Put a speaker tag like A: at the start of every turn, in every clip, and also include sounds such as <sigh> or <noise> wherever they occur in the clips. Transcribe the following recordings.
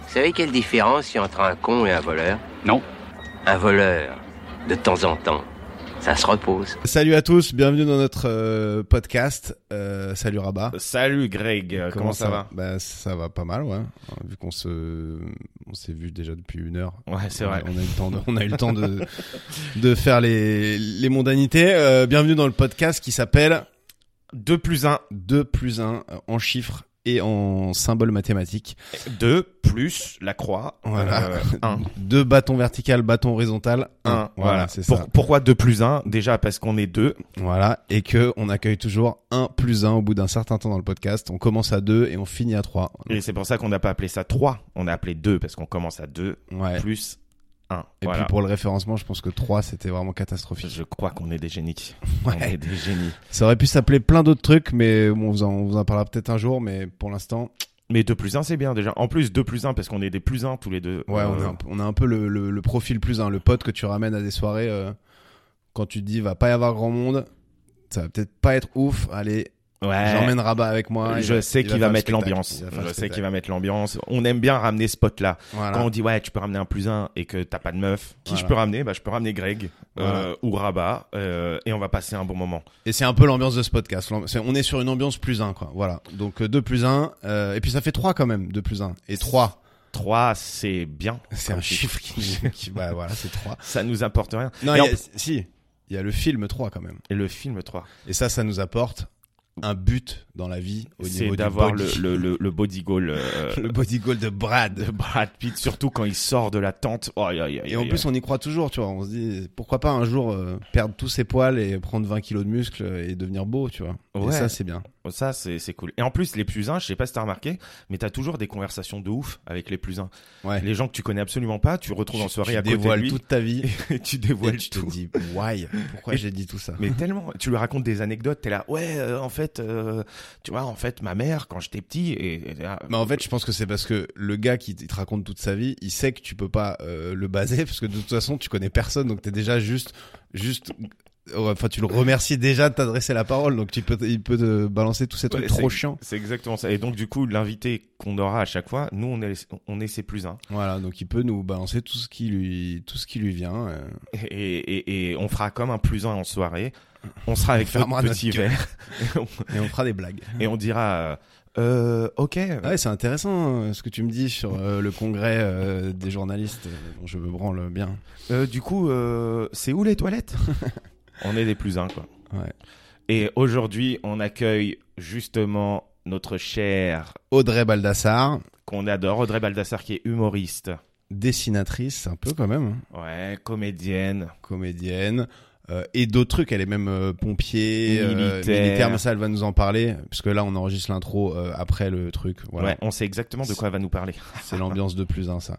A: Vous savez quelle différence il y a entre un con et un voleur
B: Non.
A: Un voleur, de temps en temps, ça se repose.
C: Salut à tous, bienvenue dans notre euh, podcast. Euh, salut Rabat.
D: Salut Greg, euh, comment, ça, va
C: Bah ça va pas mal, ouais. Euh, Vu qu'on se, on s'est vu déjà depuis une heure.
D: Ouais, c'est
C: On a- On a eu le temps de, on a eu le temps de, <laughs> de faire les, les mondanités. Euh, bienvenue dans le podcast qui s'appelle
D: 2 plus 1,
C: 2 plus 1 en chiffres et en symboles mathématiques.
D: 2 plus la croix, euh,
C: Voilà.
D: 1.
C: <laughs> Deux bâtons vertical, bâton horizontal. un.
D: voilà.
C: c'est
D: Pour-
C: ça.
D: pourquoi 2 plus 1 Déjà parce qu'on est 2.
C: Voilà. Et que on accueille toujours un plus un au bout d'un certain temps dans le podcast. On commence à deux et on finit à trois.
D: Et c'est pour ça qu'on n'a pas appelé ça 3. On a appelé 2 parce qu'on commence à 2
C: Ouais.
D: plus 1.
C: Et
D: Voilà.
C: puis pour le référencement, je pense que 3 c'était vraiment catastrophique.
D: Je crois qu'on est des génies. On
C: Ouais.
D: est des génies.
C: Ça aurait pu s'appeler plein d'autres trucs, mais bon, on vous en, on vous en parlera peut-être un jour, mais pour l'instant,
D: Mais 2 plus 1, c'est bien déjà. En plus, 2 plus 1 parce qu'on est des plus 1 tous les deux. Euh,
C: ouais, on, a un, peu- on a un peu le, le- le profil plus un, le pote que tu ramènes à des soirées euh, quand tu te dis va pas y avoir grand monde, ça va peut-être pas être ouf, allez,
D: Ouais.
C: j'emmène Rabat avec moi. il
D: Eh, je sais
C: il
D: qu'il va,
C: faire le
D: mettre
C: spectacle,
D: l'ambiance.
C: il va faire le
D: Je sais
C: spectacle.
D: qu'il va mettre l'ambiance. On aime bien ramener ce pote-là.
C: Voilà.
D: Quand on dit ouais, tu peux ramener un plus un et que t'as pas de meuf, qui
C: Voilà.
D: je peux ramener Bah je peux ramener Greg euh,
C: Voilà.
D: ou Rabat euh, et on va passer un bon moment.
C: Et c'est un peu l'ambiance de ce podcast. L'amb- c'est- On est sur une ambiance plus un, quoi. Voilà. Donc 2 plus 1, et puis ça fait 3 quand même, 2 plus 1. Et 3,
D: 3, c'est bien.
C: c'est
D: Comme
C: un chiffre qui, qui- <laughs> bah voilà, c'est 3.
D: Ça nous apporte rien.
C: Non, il
D: Et
C: y
D: en
C: a- si, il y a le film 3 quand même.
D: Et le film 3,
C: Et ça, ça nous apporte un but dans la vie au
D: c'est
C: niveau du
D: d'avoir le,
C: body-
D: le, le, le body goal euh,
C: <laughs> le body goal de
D: de
C: Brad.
D: Brad Pitt, surtout quand il sort de la tente. Oh, aïe, aïe, aïe,
C: Et en
D: aïe.
C: plus, on y croit toujours, tu vois. On se dit, pourquoi pas un jour euh, perdre tous ses poils et prendre 20 kilos de muscles et devenir beau, tu vois. Et
D: Ouais.
C: ça, c'est bien.
D: ça c'est c'est cool. Et en plus, les plus 1, je sais pas si t'as remarqué, mais t'as toujours des conversations de ouf avec les plus 1.
C: Ouais.
D: Les gens que tu connais absolument pas, tu retrouves en
C: Tu-
D: soirée
C: tu
D: à côté de
C: dévoiles
D: lui
C: toute ta vie.
D: <laughs> et tu
C: et <laughs>
D: dévoiles
C: tu
D: tout.
C: te dis, why Pourquoi j'ai dit tout ça
D: Mais tellement, tu lui racontes des anecdotes, t'es là, ouais, euh, en fait, euh, tu vois, en fait, ma mère, quand j'étais petit, et, et là,
C: Mais en fait, je pense que c'est parce que le gars qui t- te raconte toute sa vie, il sait que tu peux pas euh, le baser <laughs> parce que de toute façon, tu connais personne, donc t'es déjà juste, juste, ouais, enfin, tu le remercies déjà de t'adresser la parole, donc tu peux, t- il peut te balancer tous ces trucs
D: Ouais,
C: trop chiants.
D: c'est exactement ça. Et donc, du coup, l'invité qu'on aura à chaque fois, nous, on est, on est ses plus un.
C: Voilà, donc il peut nous balancer tout ce qui lui, tout ce qui lui vient. euh.
D: Et, et, et on fera comme un plus un en soirée. On
C: <laughs>
D: sera avec notre
C: fermera notre
D: petit
C: gueule.
D: verre. et, on,
C: et on fera des blagues. <laughs> Ah
D: et on dira, euh, Euh, ok.
C: Ouais, c'est intéressant euh, ce que tu me dis sur euh, le congrès euh, des journalistes. euh, dont je me branle bien.
D: Euh, du coup, euh, c'est où
C: <laughs>
D: les toilettes On est des plus un, quoi.
C: Ouais.
D: Et aujourd'hui, on accueille justement notre cher
C: Audrey Baldassar,
D: qu'on adore, Audrey Baldassar qui est humoriste,
C: dessinatrice un peu quand même. hein.
D: ouais, comédienne,
C: comédienne euh, et d'autres trucs. Elle est même euh, pompier, euh,
D: Militaire.
C: militaire, mais ça, elle va nous en parler puisque là, on enregistre l'intro euh, après le truc. Voilà,
D: ouais, on sait exactement de quoi elle va nous parler.
C: c'est l'ambiance de plus un ça.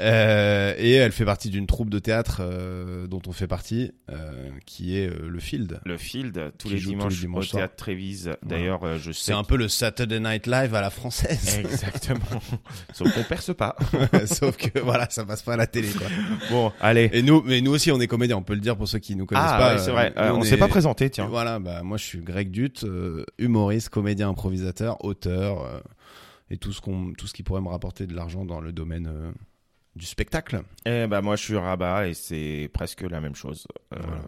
C: Euh, et elle fait partie d'une troupe de théâtre euh, dont on fait partie, euh, qui est euh, le Field.
D: Le Field, tous,
C: Qui
D: les
C: joue tous les
D: dimanches,
C: dimanches
D: au
C: soir.
D: théâtre Trévise. D'ailleurs, euh, je sais.
C: C'est un peu le Saturday Night Live à la française,
D: <laughs> Exactement. Sauf qu'on perce pas.
C: <laughs> sauf que voilà, ça passe pas à la télé. Quoi.
D: Bon, allez.
C: Et nous, mais nous aussi, on est comédiens. On peut le dire pour ceux qui nous connaissent
D: ah,
C: pas.
D: ouais, c'est
C: euh,
D: vrai. Euh,
C: nous,
D: on
C: est-
D: s'est pas présenté, tiens.
C: Voilà, bah, moi je suis Greg Dutte, euh, humoriste, comédien, improvisateur, auteur euh, et tout ce, qu'on, tout ce qui pourrait me rapporter de l'argent dans le domaine euh, du spectacle.
D: Eh bah, moi, je suis Rabat et c'est presque la même chose. Euh,
C: Voilà.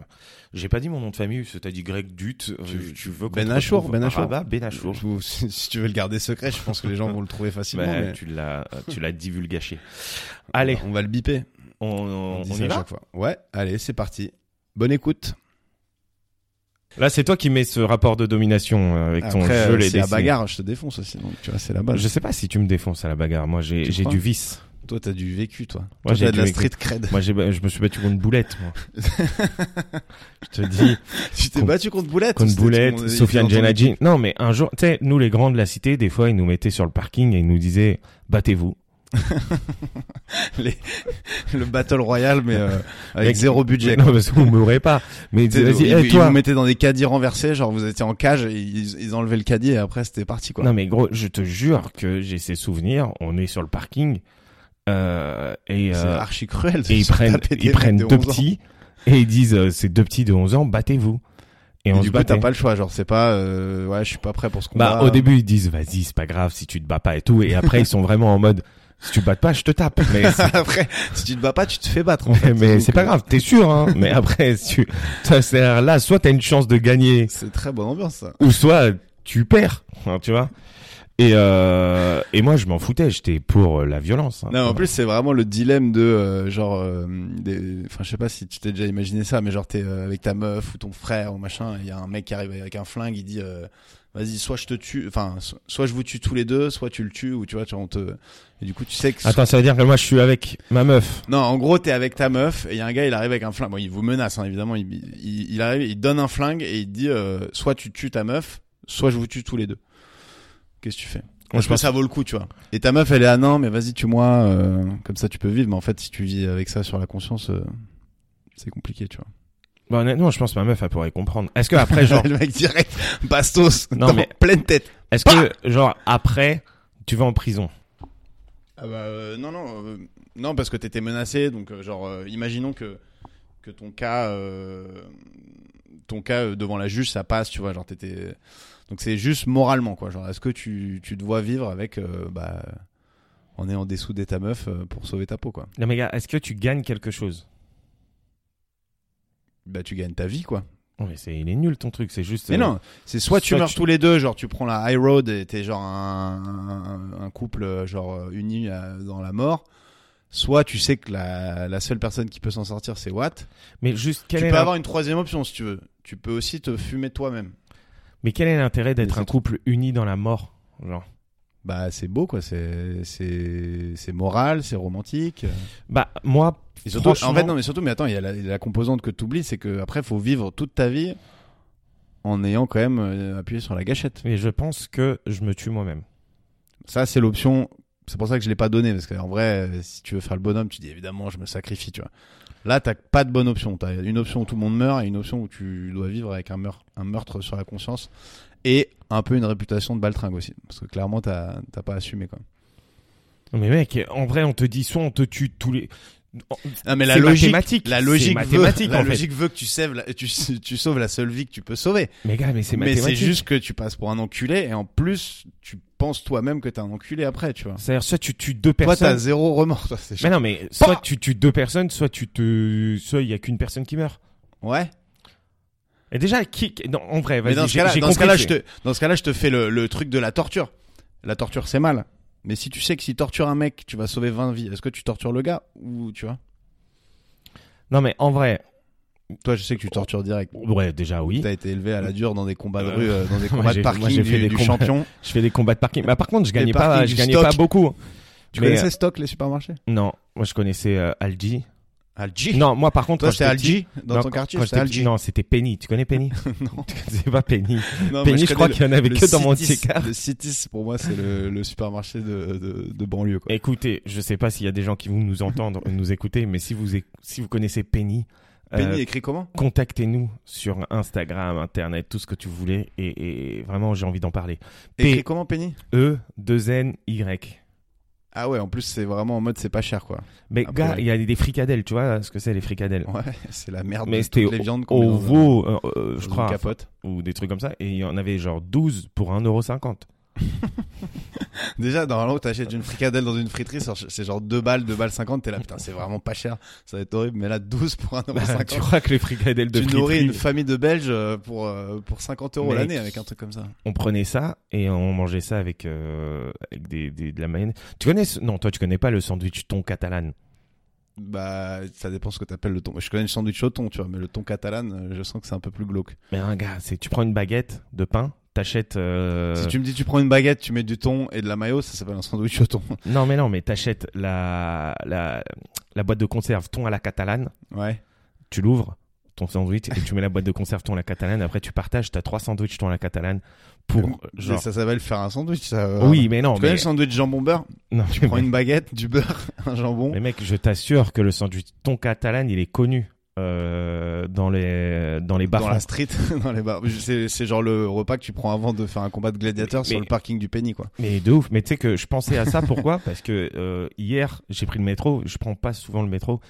D: J'ai pas dit mon nom de famille, parce que t'as dit Greg Dutte. Euh,
C: Tu-
D: Tu, veux qu'on
C: Ben
D: te
C: Achour,
D: retrouve
C: Ben
D: à
C: Achour.
D: Rabat, Ben Achour.
C: Je vous- <laughs> si, tu veux le garder secret, je pense que les gens vont le trouver facilement.
D: Bah,
C: mais-
D: Tu l'as, tu l'as <laughs> divulgaché. Allez,
C: on va le biper.
D: on, on,
C: dit
D: on
C: ça
D: y
C: à
D: va.
C: chaque fois. Ouais, allez, c'est parti. Bonne écoute.
D: Là, c'est toi qui mets ce rapport de domination euh, avec ton
C: Après,
D: jeu
C: euh,
D: les
C: c'est la
D: dessins.
C: bagarre, je te défonce aussi. Donc tu vois, c'est la base.
D: Bah, Je sais pas si tu me défonces à la bagarre. Moi, j'ai
C: Tu
D: j'ai
C: crois
D: du vice.
C: Toi, t'as du vécu, toi.
D: Moi,
C: toi, t'as
D: j'ai
C: de
D: du
C: la
D: vécu.
C: street cred. <laughs>
D: Moi, j'ai- je me suis battu contre Boulette. Moi. je te dis
C: tu t'es
D: Contre-
C: battu contre Boulette.
D: contre
C: c'était- on-
D: Boulette,
C: il
D: Sofiane
C: faut entendre-
D: Genadji. Non, mais un jour, tu sais, nous les grands de la cité, des fois, ils nous mettaient sur le parking et ils nous disaient battez-vous.
C: Le Battle Royale, mais
D: <laughs>
C: euh, avec
D: Mec,
C: zéro budget.
D: Non, parce qu'on
C: <laughs>
D: mourrait pas. Mais ils
C: Tu sais,
D: disaient vas-y,
C: ils,
D: eh,
C: ils
D: toi.
C: vous mettaient dans des caddies renversés, genre vous étiez en cage, et ils, ils enlevaient le caddie et après c'était parti quoi.
D: Non, mais gros, je te jure que j'ai ces souvenirs. On est sur le parking euh, et
C: c'est
D: euh,
C: archi cruel. <laughs>
D: et ils prennent, ils prennent deux petits et ils disent euh, ces deux petits de 11 ans, battez-vous. Et, on
C: du
D: se
C: coup, t'as
D: battait.
C: pas le choix, genre c'est pas, euh, ouais, je suis pas prêt pour ce combat.
D: Bah, au début, ils disent, vas-y, c'est pas grave si tu te bats pas et tout. Et après, ils sont vraiment en mode, Si tu te battes pas, je te tape. Mais
C: <laughs>
D: c'est-
C: après, si tu te bats pas, tu te fais battre. <laughs> En fait.
D: mais, mais
C: Donc, euh,
D: c'est pas grave, t'es sûr. Hein. mais après, si tu, ça, c'est- là, soit t'as une chance de gagner,
C: C'est très bonne ambiance. Ça.
D: ou soit tu perds. hein, tu vois. Et euh, et moi, je m'en foutais. J'étais pour euh, la violence. hein.
C: Non, en plus, c'est vraiment le dilemme de euh, genre, euh, des- enfin, je sais pas si tu t'es déjà imaginé ça, mais genre, t'es euh, avec ta meuf ou ton frère ou machin, et il y a un mec qui arrive avec un flingue, il dit, euh, vas-y, soit je te tue, enfin, so- soit je vous tue tous les deux, soit tu le tues, ou tu vois, tu vois, on te, et du coup, tu sais que.
D: Attends, ça veut dire que moi, je suis avec ma meuf.
C: Non, en gros, t'es avec ta meuf et il y a un gars, il arrive avec un flingue. Bon, il vous menace, hein, évidemment. Il, il, il arrive, il te donne un flingue et il te dit euh, soit tu tues ta meuf, soit je vous tue tous les deux. Qu'est-ce que tu fais
D: Moi,
C: Moi, je pense que ça vaut le coup, tu vois. Et ta meuf, elle est ah non, mais vas-y, tue-moi, euh, comme ça tu peux vivre. Mais en fait, si tu vis avec ça sur la conscience, euh, c'est compliqué, tu vois.
D: Bah, honnêtement, je pense que ma meuf, elle pourrait comprendre. Est-ce que après,
C: <laughs>
D: genre,
C: le mec direct, bastos,
D: Non,
C: dans
D: mais-
C: pleine tête.
D: est-ce que, genre, après, tu vas en prison?
C: Ah bah euh, non, non, euh, non, parce que t'étais menacé, donc euh, genre, euh, imaginons que, que ton cas, euh, ton cas euh, devant la juge, ça passe, tu vois, genre t'étais. Donc c'est juste moralement, quoi. Genre, est-ce que tu, tu te vois vivre avec, euh, bah, en ayant des sous de ta meuf euh, pour sauver ta peau, quoi.
D: Non, mais gars, est-ce que tu gagnes quelque chose?
C: Bah, tu gagnes ta vie, quoi.
D: Non, mais c'est, il est nul ton truc, c'est juste.
C: Mais
D: euh,
C: non, c'est soit tu
D: soit
C: meurs
D: tu-
C: tous les deux, genre tu prends la high road et t'es genre un, un- un couple euh, genre euh, uni euh, dans la mort, soit tu sais que la, la seule personne qui peut s'en sortir c'est Watt.
D: Mais juste, quel
C: tu
D: est
C: peux
D: l'in-
C: avoir une troisième option si tu veux. Tu peux aussi te fumer toi-même.
D: mais quel est l'intérêt d'être
C: c'est
D: un couple uni dans la mort? Genre.
C: Bah c'est beau quoi, c'est c'est c'est moral, c'est romantique.
D: Bah, moi,
C: Et surtout,
D: franchement,
C: en fait non mais surtout mais attends, il y a la, la composante que t'oublies, c'est que après faut vivre toute ta vie en ayant quand même euh, appuyé sur la gâchette.
D: mais je pense que je me tue moi-même.
C: Ça, c'est l'option. C'est pour ça que je l'ai pas donné parce qu'en vrai, euh, si tu veux faire le bonhomme, tu dis évidemment, je me sacrifie, tu vois. Là, t'as pas de bonne option. T'as une option où tout le monde meurt et une option où tu dois vivre avec un meurtre, un meurtre sur la conscience et un peu une réputation de baltringue aussi, parce que clairement, t'as t'as pas assumé quoi.
D: Non, mais mec, en vrai, on te dit soit on te tue tous les.
C: Non, mais la
D: C'est
C: logique,
D: mathématique.
C: la logique,
D: C'est
C: veut,
D: mathématique,
C: la
D: en fait.
C: logique veut que tu sauves, la, tu, tu sauves la seule vie que tu peux sauver.
D: Mais gars, mais c'est
C: Mais
D: mathématique.
C: c'est juste que tu passes pour un enculé et en plus, tu penses toi-même que t'es un enculé après, tu vois.
D: C'est-à-dire, soit tu tues deux
C: Toi, t'as
D: personnes.
C: zéro remords. Toi, c'est
D: mais non, mais soit tu tues deux personnes, soit tu te, soit il y a qu'une personne qui meurt.
C: ouais.
D: Et déjà, qui, non, en vrai,
C: Mais
D: vas-y,
C: dans ce
D: j'ai
C: cas-là,
D: j'ai
C: dans ce
D: compris
C: cas-là,
D: que-
C: je te, dans ce cas-là, je te fais le, le truc de la torture. La torture, c'est mal. Mais si tu sais que si torture un mec, tu vas sauver 20 vies, est-ce que tu tortures le gars ou tu vois
D: Non, mais en vrai,
C: Toi, je sais que tu tortures direct.
D: ouais, déjà oui.
C: T'as été élevé à la dure dans des combats de
D: Euh,
C: rue, euh, dans des
D: <laughs> moi,
C: combats de
D: j'ai- moi,
C: parking
D: j'ai
C: du,
D: fait des
C: du
D: combats- <laughs>
C: champion.
D: Je fais des combats de parking. Mais par contre, je gagnais pas,
C: parkings
D: je
C: du
D: gagnais
C: stock.
D: pas beaucoup.
C: Tu
D: Mais,
C: connaissais Stock, les supermarchés
D: euh, Non, moi je connaissais euh, Algi.
C: Algi.
D: Non, moi par contre,
C: Toi,
D: quand
C: c'était
D: j'étais petit-
C: Algi dans
D: non,
C: ton quartier,
D: quand
C: c'était
D: j'étais petit-
C: Algi.
D: Non, c'était Penny. Tu connais Penny
C: <laughs> Non.
D: <laughs> Tu connais pas Penny.
C: Non, mais
D: Penny, je, crois
C: connais
D: qu'il y en avait
C: le-
D: que dans mon
C: Citis.
D: ticket.
C: Le Citis, pour moi, c'est le, le supermarché de, de, de banlieue. Quoi.
D: Écoutez, je sais pas s'il y a des gens qui vont nous entendre, <laughs> ou nous écouter, mais si vous, é- si vous connaissez Penny, euh,
C: Penny écrit comment
D: contactez-nous sur Instagram, Internet, tout ce que tu voulais. Et, et vraiment, j'ai envie d'en parler. P-
C: Écrit comment Penny
D: E, 2 N, Y.
C: Ah ouais, en plus, c'est vraiment en mode, c'est pas cher, quoi.
D: Mais
C: Ah,
D: gars,
C: purée.
D: il y a des fricadelles, tu vois ce que c'est les fricadelles
C: Ouais, c'est la merde.
D: Mais
C: de
D: c'était
C: toutes les viandes qu'on met
D: Au
C: dans un-
D: veau, euh, euh, je
C: dans
D: crois,
C: une capote.
D: ou des trucs comme ça. Et il y en avait genre 12 pour 1,50€.
C: <laughs> Déjà, normalement, t'achètes une fricadelle dans une friterie, c'est c'est genre 2 balles, 2 balles 50, t'es là, putain, c'est vraiment pas cher, ça va être horrible, mais là, 12 pour 1,50€.
D: Bah,
C: cinquante
D: tu crois que les fricadelles de
C: tu nourris
D: friterie,
C: une famille de Belges euh, pour, euh, pour 50 euros
D: Mec.
C: l'année avec un truc comme ça.
D: on prenait ça et on mangeait ça avec, euh, avec des, des- de la mayonnaise. Tu connais ce- Non, toi, tu connais pas le sandwich thon catalane.
C: Bah, ça dépend ce que t'appelles le thon. Je connais le sandwich au thon, tu vois, mais le thon catalan, euh, je sens que c'est un peu plus glauque.
D: Mais un gars, c'est tu prends une baguette de pain, t'achètes. euh,
C: Si tu me dis, tu prends une baguette, tu mets du thon et de la mayo, ça s'appelle un sandwich au thon. <laughs>
D: Non, mais non, mais t'achètes la, la, la boîte de conserve thon à la catalane,
C: ouais.
D: tu l'ouvres, ton sandwich, et tu mets la boîte de conserve thon à la catalane. Après, tu partages, t'as trois sandwichs thon à la catalane pour.
C: Mais
D: Genre...
C: Ça s'appelle faire un sandwich, ça. euh,
D: Oui, mais non,
C: Tu connais
D: mais.
C: le sandwich jambon beurre?
D: Non, <laughs>
C: Tu
D: mais-
C: prends une baguette, du beurre, <laughs> un jambon.
D: Mais mec, je t'assure que le sandwich thon catalane, il est connu euh, dans les dans les bars.
C: dans la <laughs> street, dans les bars. C'est, c'est genre le repas que tu prends avant de faire un combat de gladiateur
D: Mais-
C: sur
D: mais-
C: le parking du Penny, quoi.
D: Mais de ouf. Mais tu sais que je pensais à ça. Pourquoi Parce que euh, hier, j'ai pris le métro. Je prends pas souvent le métro.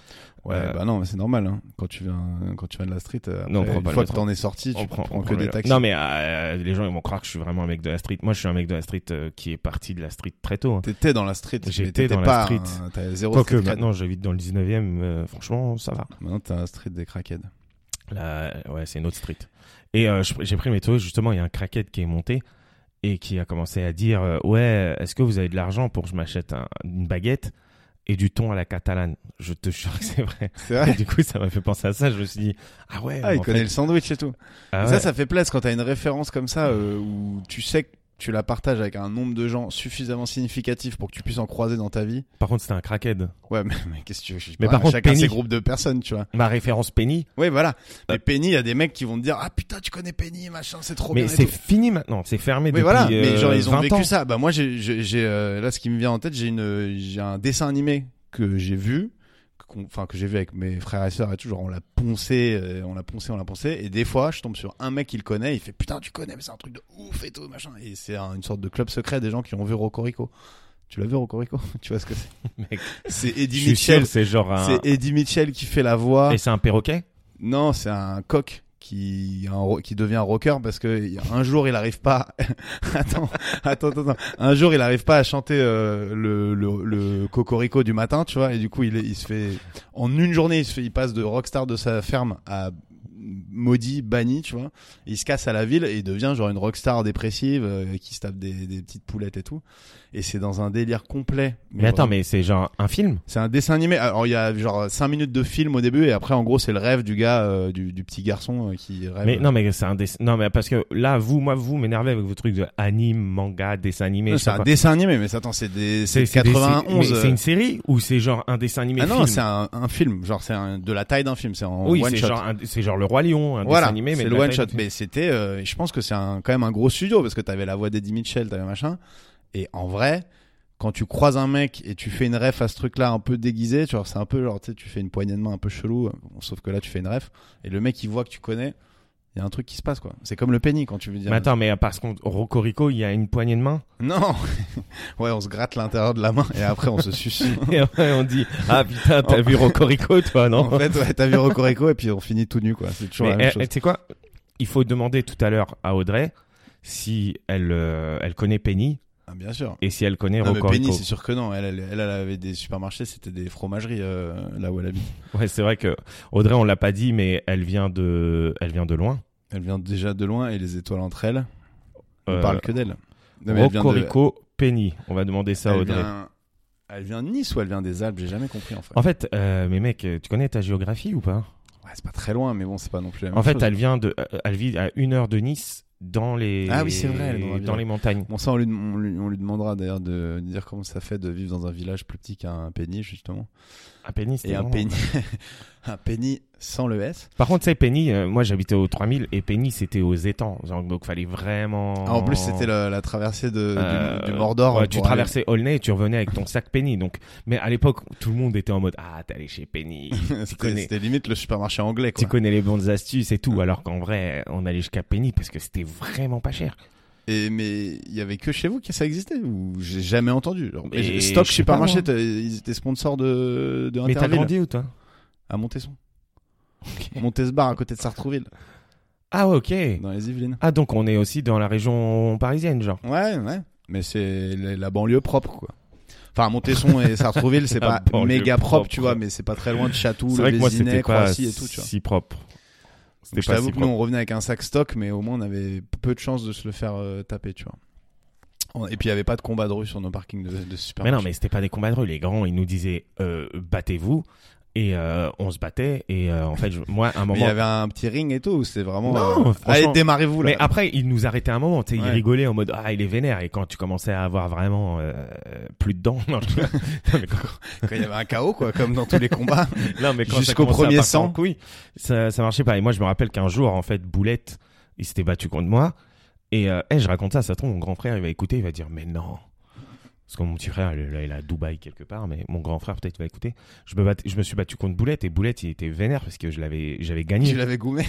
C: Ouais,
D: Euh,
C: bah non, mais c'est normal. hein. Quand tu viens, quand tu viens de la street, euh,
D: Non,
C: après,
D: on prend
C: une
D: pas le
C: fois que
D: métro.
C: t'en es sorti, tu prends, que
D: le
C: des
D: vélo.
C: taxis.
D: Non mais euh, les gens ils vont croire que je suis vraiment un mec de la street. Moi je suis un mec de la street euh, qui est parti de la street très tôt. hein.
C: T'étais dans la street. mais
D: J'étais
C: t'étais
D: dans la
C: pas
D: street.
C: un- T'avais zéro
D: Quoique
C: street cred.
D: maintenant j'habite dans le 19e, euh, franchement ça va.
C: Maintenant, t'as un street des crackheads.
D: Là, ouais, c'est une autre street. Et euh, je- j'ai pris mes taux, justement, il y a un craquette qui est monté et qui a commencé à dire euh, Ouais, est-ce que vous avez de l'argent pour que je m'achète un- une baguette et du thon à la catalane Je te jure que <laughs> c'est vrai.
C: C'est
D: <laughs> Et
C: vrai.
D: du coup, ça m'a fait penser à ça. Je me suis dit Ah ouais,
C: Ah,
D: mais
C: il
D: en
C: connaît
D: fait-
C: le sandwich et tout.
D: Ah
C: Ça,
D: ouais.
C: ça fait plaisir quand t'as une référence comme ça euh, où tu sais que tu la partages avec un nombre de gens suffisamment significatif pour que tu puisses en croiser dans ta vie.
D: Par contre, c'était un crackhead.
C: Ouais, mais, mais qu'est-ce que tu veux je sais
D: Mais
C: pas,
D: par contre,
C: chacun
D: Penny-
C: ses groupes de personnes, tu vois.
D: Ma référence Penny,
C: Ouais, voilà.
D: Bah.
C: Mais Penny, il y a des mecs qui vont te dire Ah putain, tu connais Penny, machin, c'est trop
D: mais
C: bien. et
D: c'est
C: tout.
D: fini maintenant. C'est fermé
C: Oui,
D: depuis
C: voilà. mais genre,
D: euh,
C: ils ont
D: 20
C: vécu
D: ans.
C: ça. Bah, moi, j'ai, j'ai, j'ai, euh, là, ce qui me vient en tête, j'ai une, euh, j'ai un dessin animé que j'ai vu, qu'on- enfin, que j'ai vu avec mes frères et sœurs et tout. Genre, on l'a poncé, euh, on l'a poncé, on l'a poncé. Et des fois, je tombe sur un mec qui le connaît, il fait putain, tu connais, mais c'est un truc de ouf et tout, machin. Et c'est un- une sorte de club secret des gens qui ont vu Rocorico. Tu l'as vu Rocorico <laughs> Tu vois ce que c'est
D: <laughs> Mec,
C: C'est
D: Je
C: Eddie
D: suis sûr,
C: Mitchell.
D: c'est genre un.
C: C'est Eddie Mitchell qui fait la voix.
D: Et c'est un perroquet
C: Non, c'est un coq qui, un ro- qui devient rocker parce que il y a- un jour il arrive pas. <laughs> attends, attends, attends, attends. Un jour il arrive pas à chanter euh, le, le, le cocorico du matin, tu vois, et du coup il, est- il se fait en une journée il se fait, il passe de rockstar de sa ferme à maudit, banni, tu vois. Et il se casse à la ville et il devient genre une rockstar dépressive euh, qui se tape des, des petites poulettes et tout. Et c'est dans un délire complet.
D: Mais attends,
C: vraiment.
D: mais c'est genre un film
C: C'est un dessin animé. Alors il y a genre 5 minutes de film au début et après en gros c'est le rêve du gars, euh, du, du petit garçon euh, qui rêve.
D: Mais non, mais c'est un dessin. Non, mais parce que là, vous, moi, vous m'énervez avec vos trucs de anime, manga, dessin animé.
C: Non,
D: je sais
C: c'est un
D: pas.
C: dessin animé, mais attends, c'est des c'est
D: C'est- c'est des- c'est-
C: 91.
D: mais
C: euh,
D: C'est une série ou c'est genre un dessin animé
C: ah non,
D: film
C: c'est un, un film, genre c'est un- de la taille d'un film, c'est en
D: Oui,
C: one
D: c'est
C: shot.
D: genre, un- c'est genre le roi lion, un
C: voilà,
D: dessin animé. mais
C: c'est
D: de
C: le
D: la
C: one
D: taille
C: shot.
D: du film.
C: Mais c'était, euh, je pense que c'est un, quand même un gros studio parce que t'avais la voix d'Eddie Mitchell, t'avais machin. Et en vrai, quand tu croises un mec et tu fais une ref à ce truc-là un peu déguisé, tu vois, c'est un peu genre, tu sais, tu fais une poignée de main un peu chelou, euh, bon, sauf que là tu fais une ref et le mec il voit que tu connais, il y a un truc qui se passe quoi. C'est comme le penny quand tu veux dire.
D: Mais attends, mais parce qu'on Rocorico, il y a une poignée de main
C: Non, <laughs> ouais, on se gratte l'intérieur de la main et après on se suce.
D: et après on dit ah putain t'as vu Rocorico toi <laughs> non
C: en fait, ouais, t'as vu Rocorico et puis on finit tout nu quoi. C'est toujours
D: Mais,
C: la même
D: eh,
C: chose.
D: eh, tu sais quoi Il faut demander tout à l'heure à Audrey si elle euh, elle connaît Penny
C: Ah, bien sûr.
D: et si elle connaît
C: Non, Ah, mais Penny,
D: Rocorico.
C: c'est sûr que non. Elle, elle, elle, elle avait des supermarchés, c'était des fromageries euh, là où elle habite.
D: Ouais, c'est vrai que Audrey on l'a pas dit mais elle vient de elle vient de loin.
C: Elle vient déjà de loin et les étoiles entre elles, on
D: Euh,
C: parle que d'elle. Non, mais elle vient de-
D: Rocorico Penny. On va demander ça à
C: elle
D: Audrey.
C: vient- Elle vient de Nice ou elle vient des Alpes J'ai jamais compris en fait.
D: En fait, euh, mais mec, tu connais ta géographie ou pas
C: Ouais, c'est pas très loin, mais bon, c'est pas non plus la même
D: En fait,
C: chose.
D: elle vient de, euh, elle vit à une heure de Nice, dans les,
C: Ah oui, c'est vrai, elle est dans la
D: dans,
C: ville.
D: les montagnes.
C: Bon, ça, on lui, on lui, on lui demandera d'ailleurs de dire comment ça fait de vivre dans un village plus petit qu'un Penny, justement.
D: À Penny, c'est
C: Et un
D: vraiment-
C: Penny, <laughs> un Penny sans le S.
D: Par contre, c'est Penny. euh, moi, j'habitais au 3000 et Penny, c'était aux étangs. Genre, donc, fallait vraiment.
C: Ah, en plus, c'était la, la traversée de, du-
D: Oh. Euh,
C: du, Mordor.
D: ouais,
C: pour
D: tu
C: aller- <laughs>
D: traversais Aulnay et tu revenais avec ton sac Penny. Donc, mais à l'époque, tout le monde était en mode ah, t'es allé
C: <laughs>
D: chez Penny.
C: C'était
D: connais.
C: c'était limite le supermarché anglais. Quoi.
D: Tu connais les bonnes astuces et tout, alors qu'en vrai, on allait jusqu'à Penny parce que c'était vraiment pas cher.
C: Et mais il y avait que chez vous que ça existait ou j'ai jamais entendu. Genre,
D: Mais
C: mais Stock
D: je sais pas,
C: Supermarché,
D: moi.
C: t'as- ils étaient sponsors de de
D: Mais t'as
C: Interville
D: grandi où toi
C: à Montesson, Montesbar à côté de Sartrouville,
D: Ah ouais, ok.
C: dans les Yvelines.
D: Ah donc on est aussi dans la région parisienne, genre.
C: Ouais, ouais. Mais c'est la la banlieue propre quoi. Enfin, Montesson et Sartrouville, c'est
D: <laughs> La
C: pas
D: banlieue
C: méga propre,
D: propre.
C: tu vois, mais c'est pas très loin de Château,
D: C'est
C: le
D: vrai que moi
C: Vésinet,
D: c'était pas
C: Croissy et tout, tu vois.
D: si propre. C'était
C: Donc, je
D: pas
C: t'avoue
D: si
C: que nous,
D: propre.
C: on revenait avec un sac stock, mais au moins, on avait peu de chances de se le faire euh, taper, tu vois. On- Et puis, il n'y avait pas de combat de rue sur nos parkings de, de
D: Mais
C: supermarché.
D: non, mais c'était pas des combats de rue. Les grands, ils nous disaient euh, battez-vous et euh, on se battait et euh, en fait je- moi à un
C: Mais il y
D: moment.
C: avait un petit ring et tout, c'est vraiment.
D: Non,
C: euh,
D: franchement.
C: Allez, démarrez-vous là.
D: Mais après, ils nous arrêtaient un moment, tu sais,
C: Ouais.
D: ils rigolaient en mode ah il est vénère et quand tu commençais à avoir vraiment euh, plus de dents, <laughs>
C: <laughs>
D: non, je- non, mais quand-
C: Quand il y avait un chaos, quoi, comme dans tous les
D: <laughs>
C: combats.
D: non, mais quand ça
C: Jusqu'au
D: commençait à
C: premier
D: partir en
C: sang.
D: couille, ça, ça marchait pas. Et moi je me rappelle qu'un jour en fait Boulette, il s'était battu contre moi et euh, hey, je raconte ça, ça se trouve mon grand frère il va écouter, il va dire mais non. Parce que mon petit frère, il- là, il est à Dubaï quelque part, mais mon grand frère peut-être va écouter. Je me, battais- je me suis battu contre Boulette et Boulette, il était vénère parce que je l'avais, j'avais gagné.
C: Tu l'avais goumé.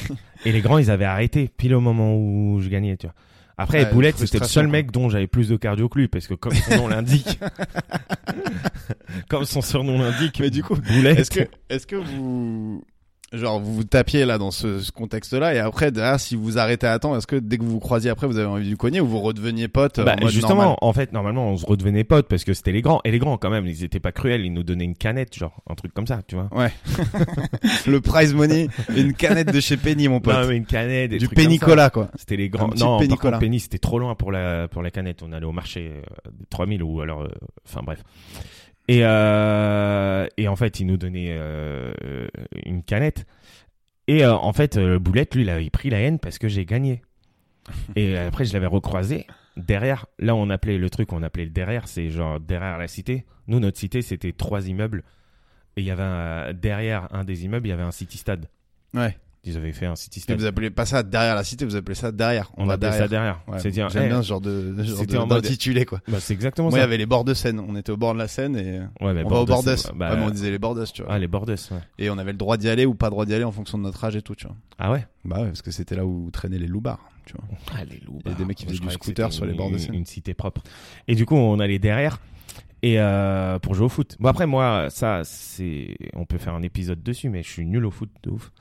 D: Et les grands, ils avaient arrêté pile au moment où je gagnais, tu vois. Après,
C: Ouais,
D: Boulette, c'était le
C: frustration,
D: seul
C: quoi.
D: mec dont j'avais plus de cardio que lui, parce que comme
C: <laughs>
D: son nom l'indique, <laughs> comme son surnom l'indique,
C: Mais du coup,
D: Boulette.
C: Est-ce que, est-ce que vous, genre, vous vous tapiez là dans ce, ce contexte-là et après, derrière, si vous arrêtez à temps, est-ce que dès que vous vous croisiez après, vous avez envie de vous cogner ou vous redeveniez pote euh,
D: Bah,
C: en mode
D: justement,
C: normal
D: en fait, normalement, on se redevenait potes parce que c'était les grands. Et les grands, quand même, ils étaient pas cruels, ils nous donnaient une canette, genre, un truc comme ça, tu vois.
C: Le prize money, une canette de chez Penny, mon pote.
D: <laughs> Non, mais une canette, des
C: du
D: trucs comme ça.
C: Pénicola, quoi.
D: C'était les grands.
C: Un petit
D: Non, par
C: Pénicola.
D: contre, Penny, c'était trop loin pour la, pour la canette. On allait au marché euh, des 3000 ou alors. euh, Enfin, bref. Et, euh, et en fait, il nous donnait euh, une canette. Et euh, en fait, euh, Boulette, lui, il avait pris la haine parce que
C: <laughs>
D: j'ai gagné. Et euh, après, je l'avais recroisé. Derrière, là, on appelait le truc, on appelait le derrière, c'est genre derrière la cité. Nous, notre cité, c'était trois immeubles. Et il y avait un- derrière un des immeubles, il y avait un city stade.
C: Ouais.
D: Ils avaient fait un city
C: Et
D: stade.
C: vous appelez pas ça derrière la cité, vous appelez ça derrière. On,
D: On,
C: va
D: appelait
C: derrière.
D: ça derrière.
C: Ouais,
D: C'est dire,
C: J'aime
D: eh,
C: bien ce genre de, ce genre
D: c'était
C: de-
D: en mode-
C: d'intitulé, quoi.
D: Bah, c'est exactement
C: Moi, il y
D: ça.
C: avait les bords de Seine. On était au bord de la Seine et euh,
D: Ouais, mais
C: on va au bord
D: Bordeaux,
C: de
D: c'est- bah,
C: Ouais, mais on disait les bords d'Est, tu vois.
D: Ah, les Bordeaux, ouais.
C: Et on avait le droit d'y aller ou pas le droit d'y aller en fonction de notre âge et tout, tu vois.
D: Ah ouais
C: Bah ouais, parce que c'était là où traînaient les loupards, tu vois.
D: Ah, les loups.
C: Il y a des mecs qui faisaient du scooter sur les bords de Seine.
D: Une cité propre. Et du coup, on allait derrière et euh, pour jouer au foot. Bon, après, moi, ça, c'est. On peut faire un épisode dessus, mais je suis nul au foot,
C: <laughs>
D: de ouf.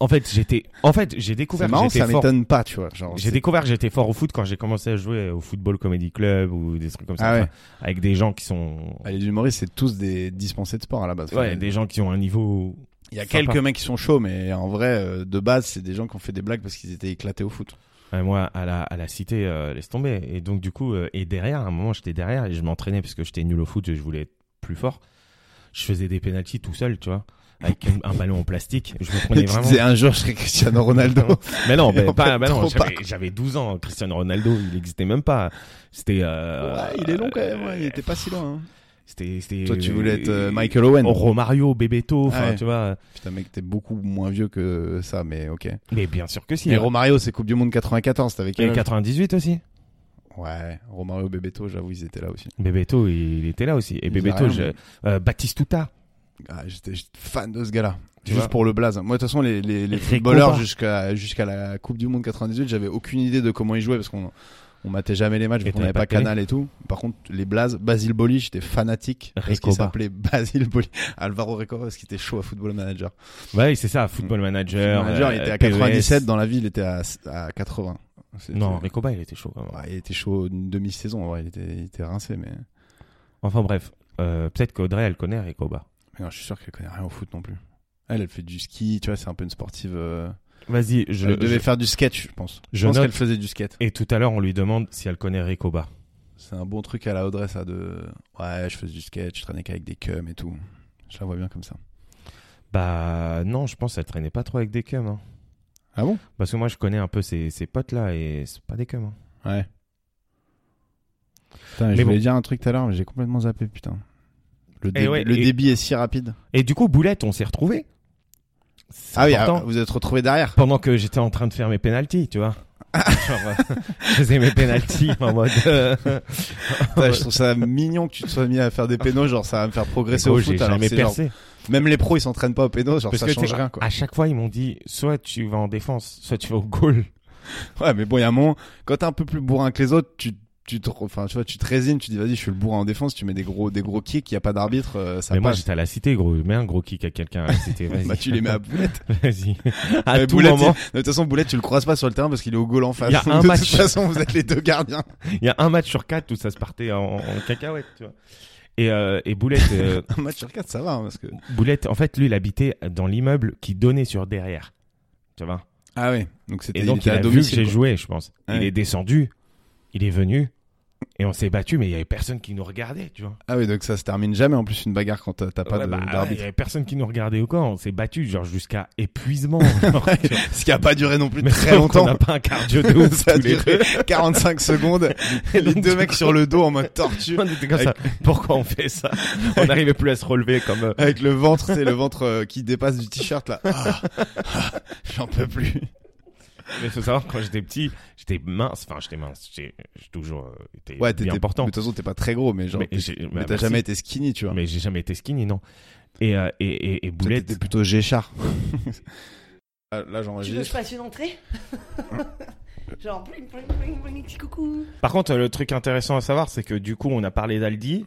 D: en fait, j'étais. En fait, j'ai
C: C'est
D: découvert que
C: marrant, ça
D: j'étais fort.
C: m'étonne pas, tu vois. Genre,
D: J'ai découvert que j'étais fort au foot quand j'ai commencé à jouer au football comedy club ou des trucs comme ça.
C: Ah ouais.
D: Enfin, Avec des gens qui sont.
C: Ah, les humoristes, c'est tous des dispensés de sport à la base. Enfin,
D: Ouais, des gens qui ont un niveau.
C: Il y a
D: sympas.
C: quelques mecs qui sont chauds, mais en vrai, euh, de base, c'est des gens qui ont fait des blagues parce qu'ils étaient éclatés au foot.
D: Ouais, Euh, moi, à la, à la cité, euh, laisse tomber. Et donc, du coup, euh, et derrière, à un moment, j'étais derrière et je m'entraînais parce que j'étais nul au foot et je voulais être plus fort. Je faisais des pénalties tout seul, tu vois, avec une- un ballon en plastique. Je me prenais
C: Et <laughs> tu
D: vraiment.
C: disais un jour, je serais Cristiano
D: <laughs>
C: Ronaldo. <laughs>
D: Mais non,
C: Et
D: mais
C: en
D: pas,
C: fait,
D: bah non,
C: trop
D: j'avais-
C: pas.
D: j'avais 12 ans. Cristiano Ronaldo, il n'existait même pas. C'était. euh,
C: ouais, il est long quand même, ouais, il était pas si loin. hein.
D: C'était. c'était-
C: Toi, tu voulais être euh, Michael Owen.
D: Oh, Romario, Bebeto, enfin,
C: Ouais.
D: tu vois.
C: Putain, mec, t'es beaucoup moins vieux que ça, mais ok.
D: Mais bien sûr que si.
C: Mais
D: hein.
C: Romario, c'est Coupe du Monde 94, t'avais
D: Et
C: quel âge
D: 98 aussi.
C: Ouais, Romario Bebeto, j'avoue, ils étaient là aussi.
D: Bebeto, il était là aussi. Et
C: Il disait
D: Bebeto,
C: rien,
D: je...
C: mais-
D: euh, Baptistuta.
C: Ah, j'étais j'étais fan de ce gars-là.
D: Tu
C: Juste
D: vois.
C: pour le blaze. Moi, de toute façon, les, les, les
D: Les
C: footballeurs
D: compas.
C: jusqu'à jusqu'à la Coupe du Monde 98, j'avais aucune idée de comment ils jouaient parce qu'on on matait jamais les matchs,
D: Et
C: on n'avait
D: t'avais
C: pas
D: pas de télé.
C: Canal et tout. Par contre, les blazes, Basile Boli, j'étais fanatique parce qu'il
D: Recoba.
C: s'appelait Basile Boli. <laughs> Alvaro Recoba parce qu'il était chaud à Football Manager.
D: Ouais, c'est ça, Football Manager.
C: Mm. Manager,
D: euh,
C: il était à
D: PES.
C: 97, dans la vie, il était à, à 80. C'était-
D: Non, Ricoba, il était chaud. quand même.
C: Ouais, il était chaud une demi-saison, en vrai, il était, il était rincé, mais...
D: Enfin bref, euh, peut-être qu'Audrey, elle connaît Ricoba.
C: mais non, je suis sûr qu'elle connaît rien au foot non plus. Elle, elle fait du ski, tu vois, c'est un peu une sportive. euh,
D: Vas-y, je,
C: elle devait
D: je-
C: faire du sketch, je pense. Je,
D: je
C: pense
D: note.
C: qu'elle faisait du skate.
D: Et tout à l'heure, on lui demande si elle connaît Ricoba.
C: C'est un bon truc à la Audrey, ça, de... Ouais, je faisais du skate, je traînais qu'avec des cums et tout. Je la vois bien comme ça.
D: Bah non, je pense qu'elle traînait pas trop avec des cums. hein.
C: Ah bon
D: Parce que moi, je connais un peu ses, ses potes là et c'est pas des cums. hein.
C: Ouais. Putain,
D: Mais
C: je
D: bon. Eh
C: voulais dire un truc tout à l'heure, mais j'ai complètement zappé, putain. Le, dé-
D: ouais,
C: le
D: et-
C: débit est si rapide.
D: Et du coup, Boulette, on s'est retrouvés. C'est
C: Ah oui,
D: important.
C: ah, vous êtes retrouvé derrière. <laughs>
D: <laughs> Pendant que j'étais en train de faire mes pénalties, tu vois. Genre, euh, <laughs> je faisais mes pénalties en mode. euh,
C: Putain, je trouve ça mignon que tu te sois mis à faire
D: <laughs>
C: des pénaux, genre ça va me faire progresser au
D: gros,
C: foot.
D: j'ai
C: alors
D: jamais
C: que c'est genre-
D: percé.
C: même les pros, ils s'entraînent pas au pénaux, genre
D: Parce
C: ça
D: que, tu
C: change
D: sais,
C: rien quoi.
D: À chaque fois, ils m'ont dit soit tu vas en défense, soit tu vas au goal. Ah.
C: Ouais, mais bon, il y a un moment, quand t'es un peu plus bourrin que les autres, tu tu te, enfin, tu vois, tu te résines, tu dis vas-y, je suis le bourrin en défense, tu mets des gros, des gros kicks, il y a pas d'arbitre, euh, ça
D: mais moi,
C: passe.
D: j'étais à la cité, gros. Mets un gros kick à quelqu'un à la cité. Vas-y.
C: bah, tu les mets à boulette.
D: <laughs>
C: <laughs>
D: Vas-y. À
C: Mais
D: tout
C: Boulette,
D: moment,
C: il- De toute façon, boulette, tu le croises pas sur le terrain parce qu'il est au goal en face.
D: Il y a
C: Donc, <laughs>
D: un
C: de
D: match.
C: toute façon, vous êtes les deux gardiens.
D: il y a un match sur quatre où ça se partait en, en cacahuète, tu vois. Et, euh, et
C: <laughs>
D: Boulette, euh,
C: Un match sur quatre, ça va, hein, parce que.
D: Boulette, en fait, lui, il habitait dans l'immeuble qui donnait sur derrière. Tu vois.
C: Ah ouais. Donc c'était
D: Et donc,
C: était
D: il
C: à
D: a vu que
C: domicile,
D: j'ai
C: quoi.
D: joué, je pense. Il
C: Ouais.
D: est descendu, il est venu, et on s'est battu, mais il y avait personne qui nous regardait, tu vois.
C: Ah oui, donc ça se termine jamais en plus une bagarre quand t'as t'as pas
D: Ouais,
C: de-
D: bah, ouais, il
C: d'arbitre.
D: y avait personne qui nous regardait ou quoi. On s'est battu, genre, jusqu'à
C: <laughs>
D: épuisement. genre, tu vois.
C: Ce qui a pas duré non plus
D: Mais
C: très
D: sauf
C: longtemps.
D: qu'on n'a pas un
C: <laughs>
D: cardio de ouf
C: ça a
D: tous les
C: duré
D: deux.
C: <laughs> 45 secondes.
D: <laughs> Et
C: les
D: donc,
C: deux
D: du
C: mecs
D: coup,
C: sur le dos en mode tortue.
D: <laughs> on était comme ça. Pourquoi on
C: <laughs>
D: fait ça On n'arrivait plus à se relever comme. euh,
C: Avec le ventre, c'est le ventre euh, qui dépasse du t-shirt là.
D: <laughs>
C: Ah, ah, J'en peux plus.
D: Mais faut savoir quand j'étais petit, j'étais mince. Enfin, j'étais mince. J'ai j'ai toujours euh, été
C: Ouais, t'étais
D: bien important.
C: Mais de toute façon, t'es pas très gros, mais genre,
D: Mais
C: t'es-
D: j'ai- bah,
C: mais t'as
D: merci.
C: jamais été skinny, tu vois.
D: Mais j'ai jamais été skinny, non. Et euh, et et, et
C: Toi,
D: boulette.
C: T'étais plutôt
D: <laughs>
C: Géchard. Ah,
B: Tu veux
C: là,
B: que je
C: j'enregistre.
B: fasse une entrée <laughs> Genre, bling, bling, bling, bling, petit coucou.
D: Par contre, euh, le truc intéressant à savoir, c'est que du coup, on a parlé d'Aldi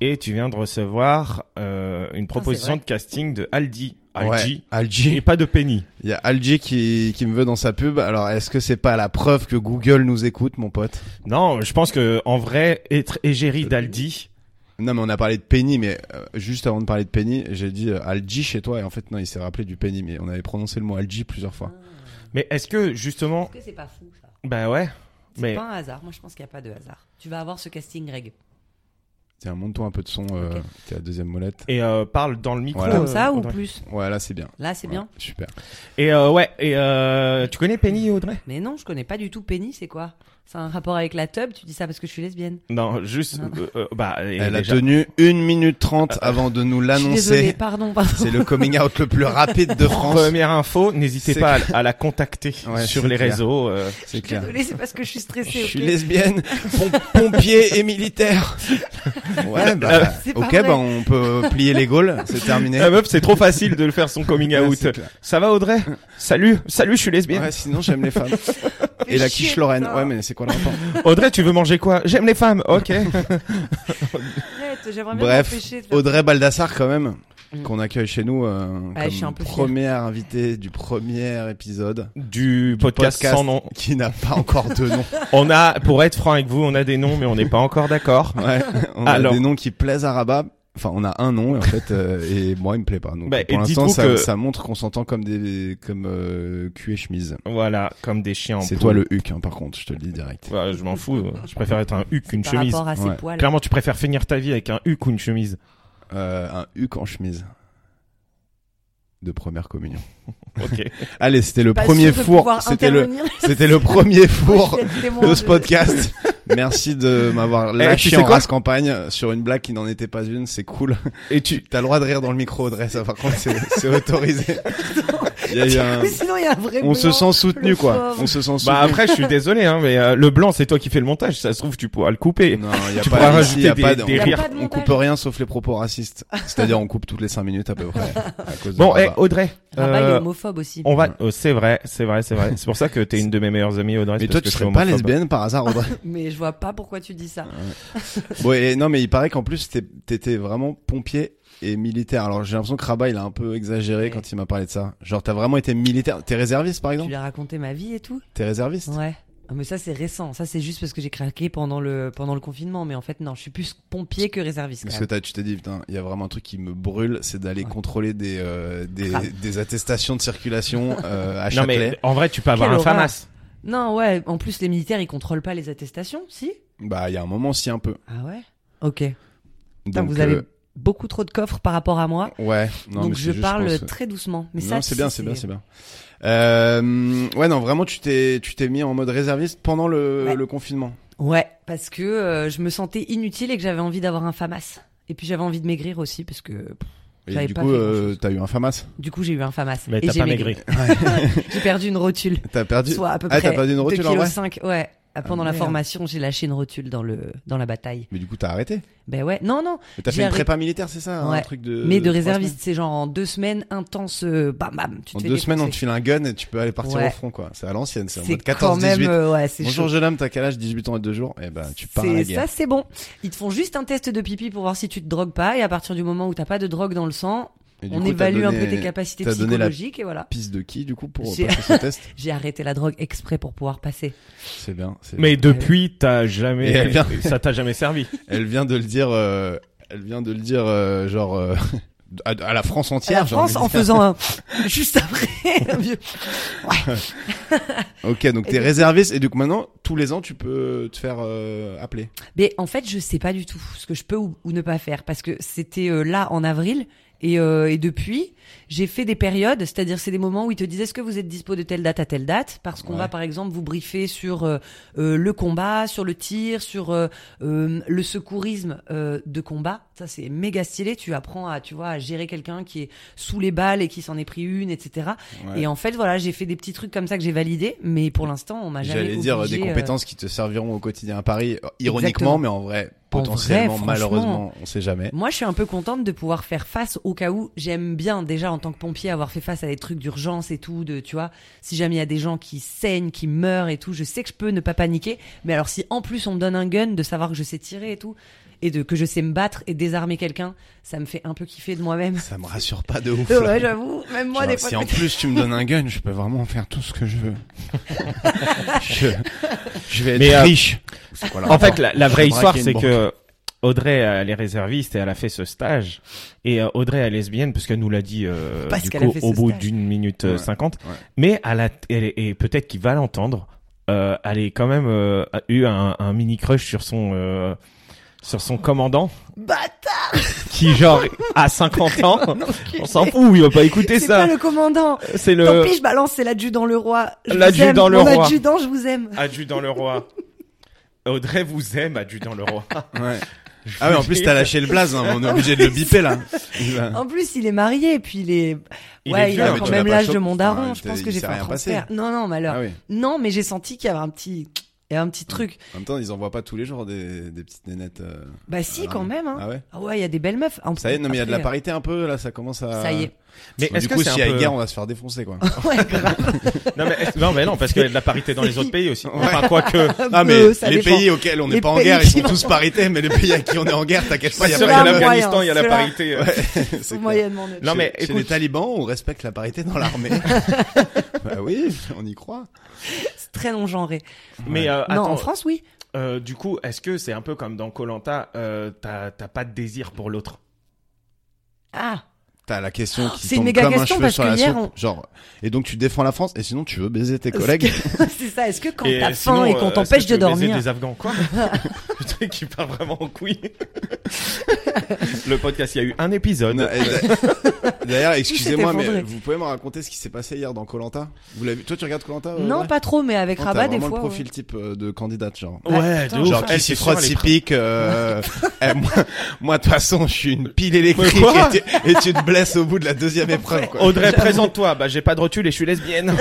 D: et tu viens de recevoir euh, une proposition
B: vrai.
D: de casting de Aldi. Aldi.
C: Ouais, Algi.
D: Et pas de Penny.
C: Il y a Algi qui, qui me veut dans sa pub. Alors, est-ce que c'est pas la preuve que Google nous écoute, mon pote
D: Non, je pense que en vrai, être égérie d'Aldi.
C: Non, mais on a parlé de Penny, mais euh, juste avant de parler de Penny, j'ai dit euh, Algi chez toi, et en fait, non, il s'est rappelé du Penny, mais on avait prononcé le mot Algi plusieurs fois.
D: Mais est-ce que justement,
B: Est-ce que c'est pas fou ça
D: bah ouais,
B: C'est
D: mais
B: pas un hasard. Moi, je pense qu'il n'y a pas de hasard. Tu vas avoir ce casting, Greg.
C: Tiens, monte-toi un peu de son, euh,
B: Ok.
C: t'es à deuxième molette.
D: et euh, parle dans le micro.
C: Voilà.
B: Comme
D: euh,
B: ça ou
D: Audrey.
B: plus
C: Ouais, là, c'est bien.
B: Là, c'est
C: Ouais,
B: bien.
C: Super.
D: Et euh, ouais, et euh, tu connais Penny Audrey
B: Mais non, je connais pas du tout Penny, c'est quoi C'est un rapport avec la teub Tu dis ça parce que je suis lesbienne.
D: Non, juste euh, euh, bah et
C: Elle
D: déjà- Ah.
C: a tenu une minute trente avant de nous
B: Je suis désolée,
C: l'annoncer.
B: pardon, pardon.
C: C'est le coming out le plus rapide
B: <laughs>
C: de France.
D: Première info, n'hésitez
C: C'est
D: pas à, la- à la contacter
C: <laughs> Ouais,
D: sur
C: c'est
D: les
C: clair.
D: réseaux. euh.
C: C'est
B: Je suis
C: clair.
B: désolée, c'est parce que je suis stressée.
C: Je suis
B: ok
C: lesbienne,
B: <laughs>
C: pom- pompier et militaire. Ouais, bah,
B: Euh, C'est pas
C: ok,
B: vrai. Ah bah,
C: bah, on peut plier
B: <laughs>
C: les gaules, c'est terminé.
D: La Ah, meuf, c'est trop facile de le faire son
C: <laughs>
D: coming
C: Ouais,
D: out.
C: c'est clair.
D: Ça va Audrey Salut, salut, je suis lesbienne.
C: Ouais, sinon j'aime les femmes. Et
B: Fais
C: la
B: chier,
C: quiche Lorraine.
B: putain.
C: Ouais, mais c'est quoi le rapport
D: <laughs> Audrey, tu veux manger quoi J'aime les femmes.
C: <laughs>
D: OK.
B: Arrête, J'aimerais bien
C: Bref,
B: m'empêcher de faire
C: Audrey Baldassar quand même,
B: Mm.
C: qu'on accueille chez nous euh,
B: Ouais, je suis un
C: comme
B: peu fière.
C: première invitée du premier épisode.
D: Du podcast,
C: Podcast
D: sans nom.
C: qui n'a pas encore de nom.
D: On a pour être franc avec vous, on a des noms mais on n'est pas encore d'accord. <laughs>
C: Ouais, on a
D: Alors.
C: des noms qui plaisent à Rabat. Enfin, on a un nom en fait, euh, et moi il me plaît pas. Donc
D: Bah, et
C: pour l'instant,
D: dites-vous
C: ça,
D: que-
C: ça montre qu'on s'entend comme des comme euh, cul et chemise.
D: Voilà, comme des chiens en
C: C'est
D: poule.
C: toi le huc, hein, par contre, je te le dis direct.
D: Ouais, je m'en fous, je préfère être un huc qu'une
B: par
D: chemise.
B: rapport à ses
C: Ouais.
B: poils.
D: Clairement, tu préfères finir ta vie avec un huc ou une chemise.
C: Euh, un huc en chemise de première communion.
D: <laughs> OK.
C: <laughs> Allez, c'était le
B: Pas
C: premier
B: sûr de
C: four.
B: pouvoir
C: C'était le
B: intervenir.
C: c'était le
B: <laughs>
C: premier four.
B: Je suis
C: <laughs>
B: témoin
C: de ce podcast. Merci de m'avoir lâché
D: Eh, tu sais
C: en
D: quoi
C: race campagne sur une blague qui n'en était pas une, c'est cool.
D: Et tu
C: T'as le droit de rire dans le micro, Audrey, ça par contre c'est
B: <laughs>
C: c'est autorisé. Il y a eu un-
B: Mais <laughs> sinon, il y a un vrai
C: On se
B: blanc.
C: sent soutenu
B: le
C: quoi.
B: pauvre.
C: On se sent soutenu.
D: Bah après, je suis désolé hein, mais euh, le blanc, c'est toi qui fais le montage, ça se trouve tu pourras le couper.
C: non, il y a
D: tu
C: pas,
D: pourras
C: ici, il y a
D: rajouter
C: pas
D: des-
C: de-
D: des
B: Il y a
D: rires.
B: pas de
C: On
B: montage.
C: coupe rien sauf les propos racistes. C'est-à-dire on coupe toutes les 5 minutes à peu près. à cause de
D: Bon, eh
C: Rabat.
D: Audrey,
B: Rabat, Ah bah, il est
D: euh,
B: homophobe aussi.
D: on va oh, c'est vrai, c'est vrai, c'est vrai. C'est pour ça que t'es une de mes meilleures amies Audrey.
C: mais
D: c'est
C: toi
D: parce
C: tu
D: que je suis
C: serais pas
D: homophobe.
C: lesbienne par hasard, <laughs> Audrey
B: <laughs> Mais je vois pas pourquoi tu dis ça.
C: Ah Bon, et non, mais il paraît qu'en plus, t'es- t'étais vraiment pompier et militaire. Alors, j'ai l'impression que Rabat, il a un peu exagéré
B: Ouais.
C: quand il m'a parlé de ça. Genre, t'as vraiment été militaire. T'es réserviste, par
B: Tu
C: exemple
B: lui as raconté ma vie et tout
C: T'es réserviste
B: Ouais. Ah, Mais ça, c'est récent. Ça, c'est juste parce que j'ai craqué pendant le, pendant le confinement. Mais en fait, non, je suis plus pompier que réserviste. Quand
C: Parce que
B: même.
C: t'as- tu t'es dit, putain, il y a vraiment un truc qui me brûle, c'est d'aller
B: Ouais.
C: contrôler des, euh, des,
B: Ah.
C: des attestations de circulation euh,
B: <laughs>
C: à
D: Non
C: Châtelet.
D: mais en vrai, tu peux avoir
B: Quelle
D: un
B: horreur.
D: famas.
B: Non, ouais. En plus, les militaires, ils contrôlent pas les attestations, si
C: Bah, il y a un moment, si, un peu.
B: Ah ouais Ok. Putain,
C: Donc,
B: Ah, vous avez
C: euh,
B: beaucoup trop de coffres par rapport à moi.
C: Ouais, non,
B: donc
C: mais c'est
B: je
C: juste,
B: parle
C: pense, euh,
B: très doucement. Mais
C: non,
B: ça,
C: c'est
B: si,
C: bien, c'est bien, c'est bien. Euh, ouais, non, vraiment, tu t'es, tu t'es mis en mode réserviste pendant le,
B: Ouais.
C: le confinement.
B: Ouais, parce que euh, je me sentais inutile et que j'avais envie d'avoir un FAMAS. Et puis j'avais envie de maigrir aussi, parce que pff,
C: Et
B: J'avais
C: du
B: pas
C: coup,
B: fait
C: euh,
B: grand-chose.
C: t'as eu un FAMAS.
B: du coup j'ai eu un FAMAS.
D: Mais
B: et
D: t'as
B: j'ai
D: pas maigri.
B: <laughs> J'ai perdu une rotule,
C: T'as perdu.
B: soit à peu
C: Ah, t'as
B: près
C: perdu une rotule,
B: 2,5
C: en vrai
B: kg. Ouais, Ah, pendant
C: Ah,
B: la
C: merde.
B: formation, j'ai lâché une rotule dans, le, dans la bataille.
C: Mais du coup, t'as arrêté.
B: Ben ouais, non, non,
C: Mais T'as
B: J'ai
C: fait une
B: arrêté.
C: prépa militaire, c'est ça hein, Un
B: Ouais.
C: truc de.
B: mais de
C: Euh, trois
B: réserviste, c'est genre en deux semaines, intense, euh, bam bam, tu
C: semaines En
B: te fais
C: deux semaines, on te
B: défoncer.
C: file un gun et tu peux aller partir
B: Ouais.
C: au front, quoi. C'est à l'ancienne, c'est en
B: C'est
C: mode
B: quand même,
C: 14-18.
B: euh, ouais, c'est
C: Bonjour,
B: chaud.
C: jeune homme, t'as quel âge 18 ans et 2 jours Eh ben, tu pars à la
B: C'est-
C: guerre.
B: ça, c'est bon. Ils te font juste un test de pipi pour voir si tu te drogues pas, et à partir du moment où t'as pas de drogue dans le sang,
C: Et du
B: on
C: coup, t'as
B: évalue un peu
C: donné
B: tes capacités
C: t'as donné la-
B: psychologiques, et voilà.
C: Piste de qui, du coup, pour
B: J'ai-
C: passer ce test
B: <laughs> J'ai arrêté la drogue exprès pour pouvoir passer.
C: C'est bien. c'est bien.
D: Mais depuis, t'as jamais,
C: Et elle vient.
D: ça t'a jamais servi.
C: Elle vient de le dire. euh, Elle vient de le dire, euh, genre. euh, <laughs> À, à la France
B: À
C: entière.
B: la
C: j'ai envie
B: France
C: de
B: en
C: dire.
B: faisant un <laughs> juste après un vieux-
C: Ok, donc t'es
B: Et-
C: réserviste et donc maintenant tous les ans tu peux te faire euh, appeler.
B: Mais en fait, je sais pas du tout ce que je peux ou, ou ne pas faire parce que c'était euh, là en avril et, euh, et depuis, j'ai fait des périodes, c'est-à-dire c'est des moments où ils te disent est-ce que vous êtes dispo de telle date à telle date parce qu'on
C: Ouais.
B: va par exemple vous briefer sur euh, euh, le combat, sur le tir, sur euh, euh, le secourisme euh, de combat. Ça, Ça c'est méga stylé. Tu apprends à, tu vois, à gérer quelqu'un qui est sous les balles et qui s'en est pris une, etc.
C: Ouais.
B: Et en fait, voilà, j'ai fait des petits trucs comme ça que j'ai validés, mais pour l'instant, on m'a jamais.
C: J'allais dire euh,
B: obligé,
C: des
B: euh,
C: compétences qui te serviront au quotidien à Paris, euh, ironiquement,
B: Exactement.
C: mais en vrai,
B: En vrai,
C: potentiellement,
B: franchement.
C: malheureusement, on sait jamais.
B: Moi, je suis un peu contente de pouvoir faire face au cas où j'aime bien déjà en tant que pompier avoir fait face à des trucs d'urgence et tout. De tu vois, si jamais il y a des gens qui saignent, qui meurent et tout, je sais que je peux ne pas paniquer. Mais alors, si en plus on me donne un gun, de savoir que je sais tirer et tout, et de que je sais me battre et désarmer quelqu'un, ça me fait un peu kiffer de moi-même.
C: Ça me rassure pas de ouf.
B: <laughs>
C: là.
B: Ouais, j'avoue. Même moi,
C: Genre,
B: des fois.
C: si en plus tu me donnes un gun, je peux vraiment faire tout ce que
B: <laughs>
C: je veux. je, je vais être
D: Mais, euh,
C: riche. Voilà.
D: En fait, la, la vraie
C: Je
D: histoire,
C: braquais une
D: c'est
C: banque.
D: que Audrey, euh, elle est réserviste et elle a fait ce stage. Et euh, Audrey, elle est lesbienne, parce qu'elle nous l'a dit euh,
B: Parce
D: du
B: qu'elle a
D: coup,
B: fait ce
D: au bout
B: stage.
D: d'une minute euh,
C: Ouais,
D: cinquante.
C: ouais.
D: Mais elle a, elle est- et peut-être qu'il va l'entendre, euh, elle est quand même euh, a eu un, un mini crush sur son. euh, sur son commandant, <laughs>
B: Bâtard,
D: qui
B: <laughs>
D: genre à 50 ans, on s'en fout, il va pas écouter
B: c'est
D: ça.
B: pas le commandant.
D: C'est le,
B: Tant pis, je balance. C'est l'adjudant le roi. Je vous
D: L'adjudant
B: aime.
D: le
B: Mon
D: roi.
B: Adjudant, je vous aime.
D: adjudant le roi. Audrey vous aime, adjudant le roi.
C: Ouais. Ah ouais, en plus t'as lâché le blaze, hein, on est obligé de le biper là. Il va-
B: En plus, il est marié, et puis il est.
D: Il
B: ouais,
D: est
B: il
D: vieux,
C: Ah,
B: a
C: mais
B: quand
C: tu
B: même
C: l'as pas
B: l'âge de
C: chopé.
B: mon daron.
C: Enfin,
B: je pense
C: il
B: que j'ai
C: s'est
B: fait un
C: rien passé.
B: transfert. Non, non, malheur.
C: Ah oui.
B: Non, mais j'ai senti qu'il y avait un petit. Et un petit truc.
C: En même temps, ils envoient pas tous les jours des, des petites nénettes. euh,
B: Bah, si,
C: Ah,
B: quand même, hein.
C: Ah ouais.
B: Ah ouais, il y a des belles meufs. En
C: Ça y est, non mais il y a de la
B: après, euh,
C: parité un peu là, ça commence à.
B: Ça y est.
D: Mais
C: Donc,
D: est-ce
C: du
D: que
C: coup,
D: c'est un
C: s'il y a
D: peu-
C: guerre, on va se faire défoncer quoi.
B: Ouais, grave.
D: Non mais, est-ce- non mais non parce qu'il y a de la parité dans les autres pays aussi. Enfin quoi que <laughs>
C: Ah mais
B: Euh, ça
C: les
B: dépend.
C: pays auxquels on n'est
B: Les
C: pas en
B: pays
C: guerre, ils
B: qui
C: sont
B: vont-
C: tous parités, mais les pays à qui on est en guerre, t'inquiète
B: <laughs>
C: pas, il y a
B: C'est
D: sur
C: pas
B: là,
C: de-
B: moyen,
D: l'Afghanistan il y a la
B: c'est là.
D: parité. euh.
C: <laughs> C'est clair.
B: Moyennement neutre.
D: Non, mais
C: Chez- chez
D: écoute-
C: les talibans, on respecte la parité
B: <laughs>
C: dans l'armée. bah oui, on y croit.
B: C'est très non genré.
D: Mais euh,
B: non,
D: attends,
B: en France, oui.
D: euh, du coup est-ce que c'est un peu comme dans Colanta, euh, t'as t'as pas de désir pour l'autre.
B: Ah,
C: T'as la question qui
B: c'est
C: tombe
B: une méga
C: comme un
B: question
C: cheveu
B: parce
C: sur
B: que
C: la
B: hier,
C: soupe. Genre, et donc tu défends la France, et sinon tu veux baiser tes
B: Est-ce
C: collègues.
B: c'est ça. Est-ce que quand
D: Et,
B: t'as
D: euh,
B: faim
D: sinon,
B: et
D: euh,
B: qu'on
D: est-ce que
B: t'empêche
D: tu
B: de
D: veux baiser
B: dormir,
D: des Afghans
B: <laughs>
D: quoi. Le truc qui part vraiment en couille. Le podcast il y a eu un épisode.
C: <laughs> Non,
B: <laughs>
C: et d'a- D'ailleurs, excusez-moi, mais
B: effondré.
C: vous pouvez me raconter ce qui s'est passé hier dans Colanta Vous l'avez Toi, tu regardes Colanta euh,
B: non, pas trop, mais avec Rabat des
C: vraiment
B: fois.
C: le
B: ouais.
C: profil type euh, de candidate, genre.
B: Ouais,
D: Ouais, de
B: putain.
D: ouf.
C: Genre qui
D: Elle,
C: s'y
D: Ah, c'est
C: frotte
D: sûr, elle
C: s'y
D: est
C: pique. euh,
B: <laughs>
C: eh, moi- moi, de toute façon, je suis une pile électrique
D: Mais quoi
C: et tu, et tu te blesses au bout de la deuxième épreuve. Quoi. <laughs>
D: Audrey, présente-toi. Bah, j'ai pas de recul et je suis lesbienne.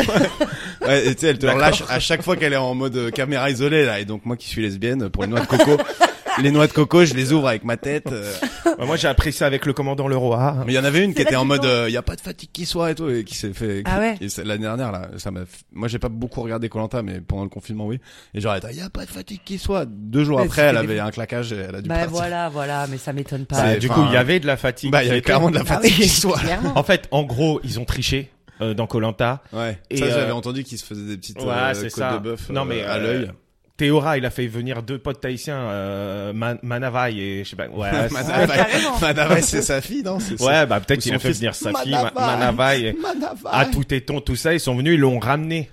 C: Ouais, et tu sais, elle te
D: D'accord.
C: relâche à chaque fois qu'elle est en mode euh, caméra isolée là. Et donc moi qui suis lesbienne, pour les noix de coco, <laughs> les noix de coco, je les ouvre avec ma tête. euh.
D: Bah, moi, j'ai appris ça avec le commandant Leroy.
C: Mais il y en avait une qui
B: C'est
C: était en mode, euh,
B: fatigant.
C: il y a pas de fatigue qui soit et tout, et qui s'est fait.
B: Ah ouais
C: et c'est- L'année dernière là, ça m'a. f- Moi j'ai pas beaucoup regardé Colanta, mais pendant le confinement oui. Et genre, il y a pas de fatigue qui soit. Deux jours
B: Mais
C: après,
B: c'était
C: elle
B: des
C: avait
B: fous.
C: un claquage, et elle a dû
B: Bah
C: partir.
B: voilà, voilà, mais ça m'étonne
D: Bah,
B: pas.
C: C'est-
D: du
C: enfin,
D: coup, il y avait de la fatigue.
C: Bah il y avait
D: C'était-
C: clairement de la
B: Ah
C: fatigue
B: oui,
C: qui soit.
B: clairement.
D: En fait, en gros, ils ont triché euh, dans Colanta.
C: Ouais.
D: Et
C: ça
D: euh,
C: j'avais entendu qu'ils se faisaient des petites
D: Ouais,
C: euh,
D: c'est
C: côtes
D: ça.
C: de bœuf.
D: Non,
C: euh,
D: mais,
C: à
D: euh, <laughs>
C: l'œil.
D: Théora, il a fait venir deux potes tahitiens, euh, Man- Manavai et je sais pas.
C: <laughs>
D: Ouais, c'est-
C: Madame,
B: carrément.
C: Madame, c'est sa fille, non C'est-
D: ouais, bah
C: Ou
D: peut-être qu'il
C: son
D: a fait
C: fils.
D: venir sa fille, Ma-
C: Manavai.
D: Manavai, et-
C: Madava.
D: à tout éton, tout ça. Ils sont venus, ils l'ont ramené.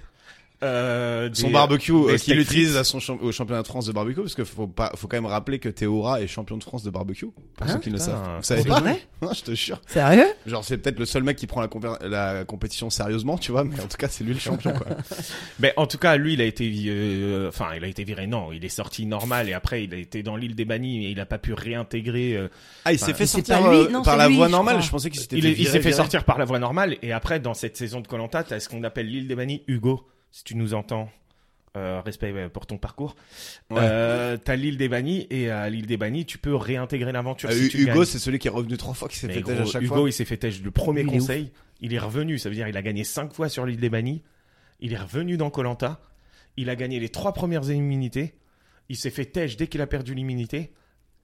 D: Euh,
C: son
D: des-
C: barbecue euh,
D: des
C: qu'il
D: steaks
C: utilise à son champ- au championnat de France de barbecue parce que faut pas faut quand même rappeler que Théora est champion de France de barbecue pour
D: Hein
C: ceux qui le
D: Putain,
C: savent. Vous
D: c'est
C: savez
B: C'est
C: pas
B: vrai
C: Non, <laughs> je te jure.
B: Sérieux
C: Genre c'est peut-être le seul mec qui prend la, compé- la compétition sérieusement, tu vois, mais en tout cas, c'est lui le champion quoi.
D: Mais en tout cas, lui, il a été, euh, enfin, il a été viré. Non, il est sorti normal et après, il a été dans l'île des bannis et il a pas pu réintégrer. euh,
C: Ah, il
D: Enfin,
C: s'est fait
B: mais c'est
C: sortir
B: pas lui,
C: euh,
B: non,
C: par
B: c'est
C: la
B: lui,
C: voie
B: je
C: normale,
B: crois.
C: je pensais qu'il s'était
D: il
C: fait
D: est- il
C: virer,
D: s'est fait
C: virer.
D: sortir par la voie normale et après, dans cette saison de Colanta, t'as ce qu'on appelle l'île des bannis. Hugo, si tu nous entends. euh, respect euh, pour ton parcours.
C: Ouais.
D: Euh, T'as l'île des bannis et à l'île des bannis, tu peux réintégrer l'aventure.
C: Euh,
D: si tu
C: Hugo,
D: gagnes.
C: c'est celui qui est revenu trois fois qui s'est
D: Mais
C: fait
D: gros,
C: têche à chaque
D: Hugo,
C: fois.
D: il s'est fait têche le premier
B: Il est
D: conseil. Il est revenu, ça veut dire il a gagné cinq fois sur l'île des Bannis. Il est revenu dans Colanta. Il a gagné les trois premières immunités. Il s'est fait têche dès qu'il a perdu l'immunité.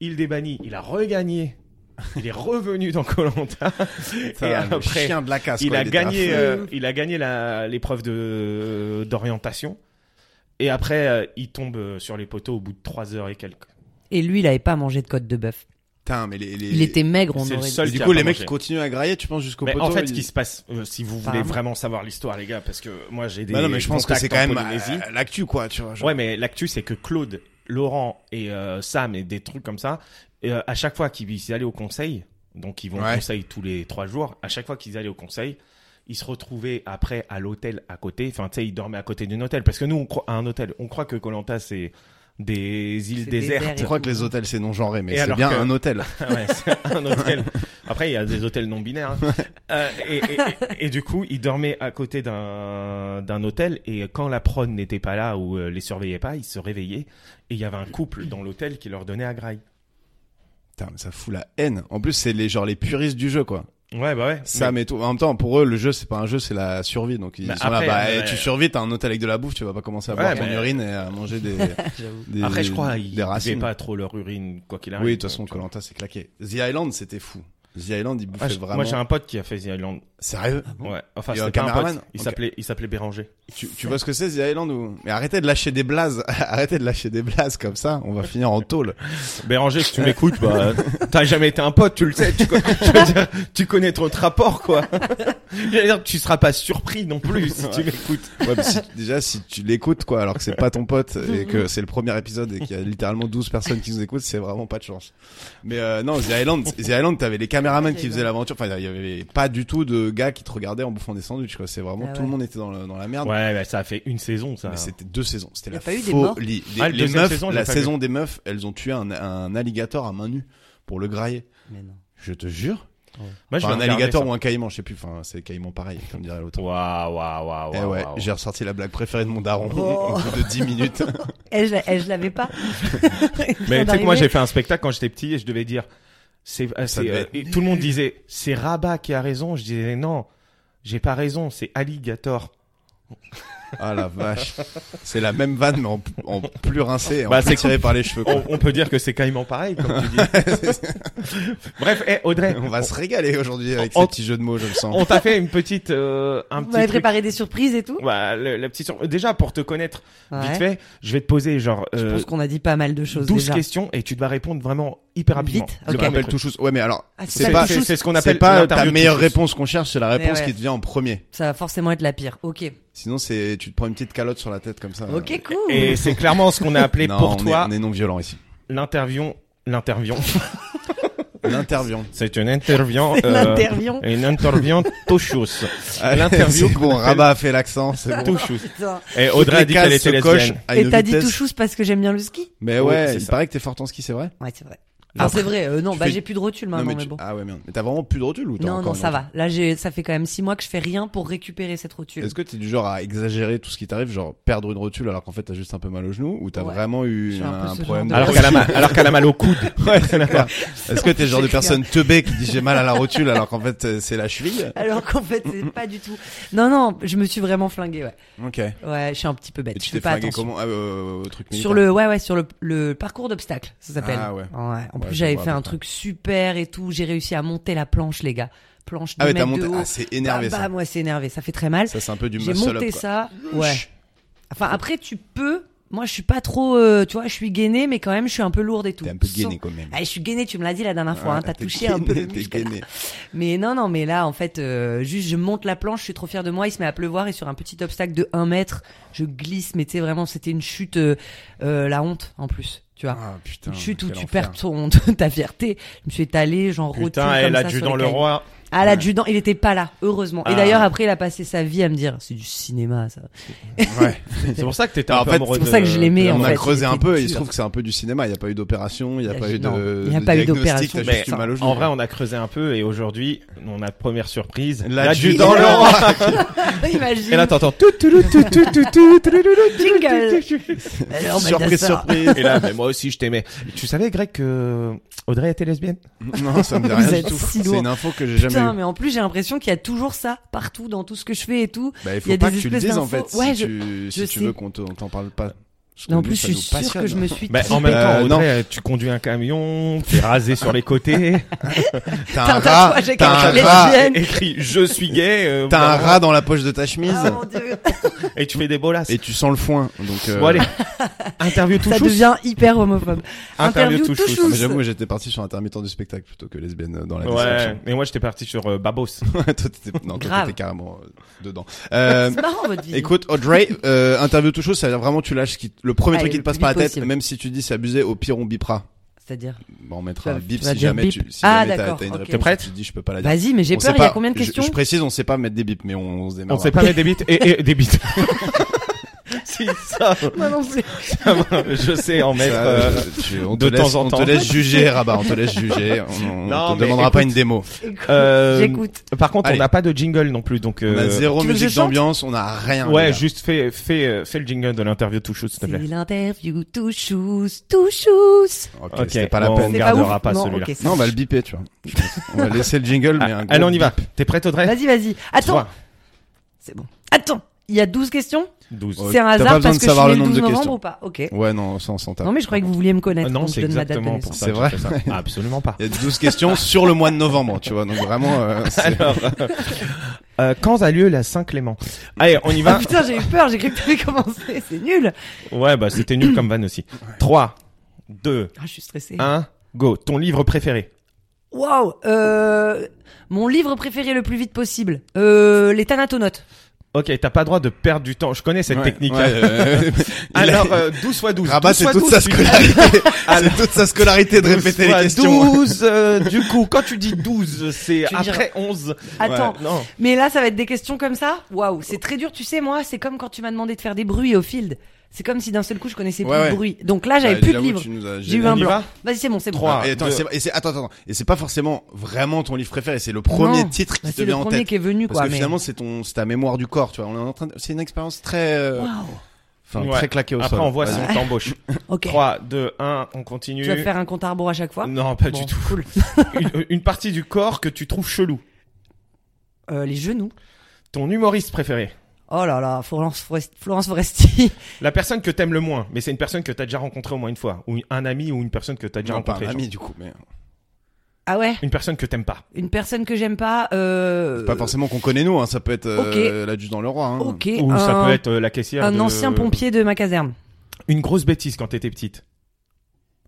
D: Île des Bannis, il a regagné. Il est revenu dans Colanta.
C: <laughs> Putain,
D: Et
C: le
D: après,
C: chien de la casse
D: il
C: quoi,
D: a,
C: était à
D: gagné,
C: fond.
D: euh, il a gagné la- l'épreuve de- d'orientation. Et après, euh, il tombe euh, sur les poteaux au bout de trois heures et quelques.
B: Et lui, il avait pas mangé de côte de bœuf.
C: Putain, mais les, les-
B: Il était maigre, on
D: c'est le
B: aurait dit.
D: seul
C: Et du
D: qui a
C: coup,
D: pas
C: les mecs
D: mangé.
C: qui continuent à grailler, tu penses jusqu'au
D: Mais
C: poteau.
D: en fait, ce
C: ils-
D: qui se passe, euh, si vous voulez
B: Apparemment.
D: vraiment savoir l'histoire, les gars, parce que moi j'ai des.
C: Bah non, mais je pense que
D: contacts
C: c'est quand
D: en
C: même
D: Polynésie.
C: euh, l'actu quoi, tu vois. genre.
D: Ouais, mais l'actu, c'est que Claude, Laurent et euh, Sam et des trucs comme ça, euh, à chaque fois qu'ils allaient au conseil, donc ils vont
C: Ouais.
D: au conseil tous les trois jours, à chaque fois qu'ils allaient au conseil, ils se retrouvaient après à l'hôtel à côté. Enfin, tu sais, ils dormaient à côté d'un hôtel. Parce que nous, on croit à un hôtel. On croit que Colanta, c'est des îles
B: C'est désert
D: désertes.
C: Je crois que les hôtels c'est non genré, mais
D: Et
C: c'est
D: alors
C: bien
D: que-
C: un hôtel.
D: Ah Ouais, c'est un hôtel. Après, il y a des hôtels non binaires. hein. Euh, et, et- et du coup, il dormait à côté d'un d'un hôtel. Et quand la prod n'était pas là ou euh, les surveillait pas, ils se réveillaient. Et il y avait un couple dans l'hôtel qui leur donnait à graille.
C: Putain, mais ça fout la haine. En plus, c'est les genre les puristes du jeu quoi.
D: Ouais, bah ouais.
C: Ça mais tout. En même temps, pour eux, le jeu c'est pas un jeu, c'est la survie. Donc ils
D: Bah,
C: sont
D: après,
C: là, bah
D: euh,
C: eh, tu
D: ouais.
C: survis, t'as un hôtel avec de la bouffe, tu vas pas commencer à
D: Ouais,
C: boire ton
D: mais-
C: urine et à manger
D: <laughs>
C: des,
B: J'avoue.
C: des-
D: Après, je crois, ils
C: des
D: buvaient
C: racines.
D: pas trop leur urine, quoi qu'il arrive.
C: Oui, de toute façon,
D: Tu vois.
C: Colanta c'est claqué. The Island c'était fou. The Island il bouffait
D: Ah, je-
C: vraiment.
D: Moi, j'ai un Ah pote qui a fait The Island.
C: Sérieux
D: Ouais. Enfin,
C: Il y a
D: c'était
C: un
D: pas un
C: caméraman
D: pote. Il
C: Ok.
D: s'appelait, il s'appelait Béranger.
C: Tu, tu vois ce que c'est The Island ou Mais arrêtez de lâcher des blazes, <laughs> arrêtez de lâcher des blazes comme ça, on va finir en tôle.
D: Béranger, si tu m'écoutes, bah, t'as jamais été un pote, tu le sais, tu, con- je veux dire, tu connais ton rapport, quoi. Je veux dire, tu seras pas surpris non plus si tu m'écoutes.
C: Ouais, mais si- déjà si tu l'écoutes quoi, alors que c'est pas ton pote et que c'est le premier épisode et qu'il y a littéralement 12 personnes qui nous écoutent, c'est vraiment pas de chance. Mais euh, non, The Island, The Island, t'avais les caméramans qui faisaient l'aventure. Enfin, il y avait pas du tout de gars qui te regardaient en bouffant des sandwichs. quoi. C'est vraiment
B: Ah
C: tout
B: ouais.
C: le monde était dans, le- dans la merde.
D: Ouais, bah, ça a fait une saison, ça.
C: Mais c'était deux saisons. C'était
B: Il y
C: la
B: a pas eu des morts
C: folie. Des-
D: Ah, le
C: les
D: deuxième
C: meufs,
D: saison, je l'ai
C: la
D: pas
C: saison des meufs, elles ont tué un, un alligator à main nue pour le grailler.
B: Mais non.
C: Je te jure.
D: Moi, je
C: Enfin, un
D: vais regarder
C: alligator
D: ça.
C: ou un caïman, je sais plus. Enfin, c'est caïman pareil, comme dirait l'autre.
D: Waouh, waouh, waouh,
C: Eh
D: waouh,
C: ouais,
D: waouh.
C: j'ai ressorti la blague préférée de mon daron
B: Oh.
C: au bout de 10 minutes.
B: Elle, je, elle, je l'avais
D: <laughs>
B: pas.
D: Mais tu sais que moi, j'ai fait un spectacle quand j'étais petit et je devais dire, c'est, euh, c'est,
C: devait
D: euh,
C: être
D: et tout le monde disait, c'est Rabat qui a raison. Je disais, non, j'ai pas raison, c'est Alligator.
C: ah la vache. C'est la même vanne, mais en, en plus rincée et en
D: Bah,
C: plus
D: c'est
C: tirée par les cheveux. quoi.
D: On, on peut dire que c'est carrément pareil, comme tu dis.
C: <laughs>
D: Bref, eh, Audrey,
C: On va se régaler aujourd'hui avec
D: On-
C: ces petits jeux de mots, je le sens.
D: on t'a fait une petite, euh, un
B: Vous
D: petit
B: m'avez
D: truc.
B: préparé des surprises et tout.
D: Bah, le- la petite sur- Déjà, pour te connaître
B: Ouais.
D: vite fait, je vais te poser genre
B: Je
D: euh,
B: pense qu'on a dit pas mal de choses
D: 12
B: déjà.
D: questions et tu dois répondre vraiment hyper rapidement.
B: Vite,
C: Je
B: ok.
C: m'appelle tout chose. Ouais, mais alors,
B: Ah,
C: c'est
B: ça,
D: C'est
C: pas,
B: tout
D: c'est- c'est ce qu'on
C: c'est
D: appelle
C: pas ta
D: l'interview
C: meilleure
D: tout de suite.
C: réponse qu'on cherche, c'est la réponse
B: Eh ouais.
C: qui te vient en premier.
B: Ça va forcément être la pire. Ok.
C: Sinon, c'est, tu te prends une petite calotte sur la tête comme ça.
B: Ok, cool.
C: <laughs>
D: Et c'est clairement ce qu'on a appelé
C: Non,
D: pour
C: on est-
D: toi
C: on est non violent
D: <laughs>
C: ici.
D: l'interview.
B: <laughs>
D: L'interview.
C: L'interview.
D: C'est une interview.
B: C'est <laughs>
D: euh,
B: l'interview.
D: Une interview touchous.
C: À
D: L'interview
C: Bon, Rabat a fait l'accent, c'est bon.
D: touchous.
B: Putain.
D: Et Audrey a dit qu'elle
C: Toutes les
D: était
C: cases se cochent
D: lesbienne.
C: à
B: Et
C: une
B: t'as dit
C: vitesse.
B: tout chose parce que j'aime bien le ski
C: Mais
D: Oui,
C: ouais,
D: c'est
C: il
D: ça.
C: paraît que t'es fort en ski, c'est vrai
B: Ouais, c'est vrai. Enfin, c'est vrai. euh, non,
C: tu
B: bah
C: fais-
B: j'ai plus de rotule maintenant, mais,
C: tu-
B: bon.
C: Ah ouais, merde. Mais t'as vraiment plus de recul ou t'as
B: Non,
C: encore
B: non,
C: une
B: ça
C: rotule
B: va. Là, j'ai, ça fait quand même six mois que je fais rien pour récupérer cette rotule.
C: Est-ce que t'es du genre à exagérer tout ce qui t'arrive, genre perdre une rotule alors qu'en fait t'as juste un peu mal au genou ou t'as
B: Ouais.
C: vraiment eu
B: J'ai
C: un,
B: un peu ce
C: problème de
B: genre de-
D: Alors qu'elle a mal, alors qu'elle a mal au coude.
C: <laughs> Ouais, c'est
B: <laughs>
C: clair. Est-ce que t'es le genre de
B: J'ai rien.
C: personne teubée qui dit j'ai mal à la rotule alors qu'en fait euh, c'est la cheville
B: Alors qu'en fait, <laughs> c'est pas du tout. Non, non, je me suis vraiment flingué. Ouais,
C: Ok. Et
B: ouais, je suis un petit peu bête.
C: tu
B: je
C: t'es
B: fais pas
C: flingué
B: attention.
C: comment Ah, euh, au truc
B: Sur
C: militaire.
B: le, ouais, ouais, sur le, le parcours d'obstacles, ça s'appelle.
C: Ah ouais.
B: En
C: Ouais,
B: plus,
C: je
B: j'avais
C: vois à
B: fait
C: peu
B: un
C: près.
B: truc super et tout. J'ai réussi à monter la planche, les gars. Planche de
C: Ah ouais, t'as
B: mètres
C: monté.
B: de haut.
C: Ah, c'est énervé
B: bah,
C: ça.
B: moi, c'est énervé. Ça fait très mal.
C: Ça c'est un peu du
B: J'ai
C: muscle up.
B: monté
C: quoi.
B: ça. Ouais. Enfin, après, tu peux. Moi, je suis pas trop. euh, tu vois, je suis gainé, mais quand même, je suis un peu lourde et tout.
C: T'es un peu
B: Sans-
C: gainé quand même.
B: Ah, je suis gainé, tu me l'as dit la dernière fois. hein,
C: Ouais,
B: T'as
C: t'es
B: touché un peu. le
C: gainé, T'es
B: muscle.
C: gainé.
B: Mais non, non, mais là, en fait, euh, juste, je monte la planche, je suis trop fier de moi, il se met à pleuvoir et sur un petit obstacle de 1 mètre, je glisse, mais tu sais, vraiment, c'était une chute, euh, euh, la honte, en plus, tu vois.
C: Ah putain.
B: une chute où
C: quel
B: tu
C: enfer.
B: perds ton, <laughs> ta fierté. Je me suis étalé, j'en rotule comme
D: Putain, elle
B: ça
D: a
B: sur
D: dû
B: les
D: dans le
B: cailloux.
D: roi.
B: Ah, l'adjudant, il était pas là, heureusement. Et
D: Ah.
B: d'ailleurs, après, il a passé sa vie à me dire, c'est du cinéma, <laughs> ça.
C: Ouais.
D: C'est pour ça que t'étais
C: Alors,
D: un
C: Bah, en
D: peu euh,
C: fait,
D: amoureux
B: c'est pour
D: de-
B: ça que je l'aimais, Et
C: on
B: en
C: a
B: fait,
C: creusé
B: il
C: un
B: était
C: peu et il se
B: dur.
C: trouve que c'est un peu du cinéma. Il n'y a pas eu d'opération, il n'y a,
B: Il y a
C: pas
B: ju-
C: eu
B: non,
C: de,
B: il y a
C: de
B: pas eu
C: diagnostic,
B: d'opération.
C: t'as
D: Mais
C: juste eu mal au genou.
D: en vrai, on a creusé un peu et aujourd'hui, on a première surprise.
C: L'adjudant
D: L'adjudant
C: Laurent.
B: Ah, Imagine.
D: Et là, t'entends tout, tout, tout, tout, tout, tout, tout, tout, tout,
B: Jingle.
D: tout, tout, tout.
B: Alors, mais
C: surprise,
B: d'accord.
C: surprise. <laughs>
D: Et là, mais moi aussi, je t'aimais. Tu savais, Greg, que Audrey était lesbienne
C: Non, ça me dit
B: Vous
C: rien du
B: êtes
C: tout.
B: si
C: c'est
B: lourd.
C: une info que j'ai jamais
B: Putain,
C: eue.
B: mais en plus, j'ai l'impression qu'il y a toujours ça, partout, dans tout ce que je fais et tout.
C: Bah, il faut
B: y a
C: pas
B: des
C: que tu le
B: espèces
C: dises en
B: d'infos.
C: fait.
B: Ouais,
C: si
B: je-
C: tu, si
B: je
C: tu
B: sais.
C: veux qu'on te- on t'en parle pas. Parce
B: Mais en
C: que
B: plus,
C: ça
B: je suis
C: nous
B: sûre
C: passionne.
B: que je me suis
D: Bah, en
B: trompée.
D: même temps,
C: Euh,
D: Audrey, tu conduis un camion, t'es rasé sur les côtés,
C: T'as un
B: T'as un
C: rat,
B: tatouage avec
C: t'as
B: un
C: un
B: rat
C: rat,
B: lesbienne.
D: <laughs> écrit je suis gay, euh,
C: t'as un
D: voilà.
C: rat dans la poche de ta chemise
B: Ah, mon Dieu.
D: et tu fais des bolasses.
C: et tu sens le foin. Donc, euh,
D: Bon allez, interview tout
B: Ça devient hyper homophobe. Interview
D: Interview tout
B: tout
D: chousse.
C: Ah,
B: chousse.
C: mais j'avoue, j'étais parti sur intermittent du spectacle plutôt que lesbienne euh, dans la
D: Ouais,
C: description. <laughs>
D: mais moi j'étais parti sur euh, Babos.
C: toi, t'étais, non, toi,
B: Grave.
C: t'étais carrément euh, dedans.
B: <laughs>
C: Euh,
B: C'est marrant votre vie.
C: Écoute, Audrey, euh, interview tout chose, ça veut dire vraiment tu lâches ce qui- le premier
B: Allez,
C: truc qui
B: Ah, le
C: te passe
B: plus
C: par la
B: vite
C: tête,
B: possible.
C: même si tu dis c'est abusé, au pire on bipera.
B: C'est-à-dire.
C: Bon, Bah, on mettra
B: Tu
C: un
B: vas-
C: bip
B: tu vas
C: si
B: dire
C: jamais
B: bip.
C: tu, si
B: Ah,
C: jamais t'as,
B: d'accord,
C: t'as une
B: ok.
C: réponse.
D: T'es prête
C: Tu te dis je peux pas la dire.
B: Vas-y, mais j'ai
C: On
B: peur.
C: sait
B: Il y a
C: pas-
B: combien de
C: je-
B: questions
C: je, précise, on sait pas mettre des bips, mais on, on se démarre. <laughs>
D: On sait pas mettre des bites et, et des bites. si, ça,
B: Moi non plus.
D: ça va, <laughs> je sais en mettre.
C: Ça,
D: euh,
C: je- tu- on
D: de
C: te
D: temps
C: laisse,
D: en temps.
C: On te laisse juger, Rabat, on te laisse juger. On, on
D: Non,
C: te
D: mais
C: demandera
D: écoute,
C: pas une démo.
B: Écoute,
D: euh,
B: J'écoute.
D: Par contre,
C: Allez.
D: on n'a pas de jingle non plus, donc.
C: On a
D: euh,
C: zéro
B: tu veux que je
C: musique
B: chante
C: d'ambiance, on a rien. les
D: Ouais,
C: gars.
D: juste fais, fais, euh, fais le jingle de l'interview tout shoot, s'il te
B: C'est
D: plaît.
B: l'interview tout shoes, tout shoes.
C: Ok,
D: Ok,
C: c'était pas la
D: bon,
C: peine.
D: On
B: C'est
D: gardera
B: ouf.
D: pas
B: Non,
D: celui-là.
B: ok, ça
C: Non, on va
B: marche.
C: le biper, tu vois. Je pense. On va laisser le jingle, mais
D: Ah,
C: un gros
D: allez, on y va.
C: bip.
D: T'es prête, Audrey
B: Vas-y, vas-y. Attends,
D: Trois,
B: c'est bon. Attends, il y a 12 questions
D: 12.
C: Ouais,
B: C'est un
C: t'as pas
B: hasard
C: besoin
B: parce
C: de
B: que je suis
C: savoir
B: né
C: le
B: le
C: nombre
B: 12
C: de
B: novembre
C: questions.
B: ou pas Ok.
C: Ouais, non, ça on s'en tape.
B: Non mais je croyais que vous vouliez me
D: Ah
B: connaître
D: non,
B: donc je
D: c'est
B: donne ma date de
D: exactement pour
B: naissance.
D: ça.
C: C'est
D: que
C: vrai.
D: je fais ça. Ah,
C: <laughs>
D: absolument pas.
C: Il y a 12 questions sur le mois de novembre, tu vois. Donc vraiment, euh, c'est-
D: Alors, <laughs> euh, quand a lieu la Saint-Clément Allez, on y
B: <laughs> Ah
D: va.
B: putain, j'ai eu peur, j'ai cru que t'avais commencé, c'est nul.
D: Ouais, bah c'était nul comme van aussi. 3, 2,
B: Ah, je suis stressée.
C: Hein
D: 1, go. Ton livre préféré
B: Waouh, euh, mon livre préféré le plus vite possible, euh, les Thanatonautes.
D: Ok, t'as pas le droit de perdre du temps. Je connais cette
C: ouais,
D: technique. hein.
C: ouais, euh, <laughs> il a-
D: Alors, euh, 12 fois 12.
C: Rabat,
D: 12
C: c'est
D: fois
C: toute
D: 12,
C: sa
D: tu- <laughs>
C: scolarité. c'est toute sa scolarité de
D: 12
C: répéter les
D: fois
C: questions.
D: 12, euh, du coup, quand tu dis 12, c'est
B: Tu
D: après 11.
B: Attends,
D: Ouais, non.
B: mais là ça va être des questions comme ça Waouh, c'est très dur, tu sais moi, c'est comme quand tu m'as demandé de faire des bruits au field. C'est comme si d'un seul coup je connaissais
C: Ouais,
B: plus
C: ouais.
B: de bruits. Donc là Ah,
D: Ah,
B: j'avais
C: Bah,
B: plus de
C: j'avoue,
B: livres.
C: tu nous as
B: J'ai eu
C: gênés.
B: un
D: On y
B: blanc.
D: va
B: Vas-y, c'est bon, c'est bon. Bah,
D: Trois.
C: Ah, Et attends,
D: deux.
C: c'est- et c'est- attends, attends, attends. Et c'est pas forcément vraiment ton livre préféré, c'est le premier
B: Non,
C: titre
B: Bah,
C: qui te
B: c'est le
C: vient en
B: premier
C: tête.
B: qui est venu
C: Parce
B: quoi.
C: que
B: mais-
C: finalement, c'est ton, c'est ta mémoire du corps, tu vois. On est en train de- c'est une expérience très, euh,
B: Waouh.
C: enfin,
D: Ouais.
C: très claquée au
D: Après,
C: sol.
D: on voit si
C: Vas-y. <laughs>
D: on t'embauche.
B: Ok.
D: 3, 2, 1, on continue.
B: Tu vas faire un compte à rebours à chaque fois
D: Non, pas
B: Bon,
D: du tout.
B: Cool.
D: Une, une partie du corps que tu trouves chelou.
B: Euh, les genoux.
D: Ton humoriste préféré.
B: Oh là là, Florence, Forest- Florence Foresti. <laughs>
D: La personne que t'aimes le moins, mais c'est une personne que t'as déjà rencontrée au moins une fois, ou une- un ami ou une personne que t'as déjà
C: Non, pas
D: rencontrée.
C: un
D: genre.
C: ami, du coup, mais
B: Ah ouais
D: Une personne que t'aimes pas.
B: Une personne que j'aime pas. Euh...
C: c'est pas forcément qu'on connaît nous, hein. Ça peut être, euh, l'adjudant le roi, hein.
B: Ok.
D: Ou
B: un,
D: ça peut être euh, la caissière.
B: un
D: de-
B: ancien pompier de ma caserne.
D: Une grosse bêtise quand
C: <laughs>
D: t'étais petite.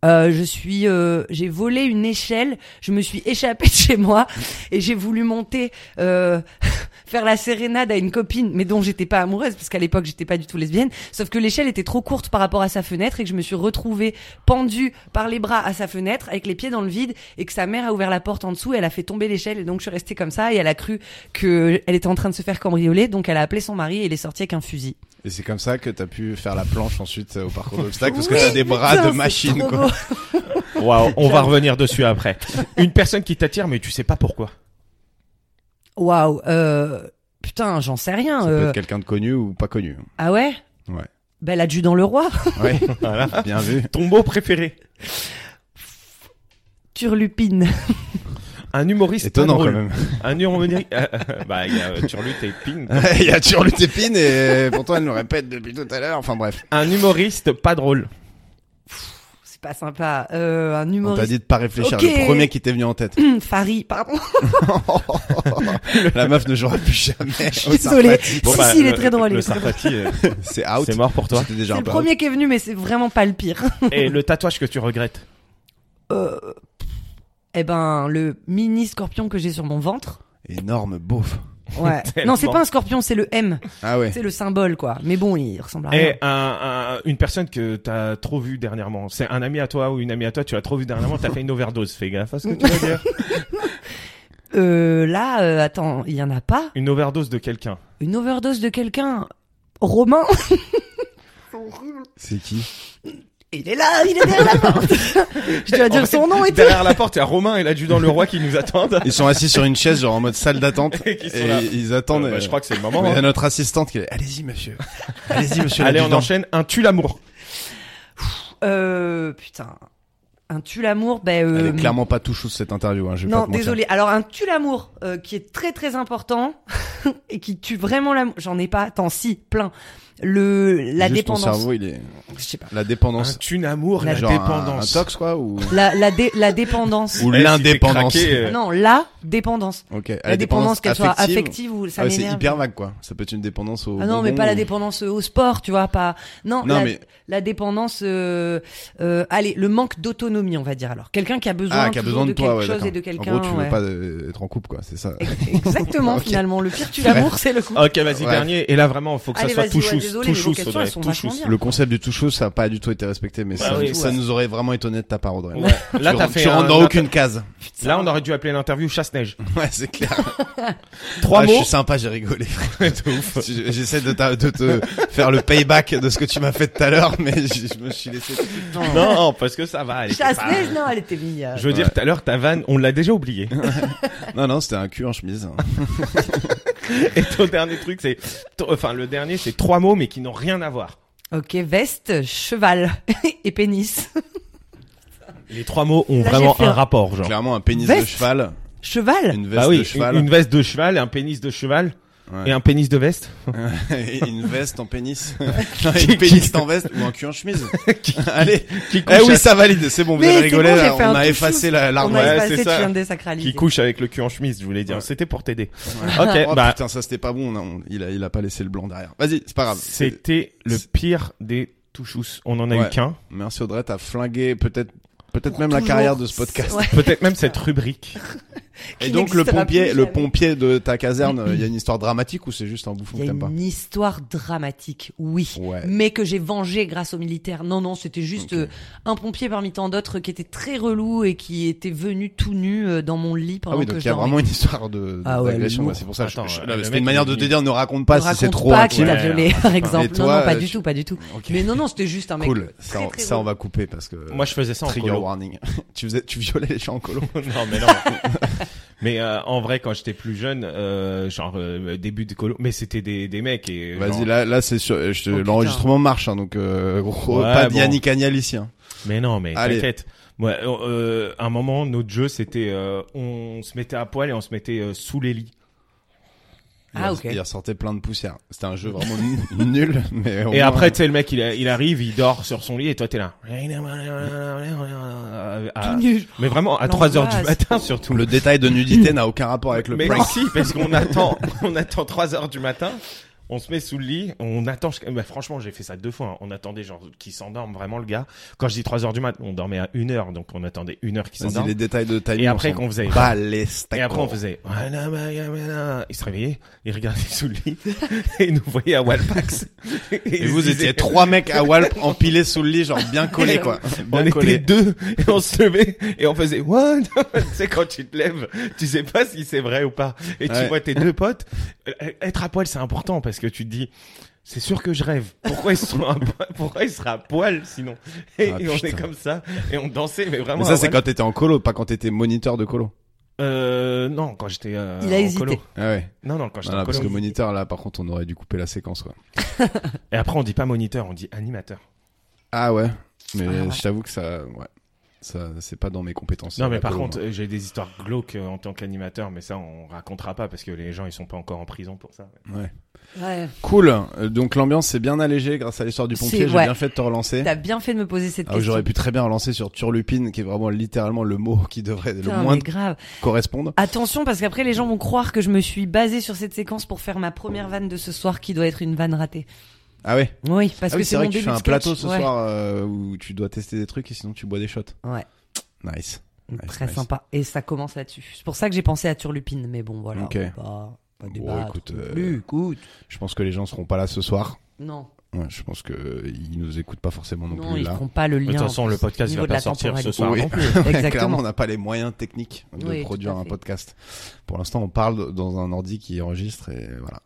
B: Euh, je suis, euh, j'ai volé une échelle. Je me suis échappée de chez moi et j'ai voulu monter, euh, <laughs> faire la sérénade à une copine, mais dont j'étais pas amoureuse parce qu'à l'époque j'étais pas du tout lesbienne. Sauf que l'échelle était trop courte par rapport à sa fenêtre et que je me suis retrouvée pendue par les bras à sa fenêtre avec les pieds dans le vide et que sa mère a ouvert la porte en dessous et elle a fait tomber l'échelle et donc je suis restée comme ça et elle a cru que elle était en train de se faire cambrioler donc elle a appelé son mari et il est sorti avec un fusil.
C: Et c'est comme ça que t'as pu faire la planche ensuite euh, au parcours d'obstacles parce que
B: Oui,
C: t'as des bras
B: putain, <laughs>
C: de
B: c'est
C: machine,
B: trop
C: quoi.
B: beau.
D: Waouh, on va revenir
C: <laughs>
D: dessus après. Une personne qui t'attire, mais tu sais pas pourquoi.
B: Waouh, euh, putain, j'en sais rien.
C: Ça peut
B: euh,
C: être quelqu'un de connu ou pas connu.
B: Ah ouais
C: Ouais.
B: Ben l'adjudant le roi, <laughs>
D: <laughs>
C: Ouais.
B: Ah.
C: Bien vu.
D: Ton mot préféré.
B: Turlupine.
D: Un humoriste. pas
C: Étonnant quand
D: drôle.
C: même.
D: Un humoriste. euh, euh, bah, il y a euh, Turlut et Ping.
C: <laughs> Il y a toujours le
B: <laughs>
C: tépine et pourtant elle nous répète depuis tout à l'heure. Enfin bref.
D: Un humoriste pas drôle.
B: C'est pas sympa. Euh, un
C: On t'a
B: humoriste.
C: dit de pas réfléchir.
B: Ok.
C: Le premier qui t'est venu en
B: <laughs>
C: tête. <laughs>
B: Hum, Fari, pardon.
C: la meuf ne jouera plus jamais.
B: Je suis désolée. si,
C: bah,
B: si, il est
D: le-
B: très drôle. il
D: Le
B: est très drôle.
D: Sarfati, euh,
C: C'est out.
D: c'est mort pour toi.
C: C'était déjà
B: C'est
C: un
B: le
C: peu out.
B: premier qui est venu, mais c'est vraiment pas le pire.
D: <laughs>
B: <laughs>
D: Et le tatouage que tu regrettes.
B: Euh, eh ben, le mini scorpion que j'ai sur mon
C: <laughs>
B: ventre.
C: Énorme beauf.
B: Ouais.
D: Tellement.
B: non, c'est pas un scorpion, c'est le
C: <laughs>
B: M.
C: Ah ouais.
B: C'est le symbole, quoi. Mais bon, il ressemble à
C: Ah, Eh.
B: rien.
D: Et un- un- une personne que t'as trop vue dernièrement. C'est un ami à toi ou une amie à toi, tu l'as trop vue dernièrement, t'as fait une overdose. Fais gaffe à ce que tu vas dire.
B: Euh, là, euh, attends, il y en a pas.
D: Une overdose de quelqu'un.
B: Une overdose de quelqu'un. Romain. <laughs>
C: C'est qui
B: Il est là, il est derrière la porte. <laughs> Je dois
D: En
B: dire
D: fait,
B: son nom
C: <laughs>
B: et tout.
D: Derrière la porte, il y a Romain et l'adjudant Leroy qui nous attendent.
C: Ils sont assis sur une chaise, genre en mode salle d'attente.
D: Et
C: et
D: <laughs> qui sont là.
C: ils attendent.
D: Euh, bah, je crois que c'est le moment.
C: Il y a
D: hein.
C: notre assistante qui est. Allez-y,
D: <laughs>
C: monsieur. Allez-y, monsieur.
D: Allez, on
C: l'adjudant.
D: enchaîne. Un tue l'amour.
B: Euh, putain. Un tue l'amour, ben. euh,
C: Elle est clairement pas touchou cette interview. Hein, je vais pas
B: Non,
C: te mentir.
B: désolé. Alors un tue l'amour euh, qui est très très important <laughs> et qui tue vraiment l'amour. J'en ai pas. Tant si, plein. Le la
C: Juste Ton
B: dépendance.
C: cerveau, il est.
B: Je sais pas.
C: La
D: Un
C: dépendance.
D: tue l'amour, la
B: La-
C: genre un-
D: dépendance.
C: Un, tox, quoi,
D: <laughs>
C: ou.
B: La la dé- la
C: <laughs>
B: dépendance.
C: Ou
D: Eh, si
C: l'indépendance.
D: t'es craqué, euh,
B: Non, la dépendance.
C: Ok.
B: La, dépendance, qu'elle soit affective ou ça
C: Ah ouais, c'est
B: m'énerve.
C: hyper vague, quoi. Ça peut être une dépendance au.
B: Ah non, mais
C: bonbon
B: pas la
C: ou-
B: dépendance euh, au sport, tu vois, pas. Non,
C: Non,
B: la,
C: mais-
B: la dépendance. euh, euh, allez, le manque d'autonomie, on va dire alors. Quelqu'un qui a besoin,
C: Ah, qui a
B: toujours
C: besoin de,
B: de,
C: toi,
B: quelque
C: ouais,
B: chose
C: d'accord.
B: et de quelqu'un.
C: En gros, tu
B: ouais.
C: veux pas euh, être en couple, quoi. C'est ça.
B: Exactement,
C: <laughs> Ok. Oh,
B: finalement. Le pire tue l'amour, c'est le coup.
D: Ok, vas-y,
C: Ouais.
D: dernier. Et là, vraiment, faut que
B: Allez,
D: ça soit
B: vas-y, ouais,
D: touchous.
B: désolé, mais vos
D: touchous,
B: questions,
D: Audrey,
B: elles sont
D: touchous.
B: vachement bien.
C: Le concept du touche ça a pas du tout été respecté, mais
D: Bah
C: ça,
D: oui,
C: ça
D: ouais.
C: nous aurait vraiment étonné de ta part, Audrey.
D: Ouais. Là,
C: tu
D: t'as
C: rentres-
D: fait
C: tu
D: un-
C: rentres dans
D: là,
C: aucune case. <laughs>
D: Là, on aurait dû appeler l'interview chasse Blanche-Neige.
C: Ouais, c'est clair.
D: Trois
C: Ah, Je
D: mots.
C: suis sympa, j'ai rigolé. Je- J'essaie de, ta- de te faire le payback de ce que tu m'as fait tout à l'heure, mais je, je me suis laissé.
B: <laughs>
D: Non, parce que ça va. elle était pas-
B: Chasse-neige, non, elle était mignonne.
D: Je veux dire, tout à l'heure, ta vanne, on l'a déjà oubliée.
C: Non, non, c'était un cul en chemise.
D: <laughs> Et ton dernier truc, c'est, ton- enfin, le dernier, c'est trois mots, mais qui n'ont rien à voir.
B: Ok, veste, cheval <laughs> et pénis.
D: Les trois mots ont
B: Là,
D: vraiment
B: j'ai fait
D: un
B: un-
D: rapport, genre.
C: Clairement, un pénis de
B: Veste.
C: cheval,
B: Cheval
C: une veste
D: Bah oui,
C: de
D: une,
C: cheval,
D: une veste de cheval, un pénis de cheval
C: Ouais.
D: et un pénis de veste
C: <laughs> et une veste en <laughs> pénis, Non, une pénis en veste ou un cul en <laughs> chemise.
D: qui,
C: Allez,
D: qui couche
C: eh oui,
D: à-
C: ça valide. C'est bon, vous
B: Mais
C: avez
B: c'est
C: rigolé.
B: bon, j'ai
C: là,
B: fait un
C: on a
B: tout
C: effacé
B: chou.
C: la
B: On
C: larme.
B: a
D: ouais,
B: espacé,
D: c'est
B: tu
D: ça.
B: viens de désacraliser.
D: qui couche avec le cul en chemise, je voulais dire.
C: Ouais.
D: C'était pour t'aider.
B: <laughs>
C: Ouais.
D: Ok,
C: Oh,
D: bah
C: putain, ça c'était pas bon. non, on- il a, il a pas laissé le blanc derrière. Vas-y, Ah, c'est pas grave.
D: c'était le pire des touchous. On en a
C: Ouais.
D: eu qu'un.
C: Merci Audrey, t'as flingué peut-être, peut-être
B: Pour
C: même la
B: toujours.
C: carrière de ce podcast. <laughs>
B: Ouais.
D: Peut-être même cette rubrique.
C: Et
B: Qui
C: donc le
B: n'existera
C: pompier,
B: plus
C: le
B: jamais.
C: pompier de ta caserne, euh, il
B: <laughs>
C: y a une histoire dramatique ou c'est juste un bouffon
B: Il
C: que
B: y a
C: t'aimes pas
B: une histoire dramatique, oui,
C: Ouais.
B: mais que j'ai vengée grâce aux militaires. Non, non, c'était juste
C: Ok.
B: euh, un pompier parmi tant d'autres qui était très relou et qui était venu tout nu euh, dans mon lit
C: Ah
B: pendant
C: oui,
B: que
C: donc
B: je
C: il y a
B: dormais.
C: vraiment une histoire de
B: Ah ouais,
C: d'agression.
B: lourd.
C: ouais, c'est pour ça. je-
D: Attends,
C: je-
D: euh, le
C: C'était
D: mec,
C: une manière
D: il
C: de
D: dit-
C: te dire ne raconte
B: Ne
C: pas si c'est
B: raconte
C: trop
B: pas qu'il
C: intime.
B: t'a
D: ouais.
B: violé, par
C: Et
B: exemple.
C: toi,
B: non, non, pas
C: euh,
B: du
C: tu-
B: tout, pas du tout.
C: Ok.
B: Mais non, non, c'était juste un mec.
C: Cool.
B: très,
C: ça, on-
B: très
C: ça, on
B: relou.
C: va couper parce que.
D: Moi, je faisais ça en
C: trigger
D: colo.
C: warning. <laughs> tu faisais, tu violais les gens en
D: <laughs>
C: colo.
D: non,
C: <laughs>
D: mais non. mais euh, en vrai, quand j'étais plus jeune, euh, genre euh, début de colo, mais c'était des, des mecs et. euh,
C: Vas-y,
D: genre-
C: là, là, c'est sûr. je te-
B: Oh, putain.
C: L'enregistrement marche, hein, donc euh, gros,
D: Ouais,
C: pas de
D: bon.
C: Yannick Agnel ici. hein.
D: Mais non, mais
C: Allez.
D: t'inquiète. Moi, euh, euh, à un moment, notre jeu, c'était euh, on se mettait à poil et on se mettait euh, sous les lits.
C: Il
B: Ah,
C: a-
B: ok.
C: Il ressortait plein de poussière. C'était un jeu vraiment <laughs> nu- nul, mais. au
D: Et
C: moins-
D: après, tu sais, le mec, il, il arrive, il dort sur son lit et toi, t'es là.
B: Tout
D: À-
B: nu.
D: mais vraiment, à 3 heures du
B: L'angoisse.
D: matin,
C: <laughs>
D: surtout.
C: le détail de nudité n'a aucun rapport avec le
D: mais
C: prank.
D: si,
C: <laughs>
D: parce qu'on attend, on attend 3 heures du matin, on se met sous le lit, on attend. jusqu'à- Bah, franchement, j'ai fait ça deux fois. hein. On attendait genre qu'il s'endorme vraiment le gars. Quand je dis 3 heures du matin, on dormait à 1 heure, donc on attendait une heure qu'il
C: Vas-y,
D: s'endorme.
C: les détails de timing.
D: Et après,
C: on s'en
D: qu'on faisait.
C: bat les steaks.
D: Et après, on faisait. Voilà, voilà, voilà. Il se réveillait, il regardait <laughs> sous le lit, et il nous voyait à Walpax.
C: Et
D: <laughs>
C: vous étiez trois mecs à Walp empilés sous le lit, genre bien collés, quoi.
D: <laughs> On
C: Bien
D: était
C: collés.
D: deux et on se levait et on faisait what <laughs> Tu sais quand tu te lèves, tu sais pas si c'est vrai ou pas. Et tu
C: Ouais.
D: vois tes deux potes. Euh, Être à poil c'est important parce que tu te dis c'est sûr que je rêve. Pourquoi ils sont à poil Pourquoi ils seraient à poil sinon Et,
C: Ah,
D: et on
C: putain.
D: est comme ça et on dansait mais vraiment.
C: Mais ça,
D: à
C: c'est
D: poil.
C: quand t'étais en colo, pas quand t'étais moniteur de colo.
D: Euh, non quand j'étais. euh,
B: Il a
D: en
B: hésité.
D: colo.
C: Ah ouais.
D: Non non quand j'étais
C: Voilà,
D: en
C: parce
D: colo.
C: que moniteur, là, par contre, on aurait dû couper la séquence, quoi.
D: Et après on dit pas moniteur, on dit animateur.
C: Ah ouais. Mais
B: Ah ouais.
C: je t'avoue que ça, ouais. Ça, c'est pas dans mes compétences.
D: Non mais
C: la
D: par
C: colo,
D: contre
C: moi.
D: euh, j'ai des histoires glauques euh, en tant qu'animateur mais ça on racontera pas parce que les gens ils sont pas encore en prison pour ça.
C: Ouais.
B: Ouais.
C: Cool. Euh, Donc, l'ambiance s'est bien allégée grâce à l'histoire du pompier.
B: C'est-
C: J'ai
B: ouais.
C: bien fait de te relancer.
B: T'as bien fait de me poser cette
C: Alors que
B: question.
C: Ah, j'aurais pu très bien relancer sur turlupine, qui est vraiment littéralement le mot qui devrait
B: Putain,
C: le moins
B: mais grave.
C: correspondre.
B: Attention parce qu'après les gens vont croire que je me suis basée sur cette séquence pour faire ma première vanne de ce soir qui doit être une vanne ratée.
C: Ah ouais.
B: Oui, parce
C: Ah oui,
B: que
C: c'est
B: c'est mon
C: vrai que tu
B: début
C: fais un
B: de sketch.
C: plateau ce
B: Ouais.
C: soir euh, où tu dois tester des trucs et sinon tu bois des shots.
B: Ouais.
C: Nice. Nice,
B: Très
C: nice.
B: sympa. Et ça commence là-dessus. C'est pour ça que j'ai pensé à Turlupine, mais bon, voilà.
C: Ok.
B: on va Pas, pas
C: Bon,
B: débattre
C: écoute,
B: non
C: euh,
B: plus, écoute.
C: Je pense que les gens seront pas là ce soir.
B: Non,
C: Ouais, je pense que euh, ils nous écoutent pas forcément non,
B: non,
C: plus
B: ils
C: là.
B: font pas le lien.
D: De toute façon, le podcast il
B: niveau
D: va
B: de
D: pas
B: la
D: sortir ce
B: temporalité.
D: soir
B: <laughs>
C: Oui.
D: non plus.
C: Clairement,
B: Exactement.
C: on n'a pas les moyens techniques de
B: Oui, tout
C: produire
B: à
C: un
B: fait.
C: podcast. Pour l'instant, on parle dans un ordi qui enregistre et voilà.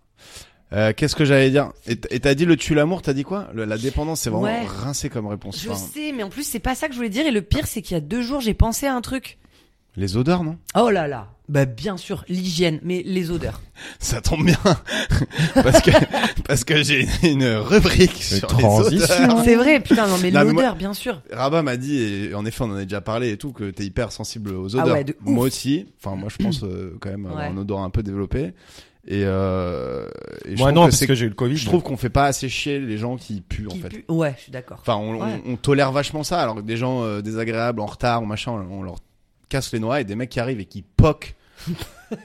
C: Euh, Qu'est-ce que j'allais dire Et t- et t'as dit le tue l'amour, t'as dit quoi Le- La dépendance, c'est vraiment
B: Ouais.
C: rincé comme réponse.
B: Je
C: Enfin,
B: sais, mais en plus, c'est pas ça que je voulais dire. Et le pire, c'est qu'il y a deux jours, j'ai pensé à un truc.
C: les odeurs, non
B: Oh là là. Bah, bien sûr, l'hygiène, mais les odeurs.
C: Ça tombe bien <laughs> parce que parce que j'ai une rubrique
D: Une
C: sur les
D: transition.
C: odeurs.
B: c'est vrai, putain, non, mais
C: Non, mais moi-
B: l'odeur, bien sûr.
C: Rabat m'a dit, et en effet, on en a déjà parlé et tout, que t'es hyper sensible aux odeurs.
B: Ah ouais, de ouf.
C: moi aussi. Enfin, moi, je pense euh, quand même avoir
B: Ouais.
C: un odorat un peu développé. Et, euh, et je
D: Moi
C: trouve
D: non,
C: que
D: parce
C: c'est-
D: que j'ai eu le Covid.
C: je trouve qu'on fait pas assez chier les gens qui puent en
B: Qui
C: fait.
B: pue. Ouais, je suis d'accord.
C: Enfin, on, on-
B: Ouais.
C: on tolère vachement ça, alors que des gens euh, désagréables, en retard ou machin, on, on leur casse les noix et des mecs qui arrivent et qui
B: <laughs>
C: poquent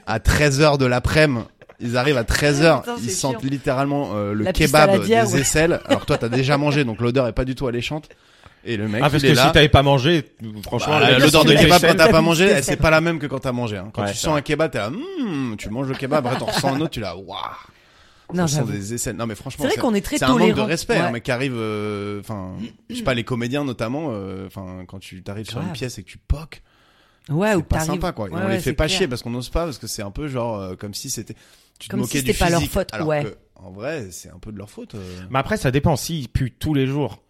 C: à 13h de l'après-midi. Ils arrivent à 13h,
B: Putain,
C: ils
B: c'est
C: sentent
B: chiant.
C: littéralement euh, le
B: La piste à la
C: kebab
B: dia,
C: des
B: ouais.
C: aisselles. Alors que toi, t'as déjà mangé, donc l'odeur est pas du tout alléchante. Et le mec,
D: Ah parce
C: il est
D: que
C: là.
D: si t'avais pas mangé, franchement,
C: Bah,
D: la-
C: l'odeur de
D: la-
C: kebab quand t'as
B: la
C: pas
B: piste
C: mangé,
B: des <laughs>
C: elle, c'est
B: aisselles.
C: pas la même que quand t'as mangé. hein. Quand
D: Ouais,
C: tu
D: c'est
C: sens
D: vrai.
C: un kebab, t'es là, Hum, tu manges le kebab, après t'en ressens un autre, tu là, waouh,
B: Non,
C: ça sent
B: j'avoue.
C: des aisselles. Non mais franchement,
B: C'est vrai qu'on est très
C: c'est un manque de
B: tolérant.
C: respect, hein,
B: Ouais.
C: mais qui arrive, euh, enfin, je sais pas, les comédiens notamment, euh, enfin, quand tu t'arrives sur une
B: Grave.
C: pièce et que tu poques,
B: Ouais, ou
C: c'est pas
B: t'arrives-
C: sympa quoi. Et
B: Ouais,
C: on
B: ouais,
C: les fait
B: c'est
C: pas
B: clair.
C: chier parce qu'on n'ose pas parce que c'est un peu genre euh, comme si c'était tu te
B: Comme si
C: moquais du
B: c'était pas leur
C: physique,
B: faute,
C: alors
B: ouais.
C: que, en vrai c'est un peu de leur faute. euh.
D: Mais après, ça dépend. S'il pue tous les jours,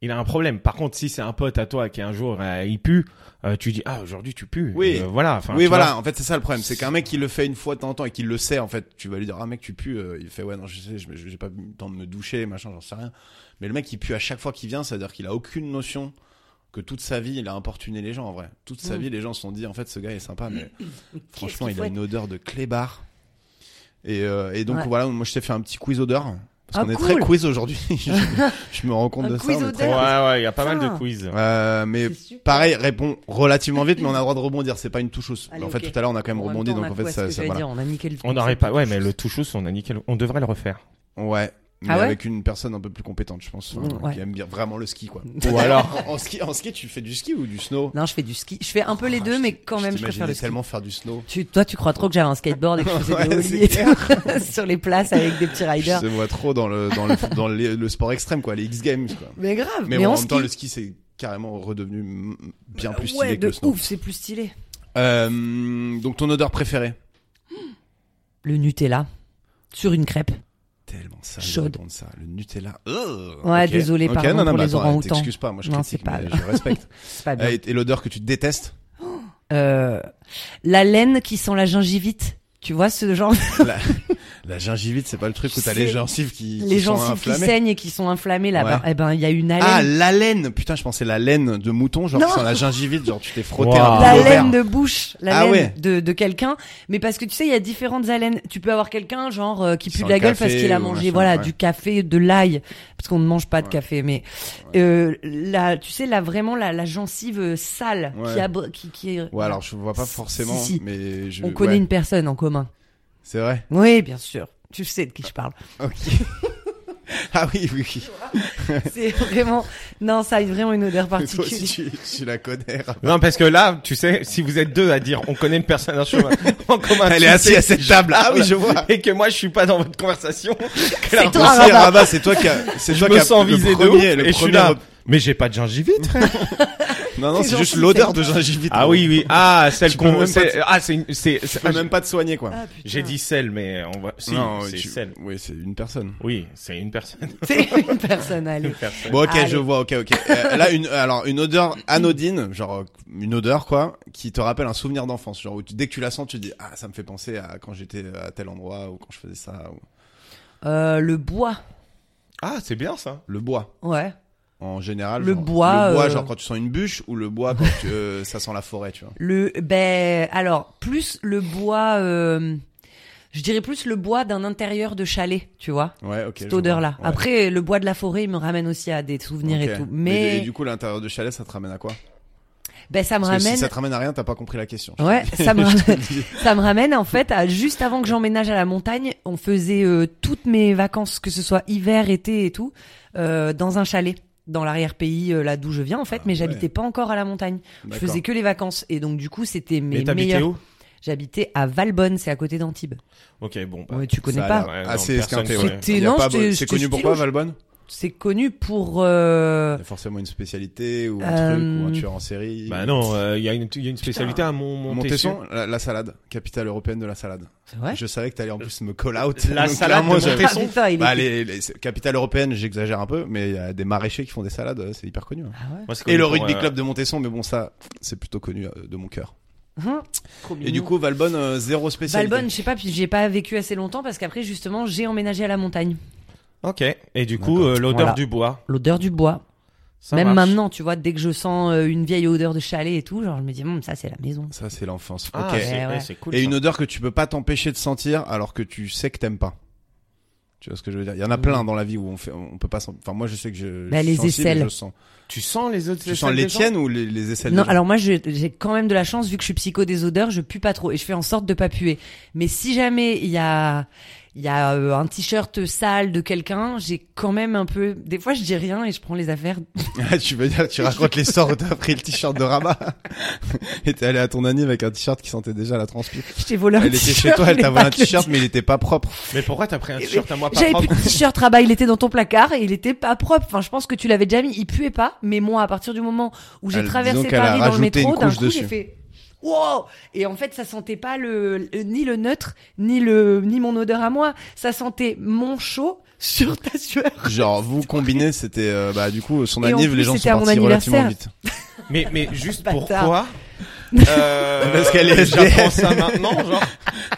D: il a un problème. Par contre, si c'est un pote à toi qui un jour euh, il pue, euh, tu dis ah aujourd'hui tu pues.
C: Oui.
D: Euh, voilà. Enfin,
C: oui
D: tu
C: voilà
D: vois.
C: en fait c'est ça le problème c'est qu'un mec qui le fait une fois de temps en temps et qui le sait en fait tu vas lui dire ah mec tu pues euh, il fait ouais non je sais je- j'ai pas eu le temps de me doucher machin j'en sais rien mais le mec il pue à chaque fois qu'il vient c'est à dire qu'il a aucune notion que toute sa vie il a importuné les gens en vrai toute sa
B: Mm.
C: vie les gens se sont dit en fait ce gars est sympa mais
B: Qu'est-ce
C: Franchement,
B: qu'il
C: il a
B: faut
C: une odeur de clébar. Et, euh, et donc
B: Ouais.
C: voilà, moi je t'ai fait un petit quiz odeur. Parce
B: Ah,
C: qu'on est
B: cool.
C: très quiz aujourd'hui. <laughs> je, je me rends compte
B: Un
C: de
B: quiz
C: ça. on est très-
B: odeur.
D: Ouais ouais, il y a pas mal de
B: Putain.
D: quiz.
C: Euh, mais
B: C'est super.
C: pareil, réponds relativement vite, mais être- on a le droit de rebondir. C'est pas une touche chausse.
B: Allez,
C: en fait,
B: ok.
C: tout à l'heure, on a quand même
B: En même
C: rebondi,
B: temps, on
C: donc
B: a
C: en fait,
B: quoi,
C: ça,
B: ce que
C: ça
B: j'allais
C: voilà.
B: dire, on a niqué le
D: On n'aurait pas. Ouais, mais le touchous, on a nickel. On devrait le refaire.
C: Ouais. Mais
B: Ah ouais Mm,
C: avec une personne un peu plus compétente, je pense, enfin,
B: Ouais.
C: qui aime bien vraiment
B: <laughs>
C: le ski, quoi.
D: Ou alors.
C: <laughs> en, en ski, en ski, tu fais du ski ou du snow
B: <laughs> Non, je fais du ski. Je fais un peu les
C: Ah,
B: deux,
C: je
B: mais
C: t'i-
B: quand même, je préfère
C: t'imaginais
B: le ski.
C: tellement faire du snow.
B: Tu, toi, tu crois trop que j'avais un skateboard et que je faisais des
C: <laughs> Ouais,
B: ollies
C: c'est
B: et tout <laughs> sur les places avec des petits riders.
C: Je te vois trop dans le dans le, dans le, le sport extrême, quoi, les X Games,
B: <laughs>
C: quoi.
B: Mais grave,
C: Mais,
B: mais,
C: bon,
B: on
C: en même temps, le ski, c'est carrément redevenu mm, bien plus stylé
B: ouais,
C: que
B: de
C: le snow.
B: ouf, c'est plus stylé.
C: Euh, donc, ton odeur préférée
B: Le Nutella sur une crêpe.
C: Tellement ça,
B: Chaude.
C: Chaude. ça. Le Nutella. Ugh,
B: Ouais,
C: ok.
B: désolé,
C: Ok,
B: pardon
C: non, non,
B: pour
C: mais
B: les
C: attends,
B: orangs-outans.
C: T'excuse pas, moi je
B: Non,
C: critique,
B: c'est pas-
C: mais je
B: <laughs>
C: respecte.
B: C'est pas bien.
C: Euh, et et l'odeur que tu détestes
B: Euh, la laine qui sent la gingivite. Tu vois ce genre
C: la, la gingivite, c'est pas le truc où t'as les
B: C'est-
C: gencives qui, qui
B: les
C: sont
B: gencives qui
C: inflammées.
B: saignent et qui sont inflammées là-bas.
C: Ouais.
B: Eh ben, il y a une
C: ah,
B: haleine.
C: la laine Putain, je pensais la laine de mouton, genre
B: Non.
C: qui sent la gingivite, genre tu t'es frotté
D: Wow.
C: un
D: Ah,
B: la
C: pull-over.
B: laine de bouche, la
C: Ah
B: laine
C: ouais.
B: de, de quelqu'un, mais parce que tu sais, il y a différentes haleines. Tu peux avoir quelqu'un genre euh, qui
C: Qui
B: pue
C: sent
B: de la
C: le
B: gueule
C: café
B: parce qu'il a
C: ou
B: mangé
C: machin,
B: voilà
C: ouais.
B: du café, de l'ail, parce qu'on ne mange pas de
C: Ouais.
B: café, mais euh, la, tu sais là vraiment la, la gencive euh, sale
C: Ouais.
B: qui, ab- qui qui est-
C: Ouais, alors je vois pas forcément,
B: Si, si.
C: mais je.
B: on connaît
C: ouais,
B: une personne en commun.
C: C'est vrai.
B: Oui, bien sûr. Tu sais de qui je
C: <laughs>
B: parle. <laughs>
C: Ok. ah oui, oui, oui.
B: C'est vraiment non, ça a vraiment une odeur
C: Toi aussi,
B: particulière.
C: tu, tu la connais.
D: Non, parce que là, tu sais, si vous êtes deux à dire, on connaît une personne en <laughs> chemin, en commun,
C: Elle
D: tu
C: est assise
D: sais,
C: à cette table. Ah oui, je vois.
D: et que moi, je suis pas dans votre conversation.
B: C'est toi,
C: Merci,
B: Rabat.
C: Rabat, c'est toi qui a, c'est
D: Je
C: toi qui
D: me
C: a
D: sens
C: le
D: visé de
C: premier,
D: ouf,
C: le premier.
D: et je suis là. Mais j'ai pas de gingivite.
C: Non, non,
B: C'est
C: c'est juste
B: gentil,
C: l'odeur
B: c'est
C: de <laughs> gingivite.
D: Ah oui, oui. Ah, celle
C: Tu peux même
D: qu'on,
C: pas
D: c'est-
C: te-
D: ah, c'est une, c'est,
C: Tu
D: c'est-
C: peux même pas te soigner, quoi.
B: Ah, putain.
D: j'ai dit celle, mais on va, si,
C: non,
D: c'est
C: tu-
D: celle.
C: Oui, c'est une personne.
D: Oui, c'est une personne.
B: c'est une personne
C: <laughs>
B: allez.
D: Une personne.
C: Bon, ok,
B: Allez.
C: je vois, ok, ok. Euh, là, une, alors, une odeur anodine, genre, euh, une odeur, quoi, qui te rappelle un souvenir d'enfance. Genre, où tu- dès que tu la sens, tu dis, ah, ça me fait penser à quand j'étais à tel endroit, ou quand je faisais ça, ou...
B: Euh, le bois.
D: Ah, c'est bien ça.
C: Le bois.
B: Ouais.
C: En général.
B: Le
C: genre-
B: bois,
C: Le bois,
B: euh,
C: genre quand tu sens une bûche ou le bois quand tu, euh, ça sent la forêt, tu vois.
B: Le ben alors plus le bois euh, je dirais plus le bois d'un intérieur de chalet, tu vois.
C: Ouais, ok.
B: cette
C: je
B: odeur là.
C: vois, ouais.
B: Après le bois de la forêt, il me ramène aussi à des souvenirs
C: Ok.
B: et tout.
C: et
B: Mais
C: du coup, l'intérieur de chalet, ça te ramène à quoi
B: ben ça me
C: Parce que si
B: ramène
C: ça te ramène à rien, t'as pas compris la question.
B: <laughs> Ouais,
C: <laughs>
B: ça me
C: Je te
B: ramène,
C: le dis.
B: <laughs> ça me ramène en fait à juste avant que j'emménage à la montagne, on faisait euh, toutes mes vacances, que ce soit hiver, été et tout, euh, dans un chalet, dans l'arrière-pays, euh, là d'où je viens en fait,
C: Ah,
B: mais
C: ouais.
B: j'habitais pas encore à la montagne. Je
C: D'accord.
B: faisais que les vacances et donc du coup c'était
D: Mais
B: mes
D: t'habitais
B: meilleurs.
D: où
B: J'habitais à Valbonne, c'est à côté d'Antibes.
D: Ok, bon. bah,
B: Ouais, tu connais
C: Ça a
B: pas.
C: l'air
D: Ouais, non,
C: assez
D: personne
C: esquinté,
D: connaît.
C: ouais.
B: C'était-
C: Il y a
B: non,
C: pas-
B: c'était-
C: C'est
B: c'était
C: connu pourquoi,
B: stylo.
C: Valbonne
B: C'est connu pour euh,
C: Il y a forcément une spécialité ou un
B: Euh,
C: truc ou un tueur en série.
D: Bah non, euh, il y, a une- il y a une spécialité à Mont Montesson.
C: Montesson, la, la salade, capitale européenne de la salade.
B: C'est vrai
C: Je savais que t'allais en plus me call out. <laughs>
D: La
C: donc
D: salade
C: clairement,
D: de
C: j'avais-
D: Montesson.
B: Ah, putain, il
C: Bah,
B: était-
C: les, les- c'est- capitale européenne, j'exagère un peu, mais il y a des maraîchers qui font des salades, euh, c'est hyper connu. hein.
B: Ah ouais.
D: Moi, c'est
C: Et le
D: connu pour,
C: rugby
D: euh,
C: club de Montesson, mais bon, ça, c'est plutôt connu euh, de mon cœur.
B: Hum, trop
C: Et du
B: mignon.
C: coup, Valbonne, euh, zéro spécialité.
B: Valbonne, je sais pas, puis j'ai pas vécu assez longtemps parce qu'après justement j'ai emménagé à la montagne.
D: Ok. Et du coup,
C: D'accord.
D: euh, l'odeur
B: Voilà.
D: du bois.
B: L'odeur du bois,
D: ça
B: Même
D: marche.
B: maintenant, tu vois, dès que je sens euh, une vieille odeur de chalet et tout, genre je me dis, Hum, ça c'est la maison.
C: Ça, c'est l'enfance.
D: Ah,
C: ok.
D: c'est
B: Eh Ouais, ouais.
D: c'est cool.
C: Et
D: ça.
C: une odeur que tu peux pas t'empêcher de sentir alors que tu sais que t'aimes pas. Tu vois ce que je veux dire Il y en a
B: Mm.
C: plein dans la vie où on fait, on peut pas. sen- Enfin, moi, je sais que je.
B: Bah,
C: je suis
B: les
C: sensible et
B: aisselles.
C: Je sens.
D: Tu sens les autres
C: Tu sens les tiennes ou les, les aisselles
B: Non,
C: des gens
B: alors moi je- j'ai quand même de la chance vu que je suis psycho des odeurs, je pue pas trop et je fais en sorte de pas puer. Mais si jamais il y a il y a euh, un t-shirt sale de quelqu'un, j'ai quand même un peu des fois je dis rien et je prends les affaires.
C: <laughs> tu veux dire, tu racontes l'histoire où t'as pris le t-shirt de Rabat <laughs> et t'es allé à ton anime avec un t-shirt qui sentait déjà la transpi.
B: Je t'ai volé un
C: Elle était
B: t-shirt,
C: chez toi,
B: je
C: elle
B: voulais
C: t'a
B: pas
C: volé un
B: te le
C: t-shirt,
B: dire.
C: mais il était pas propre.
D: Mais pourquoi t'as pris
C: Eh,
D: un t-shirt à moi pas
B: J'avais plus
D: propre
B: de t-shirt rabat, il était dans ton placard et il était pas propre. Enfin, je pense que tu l'avais déjà mis, il puait pas, mais moi à partir du moment où j'ai
C: Elle-
B: traversé
C: disons qu'elle a
B: Paris dans le
C: rajouté une
B: métro, d'un
C: couche
B: coup j'ai
C: dessus.
B: fait wow Et en fait, ça sentait pas le, le- ni le neutre, ni le ni mon odeur à moi. Ça sentait mon chaud sur ta sueur.
C: Genre, vous combinez, c'était, euh, bah, du coup, son
B: Et en
C: anniv,
B: plus,
C: les gens
B: c'était
C: sont
B: à mon
C: partis relativement vite. <laughs>
B: anniversaire.
D: Mais, mais
B: <laughs>
D: juste
B: Bâtard.
D: pourquoi euh,
C: Parce qu'elle est <laughs>
D: J'apprends
C: SDF.
D: ça maintenant, genre.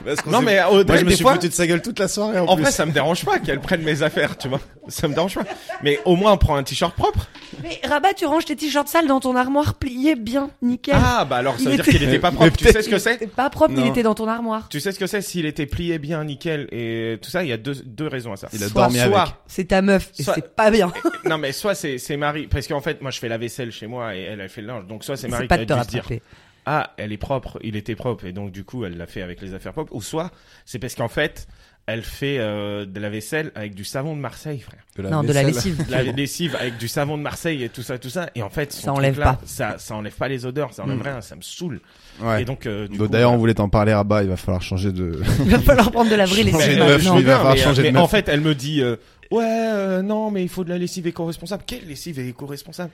C: Parce qu'on
D: Non,
C: s'est-
D: mais
C: moi,
D: Audrey,
C: je me
D: des
C: suis
D: fois,
C: foutu de sa gueule toute la soirée, en,
D: en
C: plus.
D: vrai, ça me dérange pas qu'elle prenne mes affaires, tu vois. Ça me dérange pas. Mais au moins, prends un t-shirt propre.
B: Mais Rabat, tu ranges tes t-shirts sales dans ton armoire plié bien, nickel.
D: Ah, bah alors, ça
B: Il
D: veut dire
B: était-
D: qu'il était pas
C: Mais
D: propre. Tu
C: peut-être
D: sais ce que c'est?
B: C'était pas propre,
C: Non.
B: il était dans ton armoire.
D: Tu sais ce que c'est s'il était plié bien, nickel et tout ça. Il y a deux, deux raisons à ça.
C: Il a
D: Soit-
C: dormi
D: soit-
C: avec.
B: C'est ta meuf, et
D: Soit-
B: c'est pas bien.
D: Non mais soit c'est c'est Marie parce qu'en fait moi je fais la vaisselle chez moi et elle a fait le linge donc soit c'est Marie
B: C'est
D: qui
B: pas
D: a
B: de
D: dû
B: te
D: se dire
B: rattraper.
D: ah elle est propre il était propre et donc du coup elle l'a fait avec les affaires propres ou soit c'est parce qu'en fait elle fait euh, de la vaisselle avec du savon de Marseille frère
B: Non, de la lessive.
D: de la lessive avec du savon de Marseille et tout ça tout ça et en fait son
B: Ça enlève
D: truc-là,
B: pas. Mm.
D: ça ça enlève pas les odeurs ça enlève rien ça me saoule
C: Ouais.
D: et donc euh, du
C: Donc,
D: coup,
C: D'ailleurs, on
D: euh,
C: voulait t'en parler à bas, il va falloir changer de...
B: Il va falloir prendre de la vraie
C: Changer
B: lessive
C: de meuf,
D: je
B: maintenant.
D: veux
C: il va
D: bien,
C: falloir
D: mais, euh,
C: changer de
D: mais
C: meuf.
D: En fait, elle me dit euh, ouais, euh, non, mais il faut de la lessive éco-responsable. Quelle lessive est éco-responsable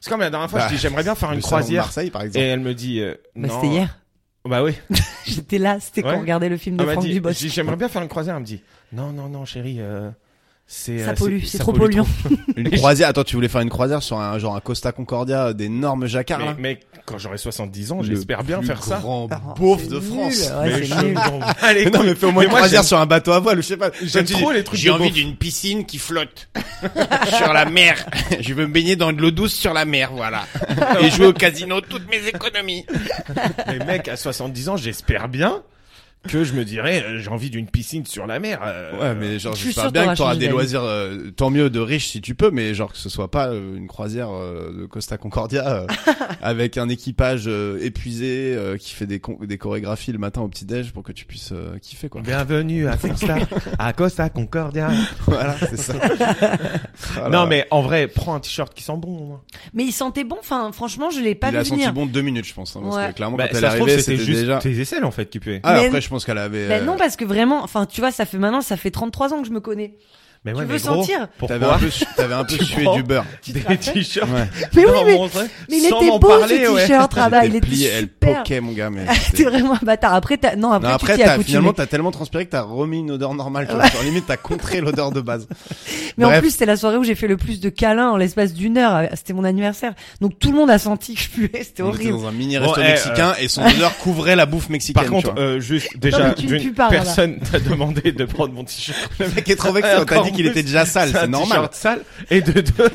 D: C'est comme la dernière fois,
C: Bah,
D: je dis j'aimerais bien faire une
C: le salon de
D: croisière.
C: Marseille, par exemple.
D: Et elle me dit euh,
B: Bah,
D: non.
B: c'était hier.
D: Bah oui.
B: J'étais là, c'était quand
D: Ouais.
B: on regardait le film de
C: Ah, bah,
D: Elle m'a
B: Franck
D: dit,
B: Dubosc.
D: je dis, j'aimerais bien faire une croisière. Elle me dit non, non, non, chérie. euh, c'est
B: Ça
D: euh,
B: pollue, c'est trop
D: pollue
B: polluant.
C: Une croisière, attends, tu voulais faire une croisière sur un genre un Costa Concordia d'énormes
D: trop.
C: jacquards là
D: Mais, mais quand j'aurai 70 ans,
C: Le
D: j'espère bien
C: plus
D: faire ça.
C: Grand
B: Ah,
C: beauf
B: c'est
C: de
B: nul,
C: France.
B: ouais,
D: Mais
B: c'est
D: je
B: nul.
D: m'en bats
C: <laughs>
D: les
C: Mais non, mais fais au moins une
D: moi,
C: croisière
D: j'aime-
C: sur un bateau à voile, je sais pas.
D: J'aime
C: Tu dis,
D: trop les trucs
C: J'ai
D: de
C: envie
D: beauf.
C: d'une piscine qui flotte <laughs> sur la mer. <laughs> Je veux me baigner dans de l'eau douce sur la mer,
D: <laughs>
C: voilà. Et jouer au casino toutes mes économies.
D: Mais mec, à 70 ans, j'espère bien que je me dirais, euh, j'ai envie d'une piscine sur la mer. euh,
C: Ouais, mais genre,
B: Je suis
C: j'espère
B: sûre
C: bien
B: t'auras
C: que t'auras
B: changé
C: des
B: d'avis.
C: loisirs, euh, tant mieux de riches si tu peux, mais genre que ce soit pas euh, une croisière euh, de Costa Concordia euh, avec un équipage euh, épuisé euh, qui fait des, con- des chorégraphies le matin au petit-déj pour que tu puisses euh, kiffer,
D: <laughs>
C: quoi.
D: Bienvenue à Costa, à Costa Concordia.
C: voilà, c'est ça. Voilà.
D: Non, mais en vrai, prends un t-shirt qui sent bon. au moins.
B: Mais il sentait bon, enfin, franchement, je l'ai pas
C: Il a
B: vu
C: senti
B: venir.
C: bon deux minutes, je pense. hein, parce
B: Ouais.
C: que clairement,
D: Bah,
C: quand elle est
D: ça se trouve,
C: arrivée, c'était
D: juste
C: déjà.
D: tes aisselles en fait qui puaient.
C: Ah,
B: Mais-
C: après, je pense qu'elle avait.
B: Bah
C: euh,
B: non, parce que vraiment, enfin, tu vois, ça fait maintenant, ça fait 33 ans que je me connais.
D: Mais
B: veux sentir
C: T'avais un
D: Pourquoi
C: peu, su- t'avais un peu
D: Tu
C: sué
D: prends-
C: du beurre.
D: des t-shirts
C: Ouais.
B: Mais oui,
D: dans
B: mais,
D: mon truc,
B: mais il
D: sans
B: était
D: m'en
B: beau
D: parler,
B: ce
D: ouais.
C: <laughs>
B: t-shirt, Rabat, il
C: J'étais
B: était
C: plié, elle
B: super.
C: poquait, mon gars, mais.
B: <laughs> T'es
C: c'était-
B: vraiment un bâtard. Après, t'as- non, après,
C: Non,
B: tu
C: après,
B: t'y
C: t'as-
B: accoutumes.
C: finalement, t'as tellement transpiré que t'as remis une odeur normale. tu vois. Genre, limite, t'as contré l'odeur de base.
B: Mais en
C: Bref.
B: plus, c'était la soirée où j'ai fait le plus de câlins en l'espace d'une heure. C'était mon anniversaire. Donc tout le monde a senti que je puais. C'était
C: On était
B: horrible.
C: dans un mini
D: Bon,
C: resto
D: eh,
C: mexicain et son odeur couvrait la bouffe
D: Par
C: mexicaine.
D: contre,
C: tu vois.
D: euh, juste
B: Non,
D: déjà,
B: mais tu ne
D: d'une
B: pues pas, voilà.
D: personne t'a demandé de prendre mon t-shirt.
C: <laughs> le mec est trop
D: <laughs>
C: vexé. on T'as
D: encore
C: dit qu'il
D: plus,
C: était déjà sale,
D: un
C: c'est normal.
D: t-shirt sale. Et de deux,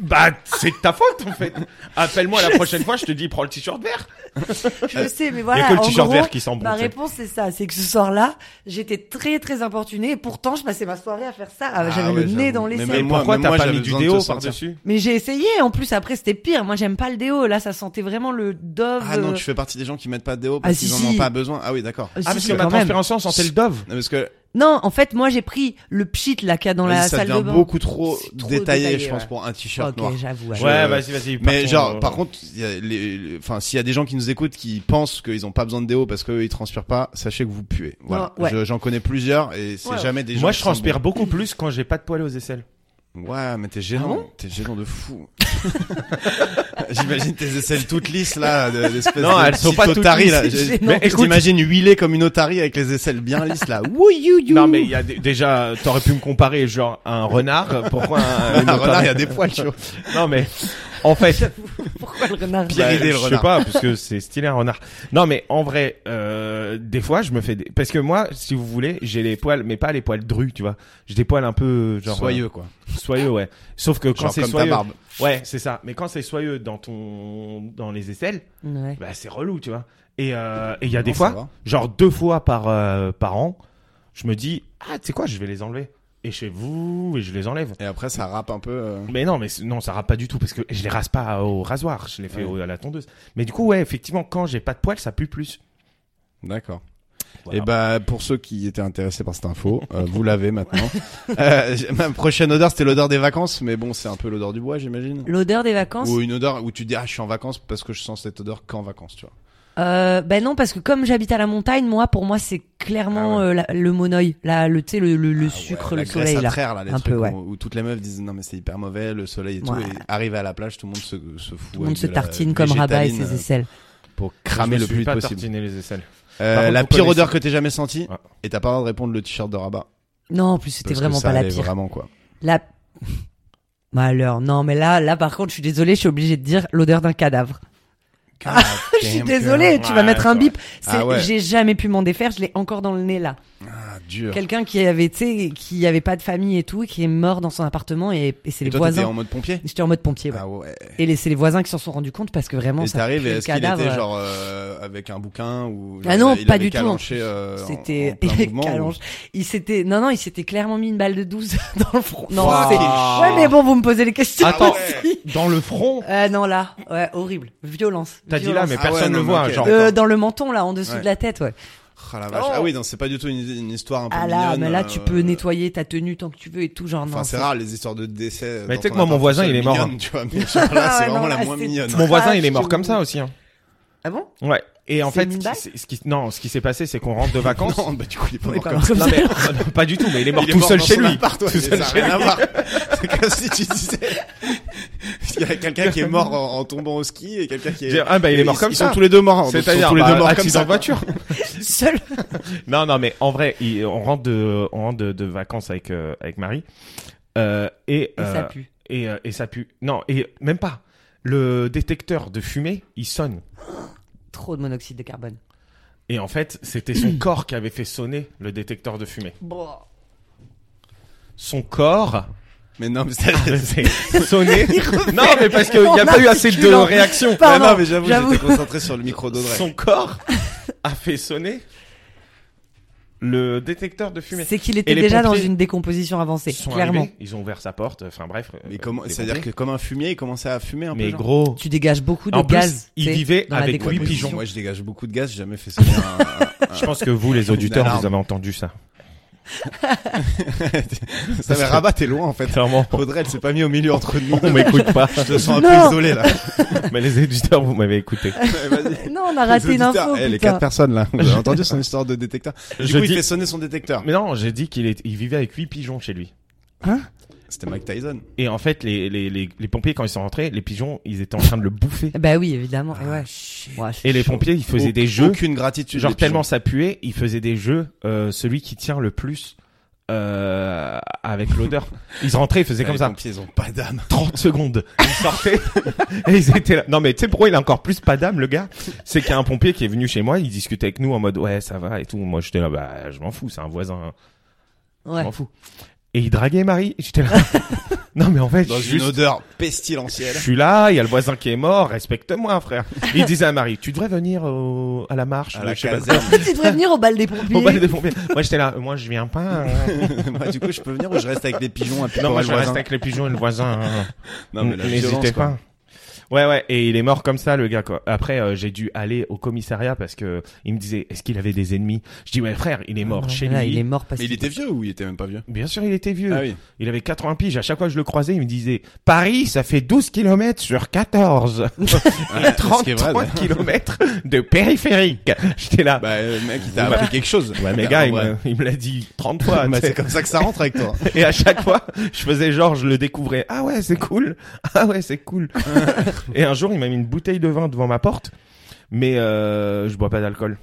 D: bah c'est de ta faute en fait. Appelle-moi la prochaine fois, je te dis prends le t-shirt vert.
B: Je sais, mais
D: Euh, Il y
B: voilà.
D: a que le
B: en
D: t-shirt
B: gros,
D: vert qui sent bon.
B: Ma
D: tu sais.
B: réponse c'est ça, c'est que ce soir-là, j'étais très très importunée et pourtant je passais ma soirée à faire ça. Ah, J'avais
C: ouais,
B: le nez
C: j'avoue.
B: dans
C: Mais
B: les
C: même
B: selles.
D: Mais
C: moi-
D: pourquoi
C: même
D: t'as
C: moi,
D: pas
C: j'avais
D: mis du
C: besoin de
D: déo
C: te sentir.
D: par-dessus Ah,
B: Mais j'ai essayé, en plus après c'était pire. Moi j'aime pas le déo, là ça sentait vraiment le Dove.
C: Ah non,
B: euh,
C: tu fais partie des gens qui mettent pas de déo
B: Ah,
C: parce
B: si,
C: qu'ils en
B: si.
C: ont pas besoin. Ah oui, d'accord.
B: si,
D: Ah parce
B: si,
D: que ma
B: quand même.
D: transpiration sentait le dove.
C: Non, parce que
B: Non, en fait moi j'ai pris le pchit là qu'il y a
D: Ah,
B: dans la
C: vas-y, ça
B: salle de
C: devient
B: bain.
C: beaucoup trop
B: C'est trop
C: détaillé,
B: détaillé,
C: je pense,
B: ouais.
C: pour un t-shirt noir.
B: Ok, j'avoue. ouais.
C: Je-
D: Ouais, vas-y, vas-y.
C: Mais
D: partons,
C: genre,
D: euh,
C: par contre, il y a les- les- enfin, s'il y a des gens qui nous écoutent qui pensent qu'ils ont pas besoin de déo parce qu'eux ils transpirent pas, sachez que vous puez. Voilà.
B: Non, ouais.
C: Je- J'en connais plusieurs et c'est
B: Ouais.
C: jamais des gens.
D: Moi,
C: qui
D: je transpire
C: sont
D: beaucoup plus quand j'ai pas de poils aux aisselles.
C: bons. Ouais, mais t'es
B: Ah
C: gênant.
B: bon
C: t'es gênant de fou. <laughs> J'imagine tes aisselles toutes lisses là, de- d'espèce
D: Non,
C: de
D: elles sont
C: petit
D: pas toutes
C: otari,
D: lisses,
C: là.
B: c'est
C: Je-
B: gênant.
C: Mais Je t'imagine huilé comme une otarie avec les aisselles bien lisses là. Ouh, you, you.
D: Non, mais il y a des- déjà, euh, t'aurais pu me comparer genre à un renard.
C: <laughs>
D: Pourquoi un, une
C: Un renard,
D: otarie
C: il y a des poils, tu vois.
D: Non, mais
C: <laughs>
D: en fait,
B: <laughs> Pourquoi le renard
C: Pire idée, le
D: Bah, je sais
C: renard.
D: pas, parce que c'est stylé un renard. Non, mais en vrai, euh, des fois, je me fais des... parce que moi, si vous voulez, j'ai les poils, mais pas les poils drus, tu vois. J'ai des poils un peu genre
C: Soyeux, quoi.
D: euh, soyeux, ouais. Sauf que quand
C: Genre
D: c'est
C: comme ta
D: soyeux,
C: barbe.
D: ouais, c'est ça. Mais quand c'est soyeux dans ton, dans les aisselles,
B: Ouais.
D: bah c'est relou, tu vois. Et euh, et il y a des
C: Non, ça
D: fois,
C: va.
D: genre deux fois par, euh, par an, je me dis, ah, tu sais quoi, je vais les enlever. Et chez vous, et je les enlève.
C: Et après, ça râpe un peu. euh.
D: Mais non, mais c- non, ça rase pas du tout parce que je les rase pas au rasoir, je les fais
C: Ouais.
D: au- à la tondeuse. Mais du coup, ouais, effectivement, quand j'ai pas de poils, ça pue plus.
C: D'accord.
D: Voilà.
C: Et bah pour ceux qui étaient intéressés par cette info, euh, vous l'avez maintenant. <laughs> Euh, j'ai- ma prochaine odeur, c'était l'odeur des vacances, mais bon, c'est un peu l'odeur du bois, j'imagine.
B: L'odeur des vacances
C: Ou une odeur où tu dis ah je suis en vacances parce que je sens cette odeur qu'en vacances, tu vois.
B: Euh, ben non, parce que comme j'habite à la montagne, moi, pour moi, c'est clairement
C: Ah
B: euh, la- le monoï, là, le, tu sais, le,
D: Ah
B: le, le sucre,
C: Ouais, la
B: le
C: graisse
B: soleil,
C: à
B: là.
C: traire, là, les
B: Un
C: trucs
B: peu, ouais.
C: où, où toutes les meufs disent non mais c'est hyper mauvais, le soleil et tout.
B: Ouais.
C: Et arrivé à la plage, tout le monde se, se fout.
B: Tout le monde
C: avec
B: se
C: de la
B: tartine comme Rabat et
C: végétaline,
B: ses aisselles.
C: euh, pour cramer
D: Je
C: le
D: me suis
C: plus vite
D: pas
C: possible.
D: tartiner les aisselles.
C: Euh,
D: Par contre,
C: la
D: faut
C: pire
D: connaître-
C: odeur que t'aies jamais sentie,
D: Ouais.
C: et t'as pas le droit de répondre le t-shirt de rabat.
B: Non, en plus, c'était
C: Parce que
B: vraiment
C: ça
B: pas la
C: allait
B: pire. <laughs>
C: Vraiment quoi.
B: La. Malheur, non, mais là, là, par contre, je suis désolée, je suis obligée de dire l'odeur d'un cadavre. <laughs> Ah, Je suis désolée, tu vas
D: Ouais,
B: mettre un
D: c'est
B: bip.
C: Ah
B: C'est-
C: ouais.
B: J'ai jamais pu m'en défaire, je l'ai encore dans le nez là.
C: Ah, dur.
B: Quelqu'un qui avait, tu sais, qui avait pas de famille et tout, qui est mort dans son appartement et, et c'est
C: Et
B: les
C: toi, t'étais
B: voisins.
C: en mode pompier
B: J'étais en mode pompier, ouais.
C: Ah ouais.
B: Et les- c'est les voisins qui s'en sont rendus compte parce que vraiment,
C: Et
B: ça
C: t'arrives,
B: pue le
C: est-ce qu'il
B: cadavre.
C: était genre euh, avec un bouquin ou
B: Ah non,
C: il
B: pas
C: avait
B: du tout,
C: calanché, euh, en-
B: C'était <laughs>
C: en plein mouvement, ou-
B: Calange. Il s'était non non, il s'était clairement mis une balle de 12 <laughs> dans le front. Non,
C: Waouh.
B: c'est Ouais, mais bon, vous me posez les questions
D: Attends.
B: aussi.
D: Dans le front
B: Euh, non là, ouais, horrible, violence.
D: T'as dit là,
B: violence.
D: mais
C: Ah ouais,
D: personne ne
C: non,
D: le
C: mais
D: voit.
C: ok.
D: Genre,
B: Euh, dans le menton là, en dessous
C: Ouais.
B: de la tête, ouais.
C: Ah la vache.
D: Oh.
C: Ah oui, non, c'est pas du tout une, une histoire un peu
B: Ah là,
C: mignonne,
B: mais là tu
C: euh,
B: peux nettoyer ta tenue tant que tu veux et tout genre non.
C: Enfin, c'est rare les histoires de décès. euh,
D: Mais
C: dans
D: tu sais
C: ton
D: que moi, mon
C: appart,
D: voisin,
C: c'est
D: il est mort,
C: mignonne, Tu vois, mais genre là,
B: Ah Ouais,
C: c'est
B: non,
C: vraiment
B: là,
C: la moins
B: c'est
C: mignonne.
D: mon voisin,
B: trash,
D: il est mort
B: je-
D: comme ça aussi. hein.
B: Ah bon
D: Ouais. Et en
B: C'est
D: fait,
B: une
D: ce qui-
B: blague
D: c'est- ce qui, non, ce qui s'est passé, c'est qu'on rentre de vacances.
C: Non, bah du coup, il est pas
B: Il est
C: mort
B: pas
C: comme
B: mort comme
D: Non,
B: ça.
D: mais, euh, non, <laughs> pas du tout, mais il est mort
C: Il est
D: tout
C: mort
D: seul
C: dans
D: chez
C: son
D: lui.
C: appart, ouais,
D: Tout
C: ça
D: seul
C: n'a
D: chez
C: rien à
D: lui.
C: voir. C'est comme si tu disais. Il y a quelqu'un qui est mort en, en tombant au ski et quelqu'un qui est.
D: Ah bah il est mort
C: Ils-
D: comme
C: ils
D: ça.
C: sont tous les deux morts. donc ils sont
D: C'est-à-dire
C: tous les deux
D: bah,
C: morts comme
D: accident
C: ça.
D: de voiture.
C: <laughs>
B: Seul
D: Non, non, mais en vrai, il- on rentre de, on rentre de, de vacances avec euh, avec Marie Euh, et
B: et ça
D: euh,
B: pue.
D: et, euh, et ça pue. Non, et même pas. Le détecteur de fumée, il sonne.
B: Trop de monoxyde de carbone.
D: Et en fait,
C: <clears throat>
D: c'était son corps qui avait fait sonner le détecteur de fumée.
B: <laughs>
D: Son corps
C: Mais non, <laughs> mais
D: Ah,
C: c'est.
D: avait sonné. <laughs> non, mais parce qu'il n'y a
B: en
D: pas eu assez de
B: articulant.
D: réactions.
C: Ah
B: Pardon,
C: non, mais j'avoue,
B: j'avoue.
C: j'étais concentré sur le micro d'Audrey.
D: Son corps a fait sonner le détecteur de fumée.
B: C'est qu'il était
D: les
B: déjà dans
D: pompiers
B: une décomposition avancée,
D: Ils sont
B: clairement.
D: arrivés, ils ont ouvert sa porte. Enfin bref.
C: Mais
D: euh,
C: comment,
D: les
C: c'est-à-dire que
D: pompiers.
C: comme un fumier, il commençait à fumer un peu.
D: Mais
C: genre
D: gros.
B: Tu dégages beaucoup de
D: En plus,
B: gaz.
D: il
B: tu sais,
D: vivait
B: dans la
D: avec
C: Ouais,
D: Louis
C: mais
D: Pigeon.
C: Moi, je dégage beaucoup de gaz, j'ai jamais fait
D: <laughs>
C: ça. Un- un-
D: Je pense que
C: <laughs>
D: vous, les auditeurs,
C: alarme.
D: vous avez entendu ça.
C: un- <laughs> Ça mais rabat, t'es loin en fait.
D: Clairement.
C: Audrey, elle s'est pas mis au milieu entre nous.
D: On m'écoute pas.
C: Je te sens un
B: Non.
C: peu
B: <laughs>
C: isolé là.
D: Mais les éditeurs, vous m'avez écouté.
C: Ouais, vas-y.
B: Non, on a
C: Les
B: raté une
C: auditeurs.
B: info.
C: Eh, les
B: putain.
C: quatre personnes là, vous avez entendu
D: <laughs>
C: son histoire de détecteur. Du
D: Je
C: coup,
D: dis-
C: il fait sonner son détecteur.
D: Mais non, j'ai dit qu'il est... il vivait avec huit pigeons chez lui.
C: C'était Mike Tyson.
D: Et en fait, les, les, les, les pompiers, quand ils sont rentrés, les pigeons, ils étaient en train de le bouffer.
B: Bah oui, évidemment. et ouais. Ouais, c'est
D: Et les
B: chaud.
D: pompiers, ils faisaient
C: Au-
D: des jeux.
C: Aucune gratitude.
D: Genre
C: les pigeons.
D: tellement ça puait, ils faisaient des jeux, euh, celui qui tient le plus euh, avec l'odeur. Ils rentraient, ils faisaient
C: Ouais,
D: comme
C: Ah, les
D: ça,
C: pompiers, ils ont pas d'âme.
D: 30 secondes. Ils sortaient <laughs> et ils étaient là. Non mais tu sais pourquoi il a encore plus pas d'âme le gars C'est qu'il y a un pompier qui est venu chez moi, il discutait avec nous en mode ouais ça va et tout. Moi j'étais là bah je m'en fous, c'est un voisin, hein. je
B: Ouais. <laughs>
D: m'en fous. Et il draguait Marie,
C: <laughs>
D: j'étais là. non mais en fait
C: Dans
D: juste-
C: une odeur
D: je <laughs>
C: pestilentielle.
D: suis là, il y a le voisin qui est mort, respecte-moi frère. Il disait à Marie, tu devrais venir au- à la marche,
C: À la
D: je sais pas
C: caserne.
B: Tu devrais venir au bal des pompiers.
D: Au bal des pompiers. Moi j'étais là, moi je
C: <laughs>
D: viens pas. hein.
C: Moi, Bah, du coup, je peux venir ou je reste avec les pigeons à
D: Non,
C: picorer
D: moi je
C: le
D: reste
C: voisin
D: avec les pigeons et le voisin. hein.
C: Non, mais la violence,
D: N'hésitez
C: quoi.
D: pas. Ouais ouais et il est mort comme ça le gars quoi. Après euh, j'ai dû aller au commissariat parce que il me disait est-ce qu'il avait des ennemis. Je dis ouais frère il est mort
B: Non,
D: chez
B: là,
D: lui.
B: Oh, Ah, il est mort parce
C: Mais il
B: qu'il
C: était vieux ou il était même pas vieux
D: Bien sûr il était vieux.
C: Ah oui.
D: Il avait 80 piges. À chaque fois que je le croisais il me disait Paris ça fait 12 km sur
C: <laughs>
D: <laughs> 14 et 30
C: ce qui est vrai, d'ailleurs.
D: km de périphérique. J'étais là.
C: Bah, euh, mec, il t'a
D: Ouais.
C: appris quelque chose.
D: ouais mais
C: Bah,
D: gars
C: en
D: il
C: vrai.
D: me- il me l'a dit 30 fois.
C: <laughs> Bah,
D: tu sais.
C: c'est comme ça que ça rentre avec toi.
D: Et à chaque fois, je faisais genre, je le découvrais. Ah ouais, c'est cool. Ah ouais, c'est cool. et un jour, il m'a mis une bouteille de vin devant ma porte, mais euh, je bois pas d'alcool.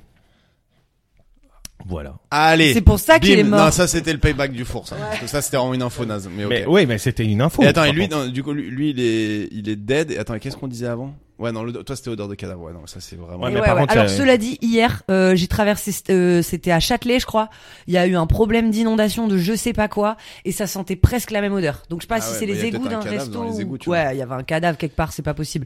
D: Voilà.
C: Allez.
B: C'est pour ça qu'il
C: bim.
B: est mort.
C: Non, ça c'était le payback du four, ça. Parce que ça c'était vraiment une info naze. Mais ok.
D: Mais oui, mais c'était une info.
C: et attends, et
D: par
C: lui,
D: contre.
C: non, du coup, lui, lui, il est, il est dead. Et attends, et qu'est-ce qu'on disait avant Ouais, non, le, toi c'était odeur de cadavre. Ouais, non, ça c'est vraiment.
D: Ouais,
B: Et
D: mais par contre,
B: Alors
D: euh,
B: cela dit, hier, euh, j'ai traversé, euh, c'était à Châtelet, je crois. Il y a eu un problème d'inondation de je sais pas quoi, et ça sentait presque la même odeur. Donc je sais pas
C: Ah
B: si
C: ouais,
B: c'est
C: bah, il y
B: les
C: a peut-être
B: égouts
C: un
B: d'un
C: cadavre
B: resto.
C: dans les
B: ou-
C: égouts, tu
B: ouais, il y avait un cadavre quelque part, c'est pas possible.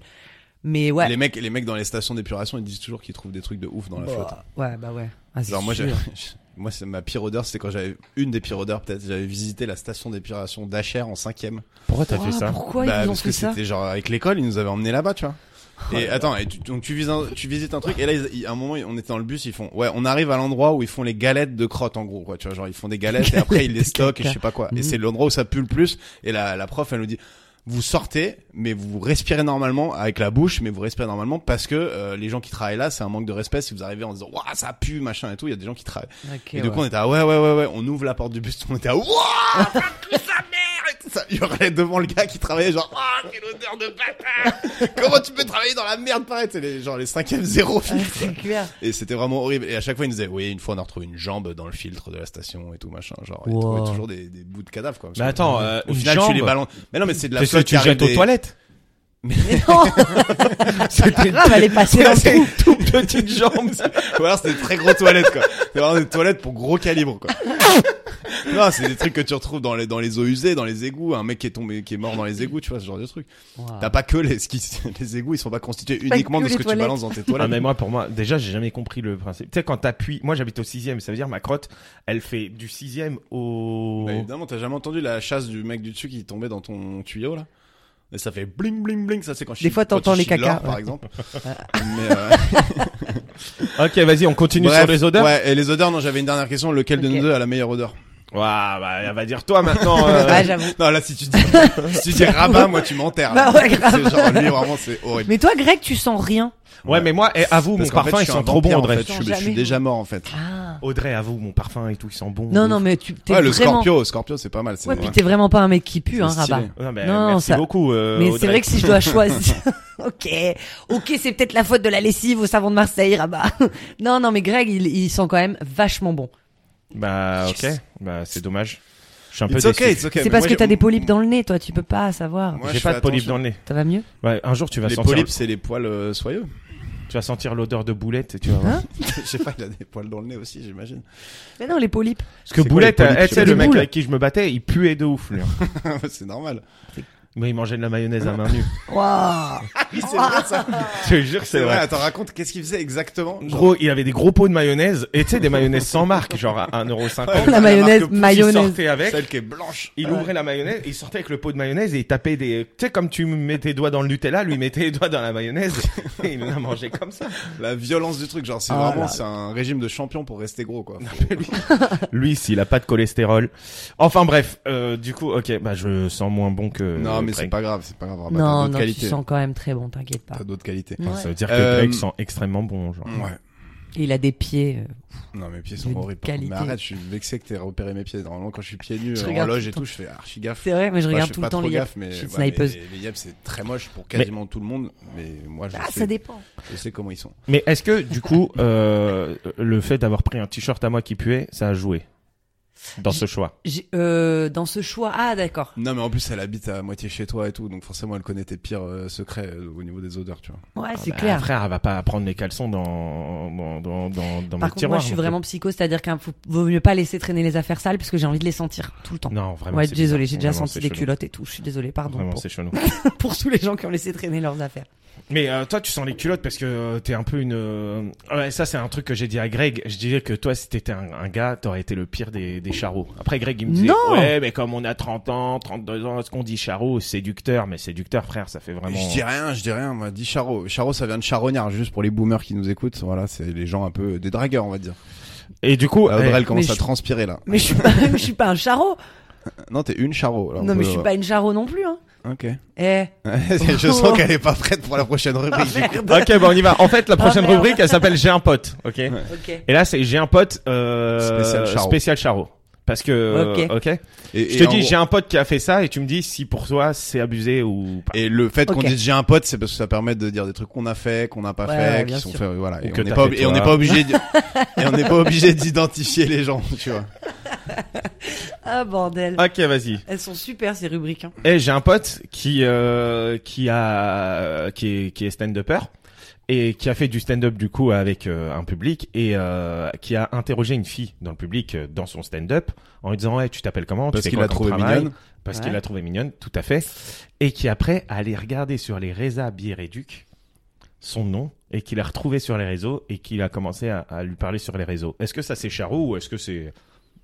B: Mais ouais.
C: Les mecs, les mecs dans les stations d'épuration, ils disent toujours qu'ils trouvent des trucs de ouf dans la
B: Bah,
C: flotte.
B: ouais, bah ouais. Ah, c'est
C: Genre moi,
B: sûr.
C: j'ai- <laughs> moi, c'est ma pire odeur, c'était quand j'avais une des pires odeurs peut-être. J'avais visité la station d'épuration d'Acher en cinquième.
D: pourquoi t'as
B: Oh,
D: fait ça
B: Pourquoi
C: Bah,
B: ils ont
C: parce
B: fait
C: que
B: ça
C: c'était genre avec l'école, ils nous avaient emmené là-bas, tu vois. Et attends, et tu, donc tu, vises un- tu visites un truc, et là, ils- ils- à un moment, on était dans le bus, ils font, ouais, on arrive à l'endroit où ils font les galettes de crotte, en gros, quoi, tu vois, genre, ils font des galettes,
B: <laughs>
C: et après, ils les stockent, et je sais pas quoi. Et
B: Mhm.
C: c'est l'endroit où ça pue le plus, et la, la prof, elle nous dit, vous sortez, mais vous respirez normalement, avec la bouche, mais vous respirez normalement, parce que euh, les gens qui travaillent là, c'est un manque de respect si vous arrivez en disant, waouh, ça pue, machin, et tout, il y a des gens qui travaillent.
B: Ok,
C: Et du
B: ouais.
C: coup, on était à ouais, ouais, ouais, ouais, on ouvre la porte du bus, on était à ouah, ça pue sa mère et tout. ça hurlait devant le gars qui travaillait genre ah quelle odeur de bâtard comment tu peux travailler dans la merde pareil c'est les genre les cinquièmes zéro
B: Ah,
C: filtre
B: <laughs> c'est
C: <laughs>
B: clair.
C: et c'était vraiment horrible et à chaque fois il nous disait oui une fois on a retrouvé une jambe dans le filtre de la station et tout machin genre il
B: Wow.
C: trouvait toujours des, des bouts de cadavres quoi Parce
D: Mais
C: que-
D: attends, euh,
C: au
D: une
C: final tu
D: jambe,
C: les balances mais non mais c'est de la
D: C'est ce que
C: flotte qui
D: tu
C: arrive
D: jettes aux
C: des-
D: toilettes.
B: Mais non <laughs> C'était grave, elle est
C: <laughs>
B: passée dans
C: C'est
B: le
C: une
B: trou.
C: toute petite jambe. Ou alors c'est des très grosses toilettes quoi. C'est vraiment des toilettes pour gros calibre quoi. non, c'est des trucs que tu retrouves dans les dans les eaux usées, dans les égouts. Un mec qui est tombé, qui est mort dans les égouts, tu vois ce genre de truc. T'as pas que les ce qui- <laughs> les égouts, ils sont pas constitués
B: pas
C: uniquement
B: que
C: de ce
B: les
C: que tu
B: toilettes.
C: balances dans tes
D: Ah,
C: toilettes.
D: mais moi, pour moi, déjà, j'ai jamais compris le principe. Tu sais, quand t'appuies, moi j'habite au sixième, ça veut dire ma crotte, elle fait du sixième au.
C: Bah, évidemment, t'as jamais entendu la chasse du mec du dessus qui tombait dans ton tuyau là. Et ça fait bling bling bling, ça c'est quand je
B: Des fois,
C: quand
B: t'entends
C: tu
B: les
C: chies de l'or,
B: cacas,
C: par
B: ouais.
C: exemple. mais
D: <laughs>
C: euh,
D: Ok, vas-y, on continue
C: bref,
D: sur les odeurs.
C: Ouais, et les odeurs, non, j'avais une dernière question, lequel de
B: Ok.
C: nous deux a la meilleure odeur
D: Ouah, bah, elle va dire toi
C: <laughs>
D: maintenant. euh,
B: Ouais, j'avoue.
C: Non, là, si tu dis, <laughs> si tu dis rabat, moi, tu m'enterres.
B: Bah
C: là.
B: ouais, grave.
C: C'est genre, lui, vraiment, c'est horrible.
B: Mais toi, Greg, tu sens rien.
D: ouais, mais moi, eh, avoue, mon
C: Parce qu'en fait,
D: parfum,
C: je
D: ils
C: suis
D: sont
C: un
D: trop bons,
C: vampire, en
D: Audrey.
C: fait. Je, suis- je
B: Jamais
C: suis déjà mort, en fait.
B: Ah.
D: Audrey, avoue, mon parfum et tout, ils sont bons.
B: Non,
D: de
B: non,
D: ouf.
B: mais tu t'es
C: Ouais, le
B: vraiment.
C: Scorpio, Scorpio, c'est pas mal. C'est
B: ouais,
C: vrai.
B: puis t'es vraiment pas un mec qui pue, hein,
C: C'est stylé.
B: Rabat.
D: Non, mais
B: Non,
D: merci
B: ça-
D: beaucoup. euh,
B: Mais c'est
D: Audrey.
B: vrai que si
C: <laughs>
B: je dois choisir. <laughs> ok, ok, c'est peut-être la faute de la lessive au savon de Marseille, Rabat. <laughs> non, non, mais Greg, il, il sent quand même vachement bon.
D: Bah, ok. Bah, c'est dommage. Je suis un peu
C: It's okay,
D: déçu.
C: it's okay.
B: c'est
C: Mais
B: parce
C: moi,
B: que
C: j'ai-
B: t'as des polypes dans le nez, toi, tu peux pas savoir.
C: Moi,
D: J'ai
C: je
D: pas
C: fais
D: de polype
C: attention.
D: dans le nez.
B: Ça va mieux
D: Ouais, un jour, tu vas
C: Les
D: sentir.
C: polypes, c'est les poils euh, soyeux. <laughs>
D: Tu vas sentir l'odeur de boulette et tu vas voir.
B: Hein
C: Je sais pas, il a des poils dans le nez aussi, j'imagine. <laughs>
B: Mais non, les polypes.
D: Parce que
C: C'est quoi,
D: boulette,
C: les polypes
D: eh, tu sais, le
B: Des
D: mec
B: boules
D: avec qui je me battais, il puait de ouf, lui.
C: c'est normal.
D: Mais il mangeait de la mayonnaise à main
C: <laughs>
D: nue.
B: Waouh
C: Oui, c'est vrai, ça.
B: Ah.
D: Je te jure, que
C: C'est vrai. Attends, raconte, qu'est-ce qu'il faisait exactement? Genre,
D: Gros, il avait des gros pots de mayonnaise, et tu sais, des mayonnaises sans marque, genre à 1,50€.
C: Ouais,
B: La
C: la
B: mayonnaise,
C: marque Pouce,
D: Il
B: mayonnaise.
D: sortait avec,
C: Celle qui est blanche.
D: il ouvrait la mayonnaise, il sortait avec le pot de mayonnaise et il tapait des... Tu sais, comme tu mets tes doigts dans le Nutella, lui il mettait les doigts dans la mayonnaise, et il la mangeait comme ça.
C: La violence du truc, genre, c'est
B: Ah
C: vraiment,
B: là.
C: c'est un régime de champion pour rester gros, quoi.
D: Lui, s'il a pas de cholestérol. Enfin bref, euh, du coup, ok, bah je sens moins bon que...
C: non, mais
D: Drake.
C: c'est pas grave, c'est pas grave. Rabat, Oh, bah, t'as
B: Non,
C: d'autres
B: non, tu
C: qualités.
B: sens quand même très bon, t'inquiète pas.
C: T'as d'autres qualités.
B: Ouais.
D: Ça veut dire que
C: Euh, mm.
D: Drake sent extrêmement bon, genre.
C: Ouais.
B: Il a des pieds. euh,
C: Non, mes pieds sont
B: D'une
C: horribles.
B: qualité.
C: Mais arrête, je suis vexé que t'aies repéré mes pieds. Normalement, quand je suis pieds nus,
B: Je
C: en
B: regarde
C: loge
B: tout
C: et
B: le temps.
C: tout, je fais archi gaffe.
B: C'est vrai, mais je
C: Bah,
B: regarde
C: je
B: tout
C: fais
B: le
C: pas
B: temps
C: trop
B: les yaps.
C: gaffe, mais,
B: Je suis
C: ouais,
B: une snipeuse.
C: mais les- les yaps, c'est très moche pour quasiment tout le monde. Mais moi, je
B: Ah,
C: sais,
B: ça dépend.
C: je sais comment ils sont.
D: Mais est-ce que, du coup, euh, le fait d'avoir pris un t-shirt à moi qui puait, ça a joué dans ce choix
B: J'ai- euh, dans ce choix, ah d'accord.
C: Non, mais en plus, elle habite à moitié chez toi et tout, donc forcément, elle connaît tes pires euh, secrets euh, au niveau des odeurs, tu vois.
B: Ouais, c'est
D: Bah,
B: clair.
D: Frère, elle va pas prendre mes caleçons dans, dans, dans, dans,
B: Par
D: dans mes
B: contre,
D: tiroirs. euh,
B: moi, je suis
D: non plus.
B: vraiment psycho, c'est-à-dire qu'il faut- vaut mieux pas laisser traîner les affaires sales parce que j'ai envie de les sentir tout le temps.
D: Non, vraiment.
B: ouais,
D: c'est
B: désolé,
D: bizarre.
B: j'ai déjà
D: Vraiment,
B: senti
D: c'est
B: des
D: chelou.
B: culottes et tout. Je suis désolé, pardon
D: Vraiment,
B: pour, <laughs>
D: c'est chelou.
B: pour tous les gens qui ont laissé traîner leurs affaires.
D: Mais euh, toi, tu sens les culottes parce que euh, t'es un peu une. euh, Ouais, ça, c'est un truc que j'ai dit à Greg. Je disais que toi, si t'étais un, un gars, t'aurais été le pire des, des charros. Après, Greg, il me disait
B: Non
D: Ouais, mais comme on a 30 ans, 32 ans, est-ce qu'on dit charrot Séducteur, mais séducteur, frère, ça fait vraiment.
C: Je dis rien, je dis rien, on m'a dit Charo. Charo, ça vient de charognard, juste pour les boomers qui nous écoutent. Voilà, c'est les gens un peu euh, des dragueurs, on va dire.
D: Et du coup,
C: Ah, Audrey,
D: eh,
C: elle commence
B: mais
C: à
B: je-
C: transpirer, là.
B: Mais je suis pas, je suis pas un charreau.
C: Non, t'es une Charo.
D: Bah,
C: là, on
B: Non,
C: peut-
B: mais je suis pas une charreau non plus. Hein.
C: Ok.
B: Eh,
C: <laughs> je sens qu'elle est pas prête pour la prochaine rubrique. j'ai cru.
D: <laughs> Ok, bah on y va. En fait, la prochaine
B: Ah, merde.
D: rubrique, elle s'appelle J'ai un pote. Ok.
B: ok.
D: Et là, c'est J'ai un pote euh,
C: Spécial Charo.
D: spécial Charo. Parce que,
B: Ok.
D: ok.
C: Et-
D: Je
C: et
D: te
C: en
D: dis,
C: gros-
D: j'ai un pote qui a fait ça, et tu me dis si pour toi c'est abusé ou pas.
C: Et le fait qu'on
B: Ok.
C: dise j'ai un pote, c'est parce que ça permet de dire des trucs qu'on a fait, qu'on n'a pas
B: Ouais, ouais,
C: fait,
B: bien
C: qui sont
B: sûr.
C: faits, voilà.
D: Ou
C: Et
D: que
C: on n'est
D: t'as
C: pas,
D: fait
C: et on
D: toi.
C: n'est pas
B: <laughs>
C: obligé, de- et on n'est pas obligé d'identifier les gens, tu vois.
B: Ah bordel.
D: Ok, vas-y.
B: Elles sont super ces rubriques. hein.
D: Et j'ai un pote qui euh, qui a qui est, qui est stand-upper et qui a fait du stand-up du coup avec euh, un public et euh, qui a interrogé une fille dans le public euh, dans son stand-up en lui disant ouais tu t'appelles comment
C: Parce
D: tu fais
C: qu'il
D: quoi
C: l'a
D: comme
C: trouvée
D: travail
C: mignonne.
D: parce
B: Ouais.
D: qu'il l'a trouvée mignonne tout à fait et qui après a allé regarder sur les résa Biéréduc son nom et qu'il a retrouvé sur les réseaux et qu'il a commencé à, à lui parler sur les réseaux est-ce que ça c'est charou ou est-ce que c'est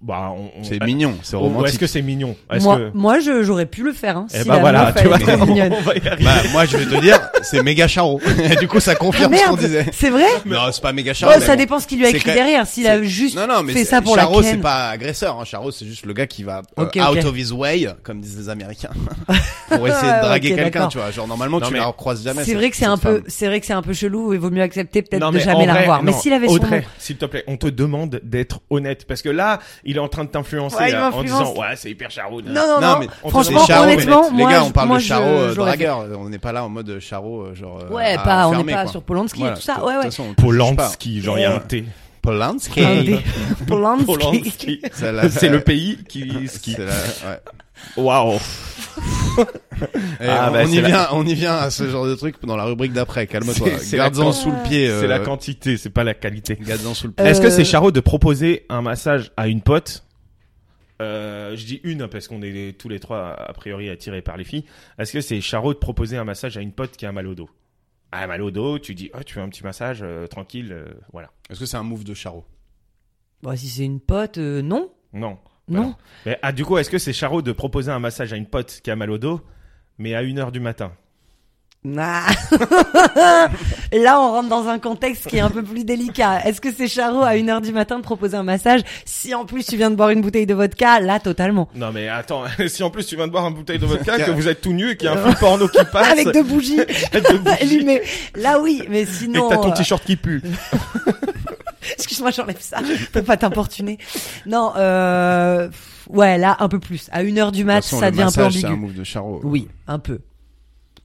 D: bah on, on-
C: C'est mignon, c'est
D: ou est-ce
C: romantique.
D: que c'est mignon Est-ce
B: moi,
D: que-
B: moi, je- j'aurais pu le faire. Hein,
D: eh
B: si
D: ben
B: la
D: voilà,
B: meuf,
D: tu
B: elle
D: vois,
B: était mignonne.
D: on va y arriver.
C: Bah, moi, je vais te dire, c'est méga
B: <laughs>
C: charo. Et du coup, ça
B: Ah,
C: confirme ce qu'on disait.
B: <laughs> merde, c'est vrai.
C: Non, c'est pas méga charo.
B: Oh,
C: mais
B: ça
C: bon.
B: dépend ce qu'il lui a
C: C'est
B: écrit
C: quand-
B: derrière. S'il a
C: c'est-
B: juste
C: Non, non, mais
B: fait
C: c'est-
B: ça pour la
C: Charo, c'est
B: ken.
C: pas agresseur. Hein. Charo, c'est juste le gars qui va euh,
B: Ok, ok.
C: out of his way, comme disent les
B: <laughs>
C: Américains, pour essayer de
B: Ouais,
C: draguer
B: ok,
C: quelqu'un.
B: d'accord.
C: Tu vois, genre normalement,
D: Non,
C: tu
D: mais-
C: la recroises jamais.
B: C'est
C: cette-
B: vrai que c'est un
C: cette
B: peu,
C: femme.
B: c'est vrai que c'est un peu chelou. Il vaut mieux accepter peut-être
D: Non,
B: de
D: mais
B: jamais
D: en
B: la
D: vrai,
B: revoir. Mais
D: non.
B: s'il avait son
D: Audrey,
B: nom,
D: s'il te plaît, on te demande d'être honnête parce que là, il est en train de t'influencer
B: Ouais, il
D: là, en
B: m'influence.
D: disant ouais c'est hyper Charoun.
B: Non, non, non.
C: Non, mais
D: on
B: franchement,
D: te dit Charo, mais
B: honnêtement,
C: les
B: moi,
C: gars,
B: je-
C: on parle
B: moi,
C: de
B: je-
C: Charo euh,
B: j'aurais fait-
C: dragueur. On n'est pas là en mode Charo, euh, genre. euh,
B: Ouais,
C: à-
B: pas, on
C: fermer,
B: n'est pas
C: quoi.
B: sur Polanski
C: Voilà,
B: et tout ça.
C: de-
B: Ouais,
C: de
B: ouais.
C: toute façon, on te juge
D: Polanski, genre il y a un T.
C: pas. Polanski.
B: Un dé. Polanski.
D: <laughs>
B: Ah,
D: Polanski. Bah,
C: C'est la-
D: <laughs> C'est le pays qui
C: C'est
D: skie.
C: la- ouais.
D: Waouh.
C: Eh,
D: Ah,
C: on,
D: bah,
C: on y
D: c'est la-
C: vient, on y vient à ce genre de truc dans la rubrique d'après. Calme-toi.
D: C'est- c'est la
C: Garde-en
D: con-
C: sous le pied.
D: C'est la
C: euh,
D: quantité, c'est pas la qualité.
C: Garde-en sous le pied.
B: Euh,
D: Est-ce que c'est Charo de proposer un massage à une pote Euh, Je dis une parce qu'on est tous les trois a priori attirés par les filles. Est-ce que c'est Charo de proposer un massage à une pote qui a mal au dos Ah, mal au dos, tu dis, oh, tu veux un petit massage, euh, tranquille, euh, voilà.
C: Est-ce que c'est un move de Charo
B: Bon, Bah, si c'est une pote, euh, non.
D: Non. Voilà.
B: Non.
D: Mais, ah, du coup, est-ce que c'est Charo de proposer un massage à une pote qui a mal au dos, mais à 1h du matin
B: Ah. <laughs> Là, on rentre dans un contexte qui est un peu plus délicat. Est-ce que c'est Charo à 1h du matin de proposer un massage Si en plus tu viens de boire une bouteille de vodka, là, totalement.
D: Non, mais attends, <laughs> si en plus tu viens de boire une bouteille de vodka, que vous êtes tout nu et qu'il y a un film porno qui passe.
B: <laughs> Avec
D: <laughs>
B: deux bougies
D: de
B: <laughs>
D: bougies,
B: allumées. Là, oui, mais
D: et
B: sinon.
D: t'as ton
B: euh,
D: t-shirt qui pue.
B: Excuse-moi, j'enlève ça pour pas t'importuner. Non, euh, pff, ouais, là, un peu plus. À 1h du
C: De
B: mat,
C: toute façon,
B: ça
C: le
B: devient un peu
C: massage, C'est un
B: ambigu.
C: move de Charo.
B: Oui, un peu.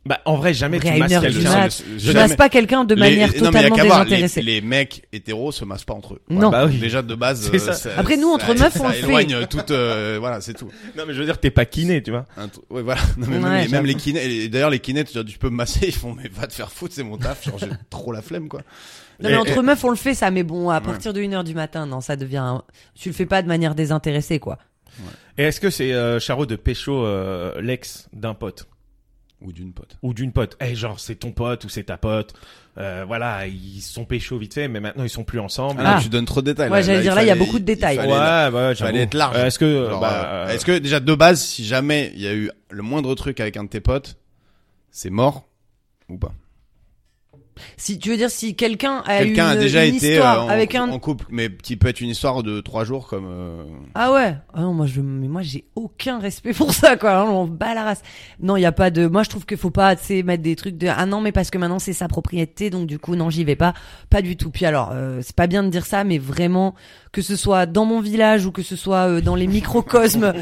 D: Bah, en vrai, jamais
B: Après,
D: tu
B: à
D: masses
B: 1h du
D: quelqu'un.
B: mat, je masse pas quelqu'un de
C: Les-
B: manière
C: non, mais y a
B: totalement
C: qu'à voir, les-
B: désintéressée.
C: Les, mecs hétéros se massent pas entre eux.
B: Non.
D: Bah oui.
C: Déjà
B: <laughs>
C: de base.
D: C'est
C: euh,
D: ça.
B: Après, nous, entre
C: ça-
B: meufs,
C: ça
B: on le fait.
C: éloigne toute. euh, voilà, c'est tout.
D: Non, mais je veux dire, t'es pas kiné, tu vois.
C: Un tr- ouais, voilà. Non, mais
B: Ouais,
C: même, les, même
B: j'avoue.
C: les kinés. et D'ailleurs, les kinés, tu, tu peux me masser. Ils font, mais va te faire foutre, c'est mon taf. Genre, j'ai <laughs> trop la flemme, quoi.
B: Non,
C: Et-
B: mais entre
C: et-
B: meufs, on le fait ça, mais bon, à partir de 1h du matin, non, ça devient. un- Tu le fais pas de manière désintéressée, quoi.
D: Et est-ce que c'est euh, Charo de pécho euh, l'ex d'un pote
C: Ou d'une pote.
D: ou d'une pote Eh, genre, c'est ton pote ou c'est ta pote. Euh, voilà, ils se sont pécho vite fait, mais maintenant ils sont plus ensemble.
C: Ah,
B: Ah.
C: non, tu donnes trop de détails.
B: Ouais, j'allais dire, là, il y a beaucoup de
C: il
B: détails.
C: fallait-
D: ouais, ouais, j'avoue.
C: fallait être large.
D: Euh, est-ce que,
C: Genre,
D: bah,
C: euh, Est-ce que déjà de base, si jamais il y a eu le moindre truc avec un de tes potes, c'est mort ou pas
B: Si tu veux dire si quelqu'un a eu une,
C: Quelqu'un a déjà
B: une
C: été euh,
B: histoire
C: en,
B: avec un
C: en couple, mais qui peut être une histoire de trois jours comme. euh,
B: ah ouais ah non, moi je mais moi j'ai aucun respect pour ça quoi hein, on bat la race non il y a pas de moi je trouve qu'il faut pas tu sais mettre des trucs de ah non mais parce que maintenant c'est sa propriété donc du coup non j'y vais pas pas du tout puis alors euh, c'est pas bien de dire ça mais vraiment que ce soit dans mon village ou que ce soit euh, dans les
C: <laughs>
B: microcosmes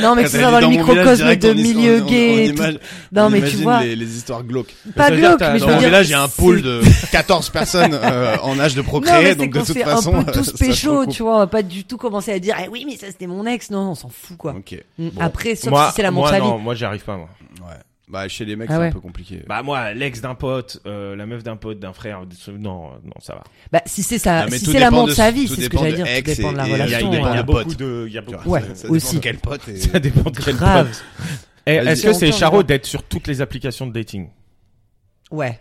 B: non mais que ce
C: T'as
B: soit
C: dit
B: dans les
C: mon village,
B: microcosmes
C: direct,
B: de
C: on is-
B: milieu
C: on- on-
B: gay
C: on
B: et tout.
C: imagine-
B: non
C: on
B: mais tu
C: imagine
B: vois
C: les, les histoires glauques.
B: pas
D: Ça veut dire
B: glauque
D: que t'as-
B: mais je
C: Dans
B: veux
C: mon
B: dire,
C: village, il y a un
B: c'est-
C: pool de
B: <laughs>
C: 14 personnes euh, en âge de
B: Non, mais
C: procréer,
B: c'est
C: donc de
B: qu'on
C: toute
B: s'est
C: façon,
B: un peu tous
C: <laughs> ça se
B: pécho,
C: recoupe.
B: tu vois, on va pas du tout commencer à dire, eh oui, mais ça c'était mon ex, non, on s'en fout quoi.
C: Ok.
B: Mm,
C: Bon,
B: Après, sauf
D: moi,
B: si c'est la
D: moi,
B: montre à vie.
D: non, moi, j'y arrive pas, moi.
C: ouais. Bah chez les mecs,
B: Ah
C: c'est
B: ouais.
C: un peu compliqué.
D: Bah, moi, l'ex d'un pote, euh, la meuf d'un pote, d'un frère, de ce- non, euh, non, ça va.
B: Bah, si c'est
C: Ah,
B: ça,
C: mais
B: si
C: tout
B: c'est la
C: dépend
B: montre
C: de-
B: de sa vie,
C: tout
B: c'est ce que
C: dépend
B: j'allais
C: de
B: dire, tout
C: ex
B: dépend de la
C: et- et-
D: Il y a,
B: relation. euh,
C: dépend
B: ouais.
C: de
D: beaucoup
C: pote.
D: de, il y a beaucoup
B: Ouais,
D: de-
C: Ça dépend
B: aussi.
C: de Quel pote et-
D: <laughs> ça dépend de quel
B: Grave.
D: pote. Et est-ce que
B: Vas-y.
D: c'est
B: Encore,
D: Charo
B: encore.
D: d'être sur toutes les applications de dating
B: Ouais.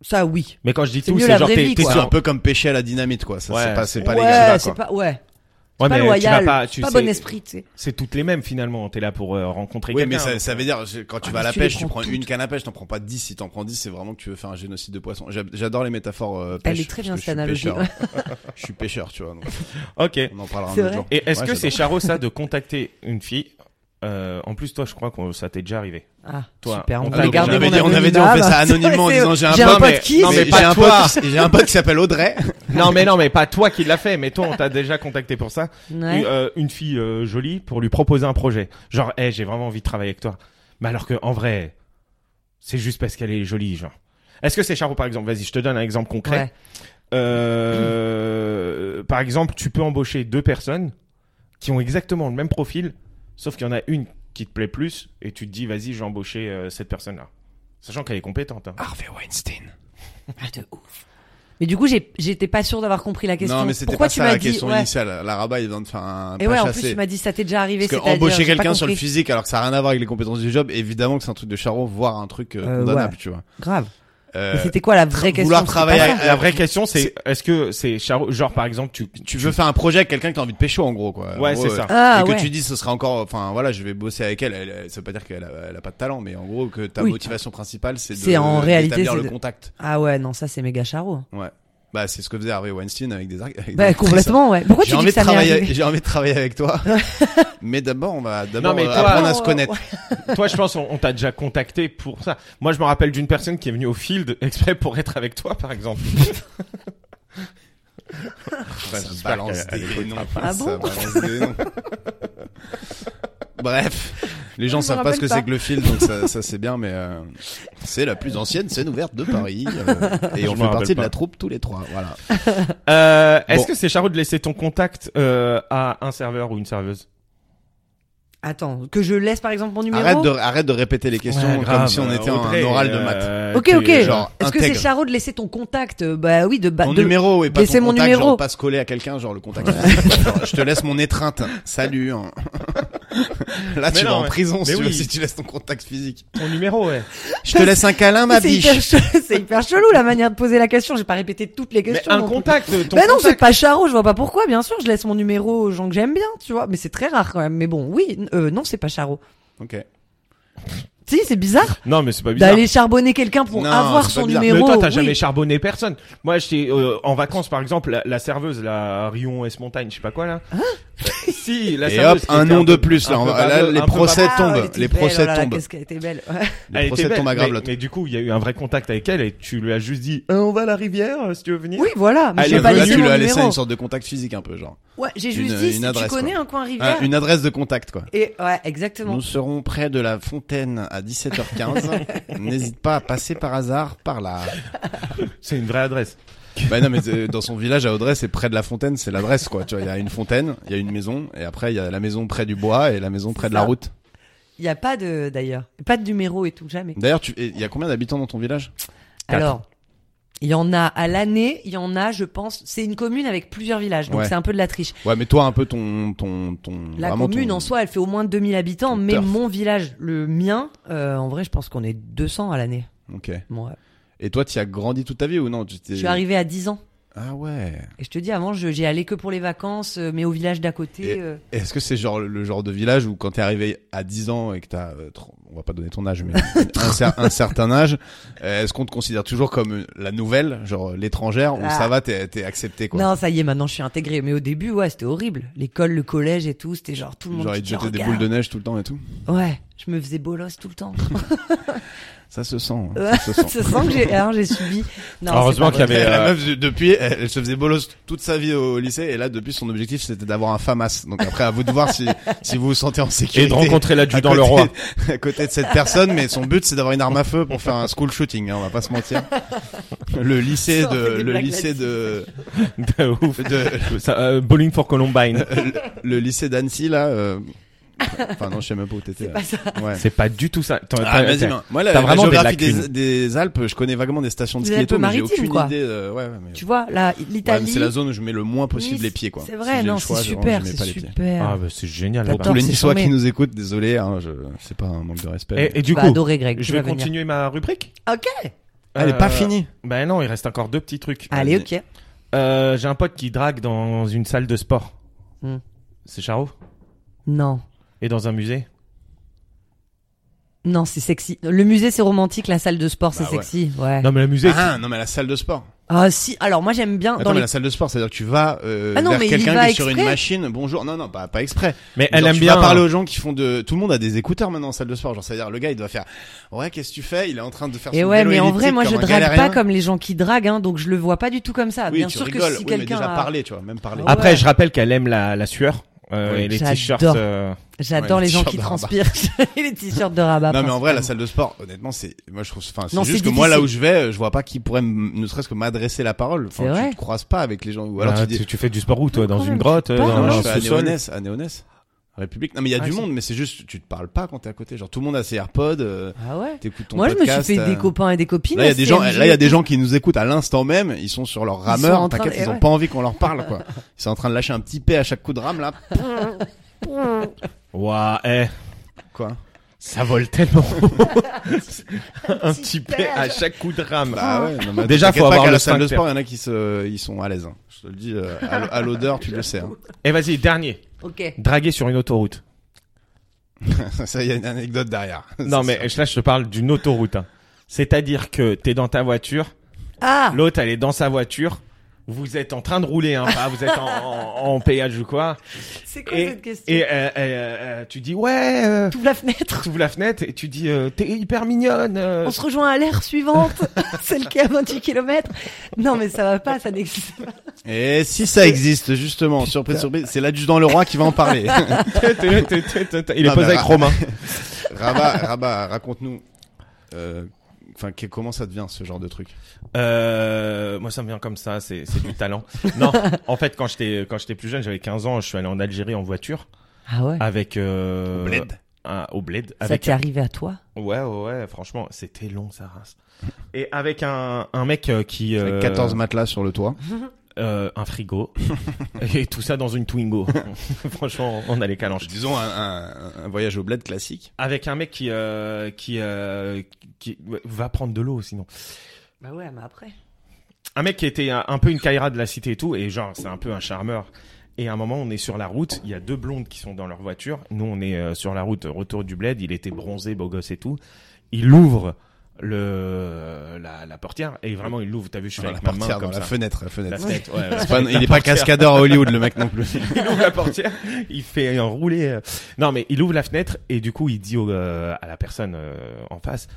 B: Ça, oui.
D: Mais quand je dis
B: C'est
D: tout,
B: mieux
D: c'est
B: la
D: genre
B: vraie
D: t'es
B: vie,
D: t'es
B: quoi.
C: C'est
D: sur
C: un peu comme pêcher à la dynamite, quoi. Ça,
D: Ouais.
C: c'est pas, c'est pas les gars.
B: Ouais,
C: quoi.
B: c'est pas, ouais.
D: Ouais,
B: pas
D: mais
B: loyal,
D: tu vas pas, tu
B: pas
D: sais,
B: bon esprit, tu sais.
D: C'est toutes les mêmes finalement. T'es là pour euh, rencontrer
C: Oui, mais
D: quelqu'un. euh,
C: ça, ça veut dire, je- quand tu
B: Ah,
C: vas à
B: mais
C: la
B: tu les
C: pêche, tu
B: prends
C: prends
B: toutes.
C: une canne à pêche, t'en prends pas 10. Si t'en prends 10, c'est vraiment que tu veux faire un génocide de poissons. J'a- J'adore les métaphores euh,
B: Elle
C: pêche,
B: est très
C: parce
B: bien,
C: que je suis
B: cette
C: pêcheur.
B: <laughs>
C: Je suis pêcheur, tu vois. donc
D: Ok. Et
C: on en parlera un
B: C'est
C: autre
B: vrai.
C: jour.
D: est-ce
C: Ouais,
D: que c'est
C: j'adore.
D: Charo ça de contacter une fille Euh, En plus, toi, je crois que ça t'est
B: <laughs>
D: déjà arrivé.
B: Ah,
D: Toi,
B: super, on
D: on
B: va
D: avait-
C: on
B: garder
C: avait,
B: mon
C: dit, on avait dit, on
B: <laughs>
C: fait ça
B: anonymat. bah,
C: anonymement en
B: C'est vrai,
C: disant j'ai un,
B: J'ai un
C: pote,
B: pote qui
D: non, mais
C: mais
D: pas
C: j'ai un
D: toi.
C: pote, qui- j'ai un pote qui s'appelle Audrey.
D: non, mais non, mais pas toi qui l'a fait. Mais toi, on t'a déjà contacté pour ça. Une,
B: Ouais.
D: euh, une fille euh, jolie pour lui proposer un projet. Genre, hey, j'ai vraiment envie de travailler avec toi. Mais alors que en vrai, c'est juste parce qu'elle est jolie, genre. Est-ce que c'est Charo par exemple Vas-y, je te donne un exemple concret.
B: Ouais.
D: Euh, par exemple, tu peux embaucher deux personnes qui ont exactement le même profil, sauf qu'il y en a une qui te plaît plus et tu te dis vas-y, je vais embaucher euh, cette personne-là. Sachant qu'elle est compétente. hein.
C: Harvey Weinstein.
B: Ah, de ouf. Mais du coup, j'ai- j'étais pas sûr d'avoir compris la question.
C: Non, mais c'était
B: Pourquoi
C: pas
B: tu
C: ça
B: m'as
C: la
B: dit
C: question
B: ouais.
C: initiale. La rabat, il vient de faire un
B: Et
C: pas
B: ouais, en plus,
C: chassé.
B: tu m'as dit ça t'est déjà arrivé.
C: Parce que
B: c'est-à-dire,
C: embaucher
B: j'ai pas
C: quelqu'un sur le
B: compris.
C: physique alors que ça a rien à voir avec les compétences du job, évidemment que c'est un truc de charron, voire un truc euh,
B: Euh,
C: condamnable,
B: ouais.
C: tu vois.
B: Grave.
C: Euh,
B: Mais c'était quoi la vraie question
C: vouloir
B: C'était
C: travailler
B: pas
C: avec-
B: ça.
D: La vraie question, c'est
C: c'est-
D: est-ce que c'est Charo Genre par exemple, tu,
C: tu veux faire un projet avec quelqu'un que t'as envie de pécho, en gros, quoi. En
D: Ouais,
C: gros,
D: c'est
C: euh,
D: ça.
B: Ah,
C: et que
B: ouais.
C: tu dis ce sera encore enfin voilà je vais bosser avec elle, elle, elle- ça veut pas dire qu'elle a, elle a pas de talent mais en gros que ta
B: Oui.
C: motivation principale c'est de
B: C'est en réalité,
C: d'établir
B: c'est
C: le
B: de-
C: contact
B: Ah ouais, non, ça c'est méga charo.
C: ouais bah c'est ce que faisait Harvey Weinstein avec des ar- avec des
B: Bah
C: actrices.
B: complètement, ouais. Pourquoi
C: j'ai
B: tu dis
C: envie
B: que
C: de
B: ça m'est
C: travailler
B: arrivé
C: j'ai envie de travailler
B: <laughs>
C: avec toi mais d'abord on va d'abord
D: Non,
C: euh,
D: mais toi-
C: apprendre à
B: Non,
C: se connaître
D: Toi, je pense, on, on t'a déjà contacté pour ça. Moi, je me <laughs> rappelle d'une personne qui est venue au field exprès pour être avec toi, par exemple.
C: Enfin, j'espère
D: balance
C: qu'elle-
D: des
C: elle écoutera pas,
B: Ah
C: ça
B: bon
C: balance des
D: <laughs>
C: noms. Bref, les gens
B: Je me
C: savent pas ce que
B: rappelle
C: c'est
B: pas.
C: que le fil, donc ça, ça, c'est bien, mais euh, c'est la plus ancienne scène ouverte de Paris.
D: <laughs>
C: euh, et
D: Je
C: on
D: me
C: fait
D: rappelle
C: partie de
D: pas.
C: la troupe tous les trois. Voilà.
D: Euh, Est-ce
C: Bon.
D: que c'est charou de laisser ton contact euh, à un serveur ou une serveuse
B: Attends, que je laisse par exemple mon numéro
C: Arrête de, arrête de répéter les questions
D: Ouais,
C: comme
D: grave,
C: si on
D: euh,
C: était
D: Audrey,
C: en oral de
D: euh,
C: maths.
B: Ok,
D: tu-
B: ok.
D: genre,
B: Est-ce que c'est
C: intègre.
B: charot de laisser ton contact Euh, Bah oui, de, ba-
C: Mon
B: de-
C: numéro et pas
B: laissez
C: ton
B: mon
C: contact,
B: numéro.
C: genre pas se coller à quelqu'un, genre le contact. <laughs> Genre, je te laisse mon étreinte. Salut. hein. <laughs> Là,
D: Mais
C: tu
D: non,
C: vas en
D: mais-
C: prison si
D: mais
C: tu, veux,
D: oui.
C: si tu laisses ton contact
B: <laughs>
C: physique.
D: ton numéro, ouais.
C: Je te laisse un câlin, ma
B: C'est
C: biche.
B: hyper, che- c'est hyper chelou la manière de poser la question. J'ai pas répété toutes les
D: Mais
B: questions.
D: un
B: non plus.
D: contact, ton
B: Bah non, c'est
D: contact.
B: pas charot, je vois pas pourquoi, bien sûr, je laisse mon numéro aux gens que j'aime bien, tu vois, mais c'est très rare quand même. Mais bon, oui, n- euh, non, c'est pas charot.
C: Ok.
B: Si, c'est bizarre,
D: Non, mais c'est pas bizarre.
B: d'aller charbonner quelqu'un pour
C: Non,
B: avoir
C: c'est pas
B: son
C: bizarre.
B: numéro.
D: mais toi, t'as
B: oui.
D: jamais charbonné personne. Moi, j'étais euh, en vacances, par exemple, la, la serveuse, la Rion S Montagne, je sais pas quoi là. Euh, si, la
C: Et hop,
D: serveuse qui
C: un
D: était
C: nom de
D: peu-
C: plus.
D: un
C: Là, on
D: peu
C: va- là,
D: baveuse,
C: les
D: un peu
C: procès
D: baveuse.
B: Ah, elle
C: tombent.
B: était
C: Les
B: belle, oh là
C: procès
B: là,
C: tombent.
B: Qu'est-ce qu'elle était
C: <laughs>
B: belle. Ouais.
C: Les
D: Elle était
C: procès
D: belle,
C: tombent à
D: mais,
C: grave.
D: mais du coup, il y a eu un vrai contact avec elle et tu lui as juste dit Eh, "On va à la rivière, euh, si tu veux venir."
B: Oui, voilà, mais
D: Elle
B: j'ai
D: est
B: pas
D: venue,
C: Là,
B: laissé
C: tu lui
B: mon
C: as laissé
B: numéro.
C: une sorte de contact physique un peu, genre.
B: Ouais, j'ai juste
C: une-
B: dit,
C: une
B: si
C: adresse,
B: tu connais
C: quoi.
B: un coin
C: Ah,
B: rivière.
C: Une adresse de contact, quoi.
B: Et ouais, exactement.
C: Nous serons près de la fontaine
B: <laughs>
C: à 17h15. N'hésite pas à passer par hasard par là.
D: C'est une vraie adresse.
C: Bah non, mais euh, dans son village à Audrey, c'est près de la fontaine, c'est l'adresse, quoi. Tu vois, il y a une fontaine, il y a une maison, et après, il y a la maison près du bois et la maison près de la
B: Ça.
C: route.
B: Il y a pas de, d'ailleurs, pas de numéro et tout, jamais.
C: D'ailleurs, tu- et il y a combien d'habitants dans ton village
D: Quatre.
B: Alors, il y en a à l'année, il y en a, je pense, c'est une commune avec plusieurs villages, donc
C: Ouais.
B: c'est un peu de la triche.
C: Ouais, mais toi, un peu ton. ton, ton
B: La
C: vraiment
B: commune
C: ton-
B: en soi, elle fait au moins 2000 habitants,
C: ton
B: mais
C: turf.
B: mon village, le mien, euh, en vrai, je pense qu'on est 200 à l'année.
C: Ok.
B: Bon, ouais.
C: Et toi, tu as grandi toute ta vie ou non tu t'es-
B: Je suis arrivé à 10 ans.
C: Ah ouais.
B: Et je te dis, avant, je- j'y allais que pour les vacances, euh, mais au village d'à côté.
C: Et-
B: euh,
C: Est-ce que c'est genre le- le genre de village où quand t'es arrivé à 10 ans et que t'as, euh, tr- on va pas donner
B: <laughs>
C: ton âge, mais un, cer- un certain âge, euh, est-ce qu'on te considère toujours comme euh, la nouvelle, genre euh, l'étrangère, ou
B: Ah.
C: ça va, t'es t'es accepté quoi
B: Non, ça y est, maintenant je suis intégré. Mais au début, ouais, c'était horrible. L'école, le collège et tout, c'était genre tout le monde.
C: Genre
B: qui
C: ils te
B: te
C: jetaient des
B: regarde.
C: boules de neige tout le temps et tout.
B: Ouais, je me faisais bolos tout le temps.
C: Ça se sent. hein,
B: Ouais,
C: ça se
B: <laughs>
C: sent.
B: C'est ça que j'ai alors, j'ai subi. Non,
D: Heureusement
B: c'est pas
D: qu'il y avait,
B: vrai.
C: la
D: euh,
C: meuf, je- depuis, elle, elle se faisait bolos toute sa vie au lycée, et là, depuis, son objectif, c'était d'avoir un FAMAS. Donc après, à vous de voir si, si vous vous sentez en sécurité.
D: Et de rencontrer
C: à
D: l'adjudant
C: côté-
D: le roi.
C: à côté de <laughs> cette personne, mais son but c'est d'avoir une arme à feu pour faire un school shooting, hein, on va pas se mentir. Le lycée
B: Ça, on fait
C: de,
B: des
C: le
B: blagues
C: lycée de,
D: <laughs> De ouf.
C: de-
D: Ça, euh, bowling for
C: <laughs>
D: Columbine.
C: le, le lycée d'Annecy là. euh, Enfin non, je sais même pas où t'étais. là.
B: pas Bah, ça.
C: Ouais.
D: c'est pas du tout ça. T'en-
C: Ah,
D: t'as-
C: vas-y,
D: t'as-
C: non. Moi, la,
D: t'as
C: la
D: vraiment des
C: géographie des,
D: lacunes.
C: des Alpes, je connais vaguement des stations de
B: Des
C: ski et tout, mais j'ai
B: Alpes-Maritimes,
C: aucune
B: quoi.
C: idée. euh, ouais, ouais, mais-
B: Tu vois, là,
C: Ouais, mais
B: l'Italie.
C: c'est la zone où je mets le moins possible
B: Nice,
C: les pieds, quoi.
B: C'est
C: Si
B: vrai,
C: j'ai le
B: non,
C: choix,
B: c'est
C: je- vraiment,
B: super,
C: je mets
B: c'est
C: pas les pieds.
B: super.
D: Ah, bah, c'est génial
B: Pour
D: là-bas.
B: Attends,
C: Tous les
B: c'est
C: Niçois
B: charmé.
C: qui nous écoutent, désolé, hein, je... c'est pas un manque de respect.
D: Et, et du
B: Tu vas
D: coup,
B: adorer Bah, Greg. tu
D: je vais
B: vas venir.
D: continuer ma rubrique.
B: Ok.
C: Ah, Elle est pas
D: Euh,
C: finie.
D: Ben non, il reste encore deux petits trucs.
B: Allez,
C: Vas-y.
B: ok.
D: Euh, J'ai un pote qui drague dans une salle de sport.
B: Hmm.
D: C'est Charo
B: Non.
D: Et dans un musée
B: Non, c'est sexy. Le musée, c'est romantique. La salle de sport, c'est
C: Bah ouais.
B: sexy. Ouais.
D: Non, mais le musée.
C: Ah, non, mais la salle de sport.
B: Ah, si. Alors, moi, j'aime bien.
C: Attends,
B: Ah, dans
C: mais
B: les...
C: la salle de sport, c'est-à-dire que tu vas euh,
B: Ah non,
C: vers
B: mais il
C: quelqu'un qui
B: va
C: est sur une
B: exprès.
C: machine. Bonjour. Non, non, pas, pas exprès.
D: Mais
C: Genre,
D: elle aime
C: tu
D: bien. hein.
C: vas parler aux gens qui font de. Tout le monde a des écouteurs maintenant en salle de sport. Genre, c'est-à-dire le gars, il doit faire. Ouais, qu'est-ce que tu fais Il est en train de faire.
B: Et
C: son
B: ouais,
C: vélo
B: mais en
C: elliptique
B: vrai, moi, je
C: comme un
B: drague
C: galérien.
B: pas comme les gens qui draguent, hein, donc je le vois pas du tout comme ça.
C: Oui,
B: Bien
C: tu
B: sûr que
C: rigoles.
B: si
C: oui, mais
B: quelqu'un.
C: déjà
B: a-
C: parler, tu vois, même parler.
B: Ah
D: Après,
B: ouais.
D: je rappelle qu'elle aime la, la sueur euh,
C: Oui.
D: et les
B: J'adore.
D: t-shirts. euh,
B: J'adore
C: Ouais,
B: les
C: les
B: gens
C: t-shirts
B: qui
C: de rabat.
B: transpirent <laughs> et les t-shirts de rabat.
C: non mais en vrai la
B: principalement.
C: salle de sport honnêtement c'est moi je trouve enfin c'est
B: bah, Non,
C: juste que
B: c'est
C: moi là où je
B: difficile.
C: vais euh, je vois pas qui pourrait m- ne serait-ce que m'adresser la parole
B: C'est
C: enfin
B: vrai.
C: tu te croises pas avec les gens ou alors
D: bah,
C: tu dis Ah
D: tu, tu fais du sport où toi Dans
B: Quand
D: une
B: même,
D: grotte euh,
B: pas.
D: Dans
C: Non,
D: un
C: je fais à
D: sous-sol
C: Néonès, à Néonès, République. Non, mais il y a
D: Ah,
C: du
D: si.
C: monde, mais c'est juste, tu te parles pas quand t'es à côté. Genre, tout le monde a ses AirPods, euh,
B: Ah ouais.
C: t'écoutes ton
B: Moi, je me suis
C: podcast.
B: fait des
C: euh.
B: copains et des copines.
C: Là, il y a des gens,
B: SMG.
C: là, il y a des gens qui nous écoutent à l'instant même. Ils sont sur leur
B: sont
C: rameur.
B: en train de-
C: T'inquiète, ils
B: eh
C: ont
B: ouais.
C: pas envie qu'on leur parle, quoi. Ils sont en train de lâcher un petit P à chaque coup de rame, là.
D: Ouah, eh,
C: Quoi.
D: ça vole tellement.
B: <laughs>
D: un
B: petit Ah.
D: petit Ah paix à chaque coup de rame.
C: Bah ouais. non, mais
D: Déjà,
C: t'inquiète
D: faut
C: pas
D: avoir
C: qu'à
D: le
C: la salle de
D: sphincter.
C: sport. Il y en a qui se, ils sont à l'aise, hein. Je te le dis, euh, à l- à l'odeur, tu le
B: <laughs>
C: sais, hein.
D: Et vas-y, dernier.
B: Ok.
D: Draguer sur une autoroute.
C: Ça, il y a une anecdote derrière.
D: Non,
C: C'est
D: mais là, je te parle d'une autoroute. hein. C'est-à-dire que t'es dans ta voiture,
B: Ah.
D: l'autre, elle est dans sa voiture, vous êtes en train de rouler, hein, pas vous êtes en, en- en péage ou quoi.
B: C'est quoi
D: Et,
B: cette question
D: et euh, euh, euh, tu dis ouais, euh,
B: T'ouvres la fenêtre.
D: tu ouvres la fenêtre et tu dis euh, t'es hyper mignonne. euh,
B: On
D: <laughs>
B: se rejoint à l'ère
C: <laughs>
B: suivante, <laughs> celle qui est à 28 km. Non, mais ça va pas, ça n'existe pas.
C: Et si ça existe, justement, surprise, surprise, c'est l'adjudant Leroy qui va en parler.
D: Il est
C: Ah,
D: posé
C: bah,
D: avec
C: ra-
D: Romain.
C: <laughs> Rabat, <laughs> Rabat, raconte-nous. euh, Enfin, que- comment ça devient ce genre de truc
D: Euh, moi, ça me vient comme ça, c'est c'est du talent. Non, en fait, quand j'étais quand j'étais plus jeune, j'avais 15 ans, je suis allé en Algérie en voiture
B: Ah ouais
D: avec euh, un- au bled.
B: Ça
D: Avec
B: t'est arrivé à toi
D: ouais, ouais, ouais, franchement, c'était long sa race. Et avec un un mec euh, qui euh,
C: Avec 14 matelas sur le toit.
D: euh, un frigo et tout ça dans une Twingo. <laughs> franchement, on a les calanches.
C: Disons un, un- un voyage au bled classique.
D: Avec un mec qui euh, qui euh, qui ouais, va prendre de l'eau sinon.
B: Bah ouais, mais après.
D: un mec qui était un, un peu une caïra de la cité et tout, et genre, c'est un peu un charmeur. Et à un moment, on est sur la route, il y a deux blondes qui sont dans leur voiture. Nous, on est euh, sur la route, retour du bled, il était bronzé, beau gosse et tout. Il ouvre le, la, la portière, et vraiment, il l'ouvre. T'as vu, je fais
C: Dans la
D: avec ma main
C: portière,
D: comme
C: dans la
D: ça.
C: fenêtre, la fenêtre.
D: La fenêtre, ouais, ouais.
C: C'est pas- il est
D: <laughs>
C: pas cascadeur à Hollywood, le mec non plus.
D: il ouvre la portière, il fait un roulé. euh. Non, mais il ouvre la fenêtre et du coup, il dit au- euh, à la personne euh, en face,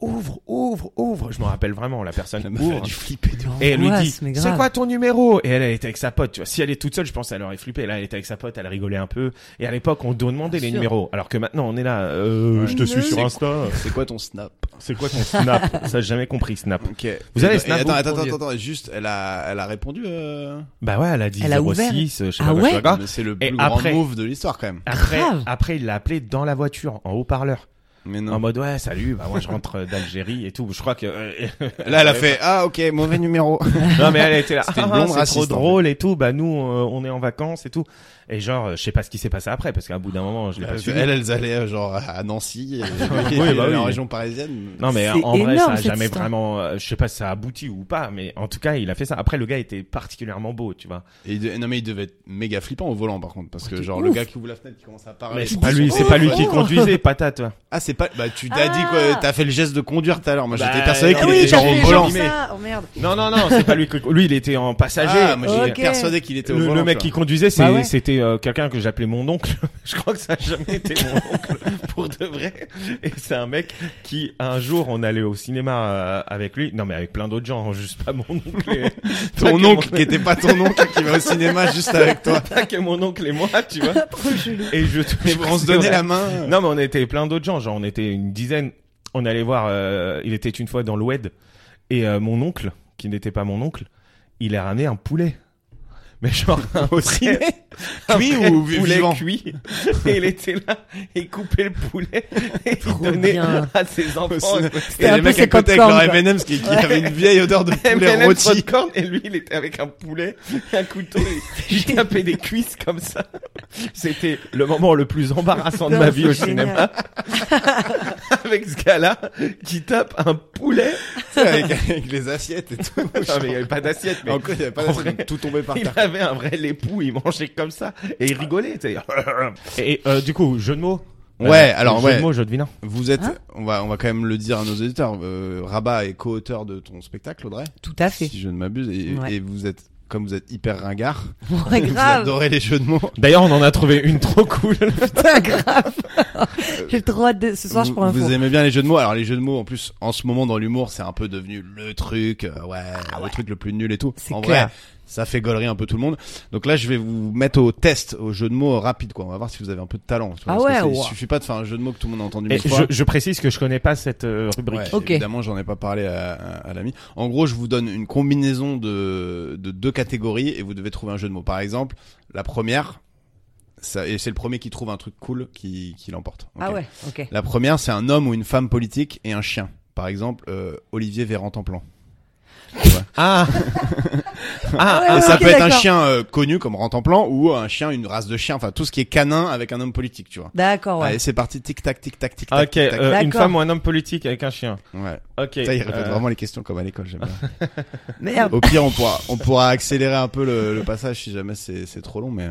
D: ouvre, ouvre, ouvre. Je me rappelle vraiment, la personne
C: La meuf, elle a
D: ouvre.
C: dû flipper de ouf.
D: Et elle lui dit,
B: Angoisse, mais grave.
D: c'est quoi ton numéro Et elle, elle était avec sa pote, tu vois. Si elle est toute seule, je pense qu'elle aurait flippé. Là, elle était avec sa pote, elle rigolait un peu. Et à l'époque, on demandait
B: Bien
D: les
B: sûr.
D: numéros. Alors que maintenant, on est là, euh,
C: Ouais.
D: je te suis
B: Mais
D: sur
B: c'est
D: Insta.
C: C'est quoi ton snap
D: C'est quoi ton snap Ça, j'ai jamais compris, snap.
C: Ok.
D: Vous avez
C: Et- bah,
D: Snap,
C: et Attends,
D: vous
C: attends,
D: répondiez.
C: attends, attends, juste, elle a, elle a répondu. Euh...
D: Bah ouais, elle a dit
B: Elle a
D: 06, je sais pas
B: Ah
D: quoi, je sais
B: ouais
D: pas quoi.
C: mais C'est le
D: Et
C: plus grand
D: après-
C: move de l'histoire quand même.
D: Après,
B: Grave.
D: après, il l'a appelé dans la voiture, en haut-parleur.
C: Mais
D: En
C: non.
D: mode, ouais, salut, bah moi, je rentre d'Algérie et tout. Je crois que... euh,
C: Là, elle a fait ah ok
D: <laughs>
C: mauvais numéro.
D: Non mais elle était là,
C: C'était une
D: ah,
C: blonde
D: c'est
C: raciste,
D: trop
C: en fait.
D: drôle et tout. Bah nous, euh, on est en vacances et tout. Et genre, euh, je sais pas ce qui s'est passé après parce qu'à bout d'un moment, je l'ai pas
C: Parce que
D: suivi.
C: elles, elles allaient euh, genre à Nancy, et,
D: bah
C: elle allait
D: oui.
C: en région parisienne.
D: Non mais
B: C'est
D: en vrai,
B: énorme,
D: ça a
B: cette
D: jamais
B: histoire.
D: vraiment. euh, Je sais pas si ça a abouti ou pas, mais en tout cas, il a fait ça. Après, le gars était particulièrement beau, tu vois.
C: Et il de- non mais il devait être méga flippant au volant par contre parce que
B: de
C: genre
B: ouf.
C: le gars qui ouvre la fenêtre qui commence à parler.
D: Mais c'est pas lui, c'est pas lui qui
B: Oh
D: conduisait, patate. ouais.
C: Ah c'est pas bah tu t'as
B: Ah.
C: dit quoi t'as fait le geste de conduire tout à l'heure moi
D: Bah,
C: j'étais persuadé
D: non,
C: qu'il
D: mais
C: était
D: t'as
C: genre au
D: fait
C: volant.
D: genre-
B: ça. Oh <laughs> merde.
D: Non non non, c'est pas lui. qui- Lui, il était en passager.
C: Ah, moi j'étais
B: Ok.
C: persuadé qu'il était au
D: le,
C: volant.
D: le mec
C: tu
D: qui conduisait, c'est-
B: Bah ouais.
D: c'était euh, quelqu'un que j'appelais mon oncle. <laughs> je crois que ça a jamais été mon
C: <laughs>
D: oncle pour de vrai. Et c'est un mec qui, un jour, on allait au cinéma euh, avec lui. Non, mais avec plein d'autres gens, hein, juste pas mon oncle.
C: <laughs>
D: et-
C: vois.
D: pas
C: ton
D: que
C: oncle
D: mon-
C: qui était pas ton oncle qui va au cinéma juste avec toi.
D: Pas que mon oncle et moi, tu vois. et <laughs> je,
C: Et on se donnait la main. euh,
D: Non, mais on était plein d'autres gens. Genre, on était une dizaine. On allait voir. euh, il était une fois dans l'Oued. Et euh, mon oncle, qui n'était pas mon oncle, il a ramené un poulet. Mais genre, un
C: Aussi.
D: <laughs> vrai- un
C: Cuit
D: vrai
C: ou vi-
D: poulet
C: vivant
D: cuit. Et il était là, il coupait le poulet <laughs> et il
B: Trop
D: donnait
B: bien.
D: à ses enfants.
C: Et
B: un
C: les
B: peu
C: mecs à
B: ses
C: côté avec leur
B: popcorn, quoi.
C: M&M's qui, qui avait une vieille odeur de poulet
D: M&M's
C: rôti.
D: popcorn, et lui il était avec un poulet, un couteau, <laughs> et il tapait des cuisses comme ça. C'était le moment le plus embarrassant de
B: Non,
D: ma vie au
B: c'est
D: cinéma. <laughs> avec ce gars-là qui tape un poulet.
C: <laughs> avec, avec les assiettes et tout.
D: Non mais il n'y avait pas d'assiette, mais
C: Encore, il y avait pas
D: en
C: d'assiette,
D: vrai,
C: tout tombé par
D: il
C: terre.
D: avait un vrai époux, il mangeait comme ça et il rigolait. tu sais. <laughs> Et euh, du coup, jeu de mots. Euh,
C: Ouais, alors,
D: jeu
C: ouais.
D: de mots, jeu de vilain.
C: Vous êtes,
B: Hein
C: on va, on va quand même le dire à nos auditeurs. euh, Rabat est co-auteur de ton spectacle, Audrey.
B: Tout à
C: <laughs>
B: fait.
C: Si je ne m'abuse, et,
B: Ouais.
C: et vous êtes, comme vous êtes hyper ringard,
B: Ouais,
C: vous
B: grave.
C: adorez les jeux de mots.
D: D'ailleurs, on en a trouvé une trop <laughs> cool.
B: Putain, <laughs>
C: <laughs>
B: grave. J'ai trop hâte de. Ce soir, je
C: vous,
B: prends un
C: vous
B: fond.
C: aimez bien les jeux de mots. Alors les jeux de mots, en plus, en ce moment dans l'humour, c'est un peu devenu le truc, euh, ouais, le truc le plus nul et tout.
B: Ah C'est
C: en
B: clair.
C: vrai, ça fait gaulerie un peu tout le monde. Donc là, je vais vous mettre au test, au jeu de mots rapide, quoi. On va voir si vous avez un peu de talent. tu vois,
B: Ah
C: parce que
B: ouais,
C: c'est-
B: ouah.
C: Il suffit pas de faire un jeu de mots que tout le monde a entendu.
D: Et
C: mille fois.
D: Eh, je, je précise que je connais pas cette euh, rubrique.
C: Ouais,
B: Ok.
C: Évidemment, j'en ai pas parlé à, à- à l'ami. En gros, je vous donne une combinaison de, de deux catégories et vous devez trouver un jeu de mots. Par exemple, la première, ça, et c'est le premier qui trouve un truc cool qui, qui l'emporte.
B: Ah
C: Ok.
B: ouais, ok.
C: La première, c'est un homme ou une femme politique et un chien. Par exemple, euh, Olivier Véran Templan.
D: Ah Ah,
B: ouais,
C: et ça
B: ok,
C: peut être un
B: d'accord.
C: chien euh, connu comme Rentemplan ou un chien, une race de chien, enfin tout ce qui est canin avec un homme politique, tu vois.
B: D'accord, ouais.
C: Allez, c'est parti, tic tac, tic tac, tic
D: ah,
C: tac.
D: <laughs> ok,
C: tic, tac.
D: euh, une
B: D'accord.
D: femme ou un homme politique avec un chien.
C: Ouais.
D: Ok.
C: Ça, il répète
D: euh,
C: vraiment les questions comme à l'école, j'aime bien.
B: <laughs> Merde.
C: Au pire, on pourra, on pourra accélérer un peu le, le passage si jamais c'est c'est trop long, mais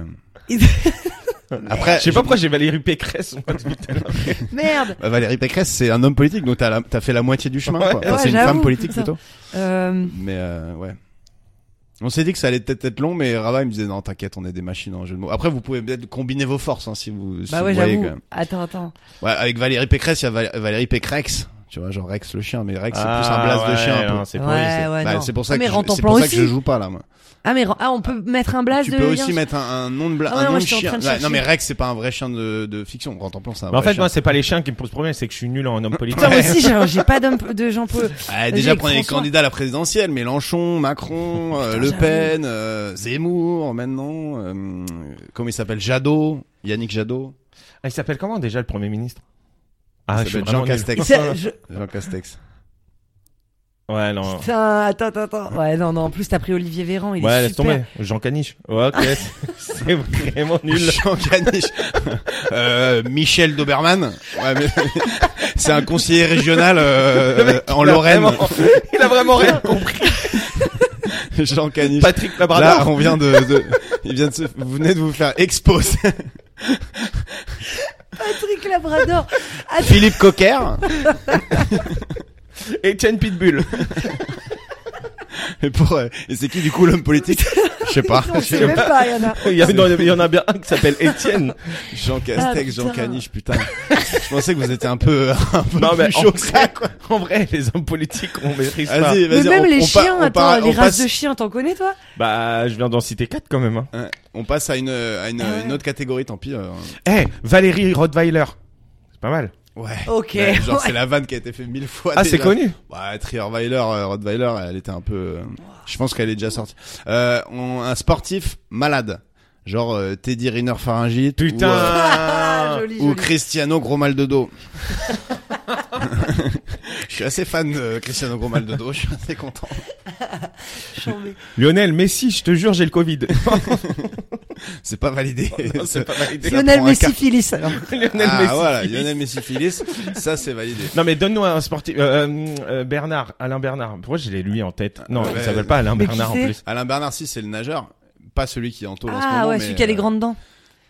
C: euh, après,
D: Je sais pas pourquoi j'ai Valérie Pécresse.
C: <laughs>
D: moi, depuis tout à l'heure.
B: Merde.
C: bah, Valérie Pécresse, c'est un homme politique, donc t'as la- t'as fait la moitié du chemin. quoi. Enfin,
B: Ouais,
C: c'est une
B: j'avoue,
C: <laughs> femme politique
B: putain.
C: plutôt,
B: Euh,
C: mais euh, ouais. On s'est dit que ça allait peut-être être long, mais Rava il me disait non, t'inquiète, on est des machines en jeu de mots. Après, vous pouvez peut-être combiner vos forces hein, si vous. si
B: Bah
C: vous
B: ouais,
C: voyez,
B: j'avoue.
C: quand même.
B: Attends, attends.
C: Ouais, avec Valérie Pécresse, il y a Val- Valérie Pécrex. Tu vois, genre Rex le chien, mais Rex c'est plus un blase de chien. un peu.
D: non, Ah, hein, c'est
B: Ouais,
D: pourri, c'est-
B: ouais,
C: Bah,
B: non.
C: c'est pour ça,
B: Ah,
C: que,
B: mais
C: je,
B: rentre en
C: c'est
B: plan
C: pour ça que
B: aussi.
C: je joue pas là. Moi.
B: Ah, mais ren- ah, on peut mettre un blast
C: Tu
B: de
C: peux
B: lien.
C: aussi mettre un, un nom de bla...
B: Ah ouais,
C: un
B: non,
C: nom
B: moi,
C: de
B: j'étais en
C: chien.
B: train de
C: Ouais,
B: chercher.
C: non mais Rex c'est pas un vrai chien de, de fiction. Rentre en plan c'est un
D: Mais Bah, en
C: vrai
D: fait,
C: chien.
D: moi, c'est pas les chiens qui me posent problème, c'est que je suis nul en
C: <laughs>
D: homme politique.
B: Putain, moi aussi, j'ai- j'ai pas d'homme de gens peu.
C: Ah,
B: Vas-y,
C: déjà
B: avec
C: prenez les
B: François.
C: candidats à la présidentielle, Mélenchon, Macron, euh,
B: Putain,
C: Le
B: j'avoue.
C: Pen, euh, Zemmour maintenant, euh, comment il s'appelle Jadot, Yannick Jadot,
D: Ah, il s'appelle comment déjà le Premier ministre
C: Il
D: Ah, je suis
C: s'appelle
D: vraiment
C: Jean
D: nul.
C: Castex.
B: C'est- je-
C: Jean Castex.
D: Ouais, non.
B: Putain, attends, attends, attends. Ouais, non, non. En plus, t'as pris Olivier Véran. Il
D: Ouais,
B: est
D: laisse
B: super.
D: tomber. Jean Caniche. Ouais, ok. <laughs> c'est vraiment <laughs> nul.
C: Jean
D: <laughs>
C: Caniche. Euh, Michel Doberman. Ouais, mais- <laughs> c'est un conseiller régional euh, euh, en
D: Il a
C: Lorraine.
D: vraiment- <laughs> Il a vraiment rien compris.
C: <laughs> Jean Caniche.
D: Patrick
C: Là,
D: Labrador.
C: on vient de, de- il vient de se, vous venez de vous faire exposer.
B: Patrick Labrador. Attends,
C: Philippe Coquer.
D: Etienne Pitbull.
C: <laughs> Et pour, euh, et c'est qui du coup l'homme politique? Je sais pas.
B: on sait même pas, il y
C: <laughs>
B: en a.
D: <laughs> Il y, a- non, il y en a bien un qui s'appelle Etienne.
C: Jean Castex,
B: Ah,
C: Jean
B: putain.
C: Caniche, putain. Je pensais que vous étiez un peu, euh, un peu
D: Non,
C: plus
D: mais en
C: chaud que ça, quoi.
D: <laughs> En vrai, les hommes politiques, on maîtrise pas.
B: Mais
C: Vas-y, vas-y.
B: même
C: on-
B: les
C: on pa-
B: chiens,
C: on
B: attends,
C: pa-
B: les
C: on
B: races
C: passe,
B: de chiens, t'en connais, toi
D: Bah, je viens d'en citer quatre quand même. Hein.
C: Ouais, on passe à une, à une,
B: Ah ouais.
C: une autre catégorie, tant pis. euh,
D: Eh, Valérie Rottweiler. C'est pas mal.
C: Ouais.
B: Ok.
C: Mais genre,
B: Ouais.
C: c'est la vanne qui a été faite mille fois.
D: Ah, c'est
C: déjà.
D: connu.
C: Bah, Trierweiler, euh, Rottweiler, elle était un peu. euh, je pense qu'elle est déjà sortie. Euh, on- un sportif malade, genre euh, Teddy Riner pharyngite.
D: Putain.
C: Ou, euh,
B: Ah, <laughs> joli,
C: ou
B: joli.
C: Cristiano gros mal de dos. <laughs> je suis assez fan de Cristiano gros mal de dos. Je suis assez content.
B: Chambé.
D: Lionel Messi, je te jure, j'ai le <laughs> Covid.
C: C'est pas
D: <laughs>
C: validé.
D: c'est pas validé.
C: Ça
B: Lionel
C: prend un
B: Messi
C: quart-
B: Phyllis. alors.
D: Lionel
C: Ah
D: Messi.
C: voilà, Lionel Messi Philis, ça c'est validé.
D: Non mais donne-nous un sportif. euh, euh, euh, Bernard, Alain Bernard. Pourquoi je l'ai lui en tête Non,
C: Ouais.
D: il s'appelle pas Alain
B: Mais qui
D: Bernard en
B: c'est
D: plus.
C: Alain Bernard si c'est le nageur, pas celui qui est en tôle en ce moment.
B: Ah ouais,
C: mais,
B: celui qui a les
C: euh,
B: grandes dents.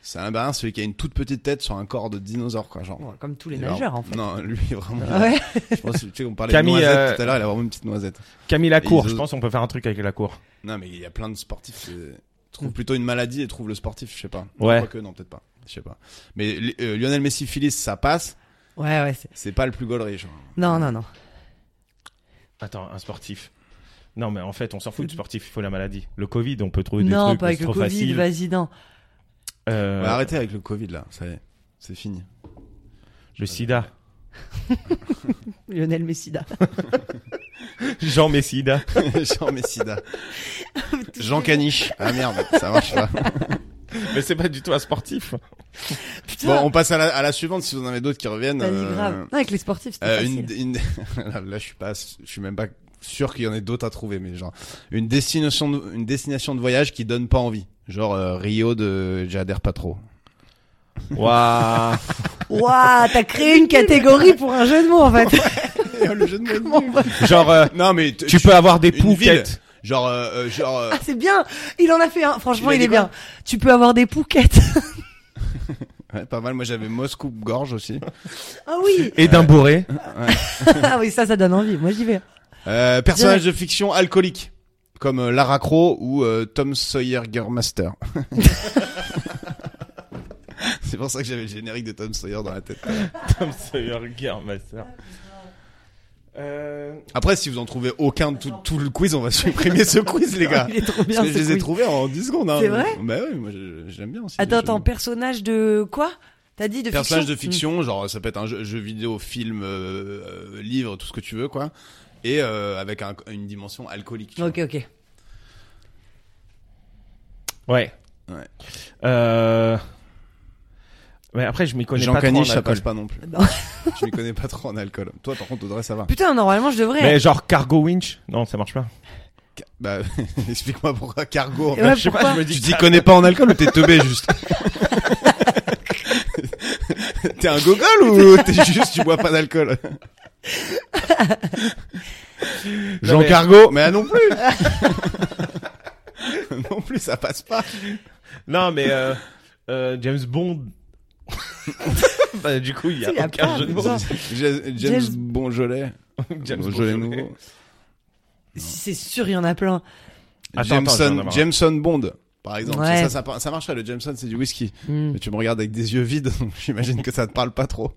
C: C'est Alain Bernard, celui qui a une toute petite tête sur un corps de dinosaure, quoi, genre.
B: Bon, Comme tous les
C: Il est
B: nageurs, en
C: vraiment-
B: fait.
C: Non, lui, <laughs> vraiment.
B: Ah Ouais.
C: Je pense, tu sais, on parlait
D: Camille,
C: de noisette
D: euh,
C: tout à l'heure, il a vraiment une petite noisette.
D: Camille Lacour.
C: ils
D: Je
C: osent-
D: pense qu'on peut faire un truc avec Lacour.
C: Non, mais il y a plein de sportifs qui euh, trouvent plutôt une maladie et trouvent le sportif, je sais pas.
D: Ouais.
C: Quoique, non, peut-être pas. Je sais pas. Mais euh, Lionel Messi Philis, ça passe.
B: Ouais, ouais. c'est-
C: C'est pas le plus gaulerie, genre.
B: Non, non, non.
D: Attends, un sportif. Non mais en fait, on s'en fout du sportif. Il faut la maladie. Le Covid, on peut trouver des
B: non,
D: trucs.
B: pas
D: mais
B: avec
D: c'est
B: le
D: trop
B: Covid,
D: facile.
B: vas-y, non.
D: Euh,
C: On va arrêter avec le Covid, là. Ça y est. C'est fini.
D: le SIDA. <laughs>
B: Lionel Messida.
D: Jean Messida.
C: <laughs>
B: <laughs>
C: Jean Messida. Jean Caniche. Ah merde, ça marche
B: <laughs>
C: pas.
D: mais c'est pas du tout un sportif.
B: <laughs> Putain,
C: Bon, on passe à la, à la suivante si vous en avez d'autres qui reviennent.
B: vas-y,
C: euh,
B: grave. Non, avec les sportifs, c'était
C: Euh,
B: facile.
C: une, une- <laughs> là, là, je suis pas, je suis même pas sûr qu'il y en ait d'autres à trouver, mais genre une destination, de, une destination de voyage qui donne pas envie, genre euh, Rio de, j'adhère pas
D: <laughs>
C: trop.
D: Waouh.
B: Ouah, t'as créé une catégorie pour un jeu de mots, en fait.
C: <laughs>
D: <laughs> Genre, euh,
C: Non mais t-
D: tu peux avoir des
C: une
D: pouquettes.
C: genre, euh, euh, genre, euh,
B: Ah, <laughs> c'est bien. Il en a fait un. Franchement,
C: Il a
B: il,
C: dit
B: est bien. Tu peux avoir des
C: <laughs>
B: pouquettes.
C: ouais, pas mal. Moi j'avais Moscou gorge aussi.
B: ah
C: <laughs>
B: oui.
D: Et d'un bourré.
B: ah oui, ça, ça donne envie. Moi, j'y vais.
C: Euh, personnage de fiction alcoolique, comme euh, Lara Croft ou euh, Tom Sawyer Master. <laughs> C'est pour ça que j'avais le générique de Tom Sawyer dans la tête.
D: Tom Sawyer Girl, ma sœur. Euh...
C: Après, si vous en trouvez aucun de tout, tout le quiz, on va <laughs> supprimer ce quiz, les gars.
B: <laughs> Il est trop bien.
C: Parce que
B: ce
C: je les ai
B: quiz.
C: trouvés en 10 secondes. Hein.
B: C'est vrai
C: Bah oui, moi je- j'aime bien aussi.
B: Attends,
C: les
B: attends,
C: jeux.
B: personnage de quoi T'as dit de
C: Personnage
B: fiction hmm.
C: de fiction, genre ça peut être un jeu, jeu vidéo, film, euh, euh, livre, tout ce que tu veux, quoi. Et euh, avec un- une dimension alcoolique. tu
B: Mm. Ok, ok.
D: Ouais.
C: Ouais.
D: Euh... Mais après, je m'y
C: vois.
D: connais
C: Jean
D: pas trop en
C: Caniche, ça
D: alcool.
C: passe pas non
D: <laughs>
C: plus.
B: Non.
C: <laughs> je m'y connais pas trop en alcool. Toi, par contre, Audrey, ça va.
B: Putain, normalement, je devrais.
D: Mais genre Cargo Winch Non, ça marche pas.
C: Ca- Bah, <laughs> explique-moi pourquoi cargo. en
B: Ouais,
C: fait.
D: je sais pas,
B: pourquoi
D: je me
C: Tu
D: dis
C: t'y connais pas en alcool ou t'es teubé <laughs> juste T'es un gogol ou t'es juste tu bois pas <laughs> d'alcool Jean
D: Non, mais-
C: Cargo, mais ah non plus <laughs> Non plus, ça passe pas.
D: Non, mais euh, euh, James Bond. <laughs> bah, du coup, il y a
B: Il y a
D: aucun
B: pas,
D: jeu de mots.
B: putain.
C: Ja- James
B: James-
C: Bonjolet.
D: James
C: Bonjolet
D: Bond.
C: nouveau.
B: Si c'est sûr, il y en a plein.
D: Attends, attends, je vais en
C: Jameson,
D: avoir un.
C: Jameson Bond, par exemple.
B: Ouais.
C: Ça, ça, par- ça marcherait. Le Jameson, c'est du whisky.
D: Mm.
B: Hmm.
C: Mais tu me regardes avec des yeux vides, <laughs> donc j'imagine que ça te parle pas trop.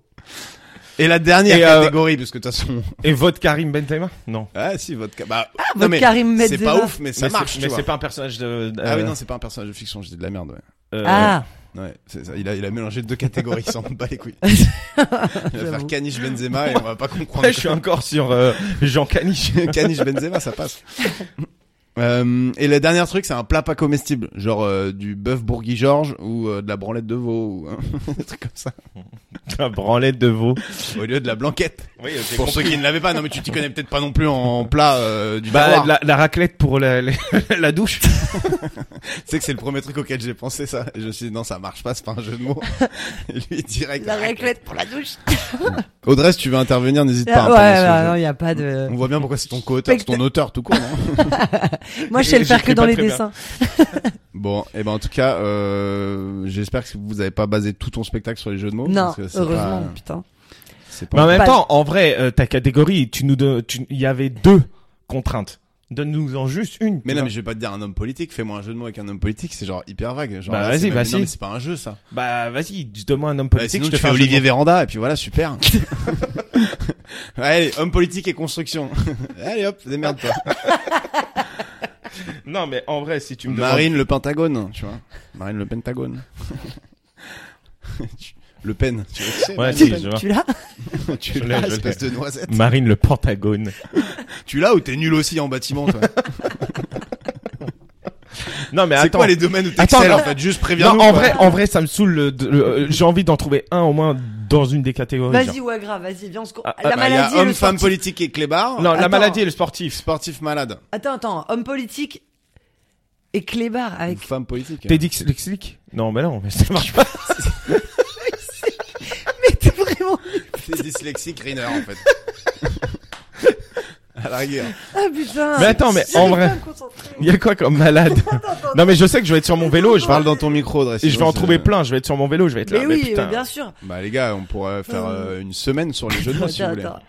C: Et la dernière
D: Et, euh,
C: catégorie, parce que de toute façon, <laughs>
D: Et vote Karim Benzema Non.
C: ah si, vodka. Bah,
B: Ah,
C: non,
B: votre
C: mais
B: Karim
C: c'est
B: Benzema.
C: pas ouf, mais ça
D: Mais c'est-
C: marche. tu
D: Mais
C: vois.
D: c'est pas euh, un personnage de. de-
C: Ah oui, non, c'est pas un personnage de fiction. Je dis de la merde. Ouais.
D: euh,
B: Ah,
C: Ouais, c'est ça. Il a, il a mélangé deux catégories, <laughs> il s'en bat les
D: <laughs>
C: couilles. Il va
B: J'avoue.
C: faire Caniche Benzema et on va pas comprendre.
D: Ouais, <laughs> je suis encore sur euh, Jean Caniche.
C: <laughs> Caniche Benzema, ça passe. <laughs> Euh, et le dernier truc, c'est un plat pas comestible, genre euh, du bœuf bourguignon-georges ou euh, de la branlette de veau ou hein, <laughs> des trucs comme ça,
D: <laughs> La branlette de veau.
C: au lieu de la blanquette.
D: Oui,
C: Pour ceux qui ne l'avaient pas, non mais tu t'y connais peut-être pas non plus en plat euh, du
D: Bah,
C: terroir.
D: la, la raclette pour la, la- la douche.
C: <laughs> Tu sais que c'est le premier truc auquel j'ai pensé ça. Et je me suis dit non, ça marche pas, c'est pas un jeu de mots. <laughs> Et lui direct.
B: la raclette pour la douche.
C: Audrey, si tu veux intervenir, n'hésite
B: Ah, Ouais,
C: pas. hein, pendant ce
B: ouais,
C: jeu.
B: non, il y a pas de.
C: On voit bien pourquoi c'est ton co-auteur, c'est ton auteur tout court. hein. non
B: Moi, je sais le faire que
D: J'écris
B: dans
D: pas
B: les
D: très bien.
B: dessins.
C: <laughs> Bon, et ben en tout cas, euh, j'espère que vous avez pas basé tout ton spectacle sur les jeux de mots.
B: Non,
C: Oh, parce que c'est
B: heureusement,
C: pas-
B: putain.
C: c'est
D: Mais en
C: pas.
D: même
B: Pas-
D: temps, en vrai, euh, ta catégorie, tu nous don- tu- il y avait deux contraintes. Donne-nous en juste une.
C: Mais non, mais je vais pas te dire un homme politique. Fais-moi un jeu de mots avec un homme politique, c'est genre hyper vague. Genre,
D: Bah,
C: là,
D: vas-y,
C: c'est même-
D: bah,
C: non,
D: si.
C: mais c'est pas un jeu ça.
D: Bah, vas-y, donne-moi un homme
C: Bah,
D: politique.
C: sinon,
D: je te
C: tu fais
D: fais un jeu de
C: Olivier
D: mots.
C: Véranda et puis voilà, <laughs> super. Allez, homme politique et construction. <laughs> Allez hop, <laughs> démerde-toi.
D: Non, mais en vrai, si tu me demandes-
C: Marine le Pentagone, tu vois. Marine le <laughs> Pentagone. Tu- le Pen, tu vois qui c'est,
D: Ouais,
C: Marine
D: si,
C: Le Pen
D: je vois.
B: Tu l'as
C: Tu
D: je
C: l'as,
D: l'ai, je
C: espèce de noisette.
D: Marine le Pentagone.
C: <laughs> Tu l'as ou t'es nul aussi en bâtiment, toi
D: Non, mais
C: C'est
D: attends.
C: quoi les domaines où t'excelles,
D: Attends,
C: en fait Juste préviens-nous.
D: non, en
C: quoi.
D: vrai, en vrai, ça me saoule. le- de- le- euh, J'ai envie d'en trouver un au moins dans une des catégories. genre.
B: Vas-y, ouais, grave, vas-y, viens, on se. con-
D: Ah, ah,
B: La
C: Bah, il
B: maladie,
C: y a
B: le
C: homme, femme,
B: sportif.
C: politique et clébard.
D: Non, la
B: Attends.
D: maladie et le sportif.
C: Sportif malade.
B: Attends, attends, homme politique et clébard avec. <laughs>
C: Ou Femme politique.
D: T'es dyslexique Non, mais non, mais ça marche pas.
B: Mais t'es vraiment
C: T'es dyslexique, Riner, en
D: <laughs>
C: fait. à la rigueur.
B: Ah putain
D: Mais attends, mais
B: J'arrive
D: en
B: pas
D: vrai-
B: à me concentrer.
D: Il y a quoi comme
B: <laughs>
D: malade Non, mais je sais que je vais être sur mon vélo. Je vais,
C: Parle dans ton micro, Dress.
D: et je vais en trouver plein. Je vais être sur mon vélo. Je vais être là.
B: Mais oui,
D: putain.
B: mais bien sûr
C: Bah, les gars, on pourrait faire euh, une semaine sur les jeux
B: <laughs>
C: de mots, si vous
B: Attends,
C: voulez.
B: attends.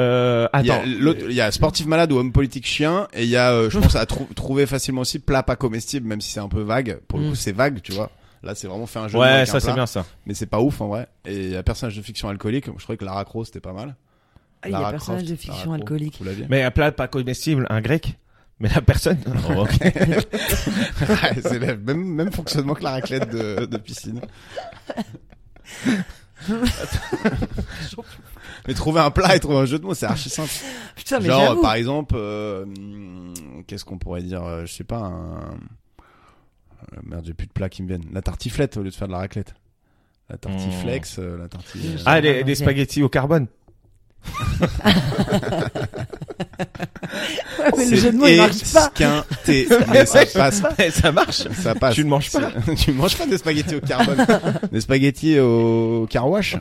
D: Euh,
C: Il y,
D: attends.
C: a l'autre- il y a sportif malade ou homme politique chien et il y a euh, je pense à trou- trouver facilement aussi plat pas comestible même si c'est un peu vague pour le
B: Mm.
C: coup c'est vague tu vois là c'est vraiment fait un jeu de mots
D: Ouais,
C: avec un
D: ça c'est
C: plat,
D: bien ça.
C: mais c'est pas ouf en vrai et il y a personnage de fiction alcoolique je trouvais que Lara Croft c'était pas mal
B: Ah, il y a
C: Lara
B: personnage
C: Croft,
B: de
C: Lara
B: fiction
C: Croft,
B: alcoolique.
C: vous l'aviez
D: Mais un plat pas comestible, un grec. Mais la personne. Oh, ok.
C: Ouais, c'est le même, même fonctionnement que la raclette de, de piscine. Mais trouver un plat et trouver un jeu de mots, c'est archi simple.
B: Putain, mais
C: Genre,
B: j'avoue.
C: par exemple, euh, hmm, qu'est-ce qu'on pourrait dire euh, Je sais pas, un... euh, Merde, j'ai plus de plats qui me viennent. La tartiflette au lieu de faire de la raclette. La tartiflex, euh, la tartiflette.
D: Hmm. Ah, des, des
B: Ok.
D: spaghettis
C: <laughs>
D: au carbone.
B: Ouais, Ah, mais le jeu de mots, il marche pas. <laughs>
C: Esquinté. Mais ça passe
D: Eh, ça marche.
C: Ça passe.
D: Tu ne manges pas.
C: C'est- <laughs> tu ne manges pas des spaghettis au carbone. des spaghettis au carwash.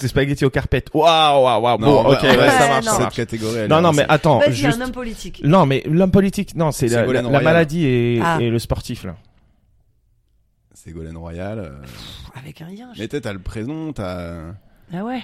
D: Des spaghettis au carpet. Waouh, waouh, waouh.
C: Non,
D: Oh, Bon,
C: ouais,
D: ok,
C: ouais,
D: ouais, ça
B: ouais,
D: marche,
B: non.
D: ça
C: Cette
D: marche.
C: catégorie. elle
D: Non,
C: est
D: non, mais
C: rincée.
D: attends.
B: Vas-y,
D: Juste...
B: un homme politique.
D: Non, mais l'homme politique, non, c'est la, la,
C: Ségolène
D: la
C: Royal.
D: maladie et,
B: Ah.
D: et le sportif, là.
C: Ségolène Royal. euh,
B: Avec un lien. je-
C: Mais t'as t'as le prénom, t'as
B: Ah ouais.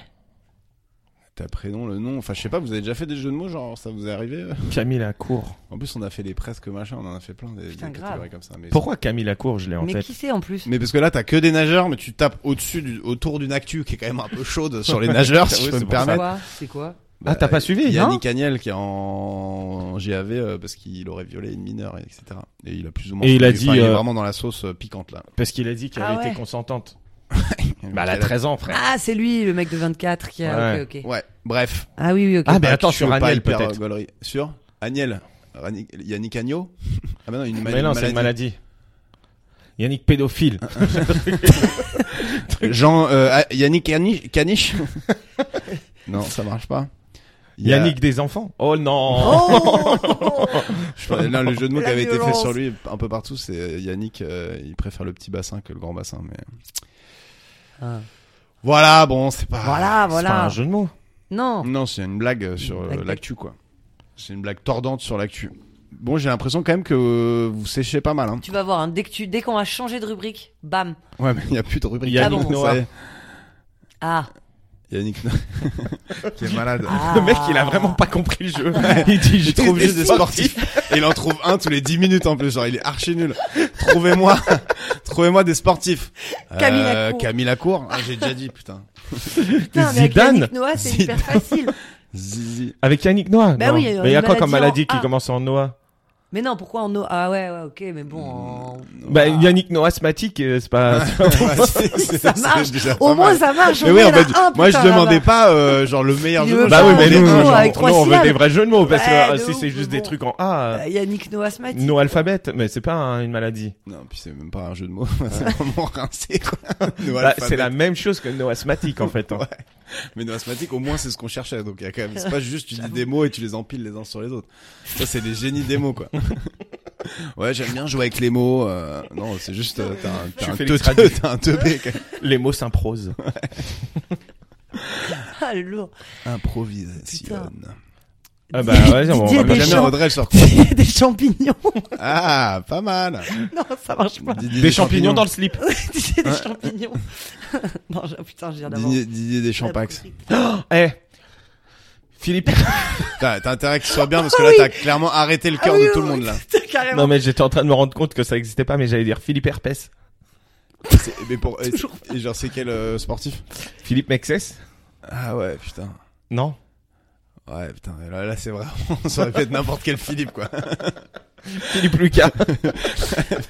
C: t'as le prénom, le nom. Enfin, je sais pas. Vous avez déjà fait des jeux de mots, genre ça vous est arrivé euh
D: Camille Lacour.
C: En plus, on a fait les presque machin. On en a fait plein des,
B: Putain,
C: des
B: grave.
C: catégories comme ça. Mais
D: Pourquoi Camille Lacour, je l'ai en
B: mais
D: tête
B: qui c'est en plus
C: mais parce que là, t'as que des nageurs, mais tu tapes au-dessus, du, autour d'une actu qui est quand même un peu chaude sur les nageurs, si
D: <laughs> Oui,
C: je peux
D: c'est
C: me
D: pour ça.
C: permettre.
B: Quoi C'est quoi
D: Ah, t'as pas suivi,
C: Il y a
D: non
C: Yannick Agnel qui est en GAV euh, parce qu'il aurait violé une mineure, etc. Et il a plus ou moins.
D: Et il a
C: enfin,
D: dit,
C: est
D: euh,
C: vraiment dans la sauce euh, piquante là.
D: Parce qu'il a dit qu'elle
B: Ah
D: était
B: ouais.
D: consentante. Bah,
C: Bah,
D: elle a 13 ans, frère.
B: Ah, c'est lui, le mec de 24 qui a.
D: Ouais.
B: ok, ok.
C: Ouais, bref.
B: Ah oui, oui, ok.
D: Ah, mais
C: Bah,
D: attends,
C: tu
D: sur
C: veux pas
D: Agnel,
C: hyper,
D: peut-être.
C: euh, gaulerie. Sur Agnel. Rani- Yannick Agno Ah, bah non, une, ma-
D: Mais non,
C: maladie.
D: c'est une maladie. Yannick pédophile. <laughs>
C: Jean, euh, ah, Yannick Cani-
D: <laughs>
C: Caniche Non, ça marche pas. Il y a-
D: Yannick des enfants. Oh non. <laughs>
B: Oh
C: <laughs> je parlais- non, le jeu de mots qui
B: La
C: avait été fait
B: violence.
C: sur lui un peu partout, c'est euh, Yannick, euh, il préfère le petit bassin que le grand bassin. Mais
B: Ah.
C: voilà, bon, c'est pas.
B: Voilà,
D: C'est pas
B: voilà.
D: un jeu de mots.
B: Non.
C: Non, c'est une blague euh, sur euh,
B: Blague.
C: l'actu, quoi. C'est une blague tordante sur l'actu. Bon, j'ai l'impression quand même que euh, vous séchez pas mal. Hein.
B: Tu vas voir, hein, dès que tu, dès qu'on a changé de rubrique, bam.
C: <laughs> Ouais, mais il n'y a plus de rubrique.
D: Yannick
C: Ça y est.
D: Noah.
B: Ah,
C: Yannick Noah, <laughs> qui est malade.
D: Le mec, il a vraiment pas compris le jeu. il dit, je
C: Il
D: trouve
C: trouve
D: juste
C: des
D: des
C: sportifs.
D: sportifs.
C: Et il en trouve un tous les 10 minutes en plus. Genre, il est archi nul. Trouvez-moi, <laughs> trouvez-moi des sportifs.
B: Euh, Camille Lacour.
C: Camille Lacour. Ah, j'ai déjà dit, putain.
B: Putain, mais avec
D: Zidane.
B: Yannick Noah, c'est hyper facile.
C: Zizi.
D: Avec Yannick Noah.
B: Bah
D: non.
B: oui, il y a
D: Mais il y a
B: une
D: quoi comme
B: maladie
D: maladie
B: en
D: qui
B: A.
D: commence en Noah
B: Mais non, pourquoi en Noah Ah ouais, ouais, ok, mais bon. en-
D: Bah, Yannick Noah asthmatique, euh, c'est pas. c'est
C: <laughs>
D: pas-
C: Ouais, c'est- c'est-
B: Ça
C: c'est
B: marche.
C: déjà pas
B: Au moins,
C: mal.
B: ça marche.
C: Ah, Mais
B: au
C: oui,
B: moins,
C: en
B: il y en a
C: fait,
B: un,
C: moi je
B: putain,
C: demandais
B: là-bas.
C: pas euh, genre le meilleur
B: Il
C: jeu.
B: veut
C: moi,
D: bah
B: pas
C: je
D: oui, mais
C: demandais
D: nous,
C: un,
B: mots
D: genre,
C: genre,
B: avec trois
D: nous, on veut
B: syllabes.
D: des vrais jeux de mots parce que
B: Ouais,
D: euh,
B: de
D: si
B: ouf,
D: c'est juste
B: mais
D: des
B: bon.
D: trucs en A, euh,
B: Euh, Yannick Noah asthmatique.
D: no alphabet, mais c'est pas un- une maladie.
C: Non, puis c'est même pas un jeu de mots, <laughs> c'est vraiment rincé quoi. Nous,
D: Bah,
C: alphabet.
D: c'est la même chose que no asthmatique en fait. hein.
C: Ouais. Mais nos asthmatiques, au moins, c'est ce qu'on cherchait. Donc, il y a quand même, c'est pas juste tu dis des mots et tu les empiles les uns sur les autres. Ça, c'est les génies des mots, quoi. <laughs> ouais, j'aime bien jouer avec les mots. euh, Non, c'est juste, euh, t'as un,
D: Je
C: t'as un,
D: fais les
C: teuteux,
D: traduits.
C: <laughs> t'as un teubé, quoi.
D: Les mots s'improsent.
B: Ah, le lourd.
C: Improvisation.
D: Ah bah
B: Didier-
D: vas-y, on
B: Didier
D: va
B: Des
C: Jamais
B: champs. <laughs>
C: Rodrel sorti.
B: des champignons. <laughs>
C: Ah, pas mal.
B: non, ça marche pas. <laughs>
C: Didier
D: Des, champignons dans le slip.
B: Didier des champignons. <laughs> non, j'ai- putain, je viens d'avoir.
C: Didier, Didier des Champax.
D: Eh. Philippe.
C: T'as t'as intérêt qu'il soit bien parce que là, t'as clairement arrêté le
B: Ah
C: cœur de tout
B: <laughs>
C: le <laughs> monde, là.
D: Non
B: Carrément.
D: mais j'étais en train de me rendre compte que ça existait pas, mais j'allais dire Philippe Herpès.
C: C'est- Mais pour, et, et genre, c'est quel euh, sportif?
D: Philippe Mexès
C: Ah ouais, putain.
D: Non.
C: Ouais, putain, mais là, là c'est vraiment, <laughs> ça aurait pu être n'importe quel Philippe, quoi.
D: Philippe Lucas.
C: <laughs>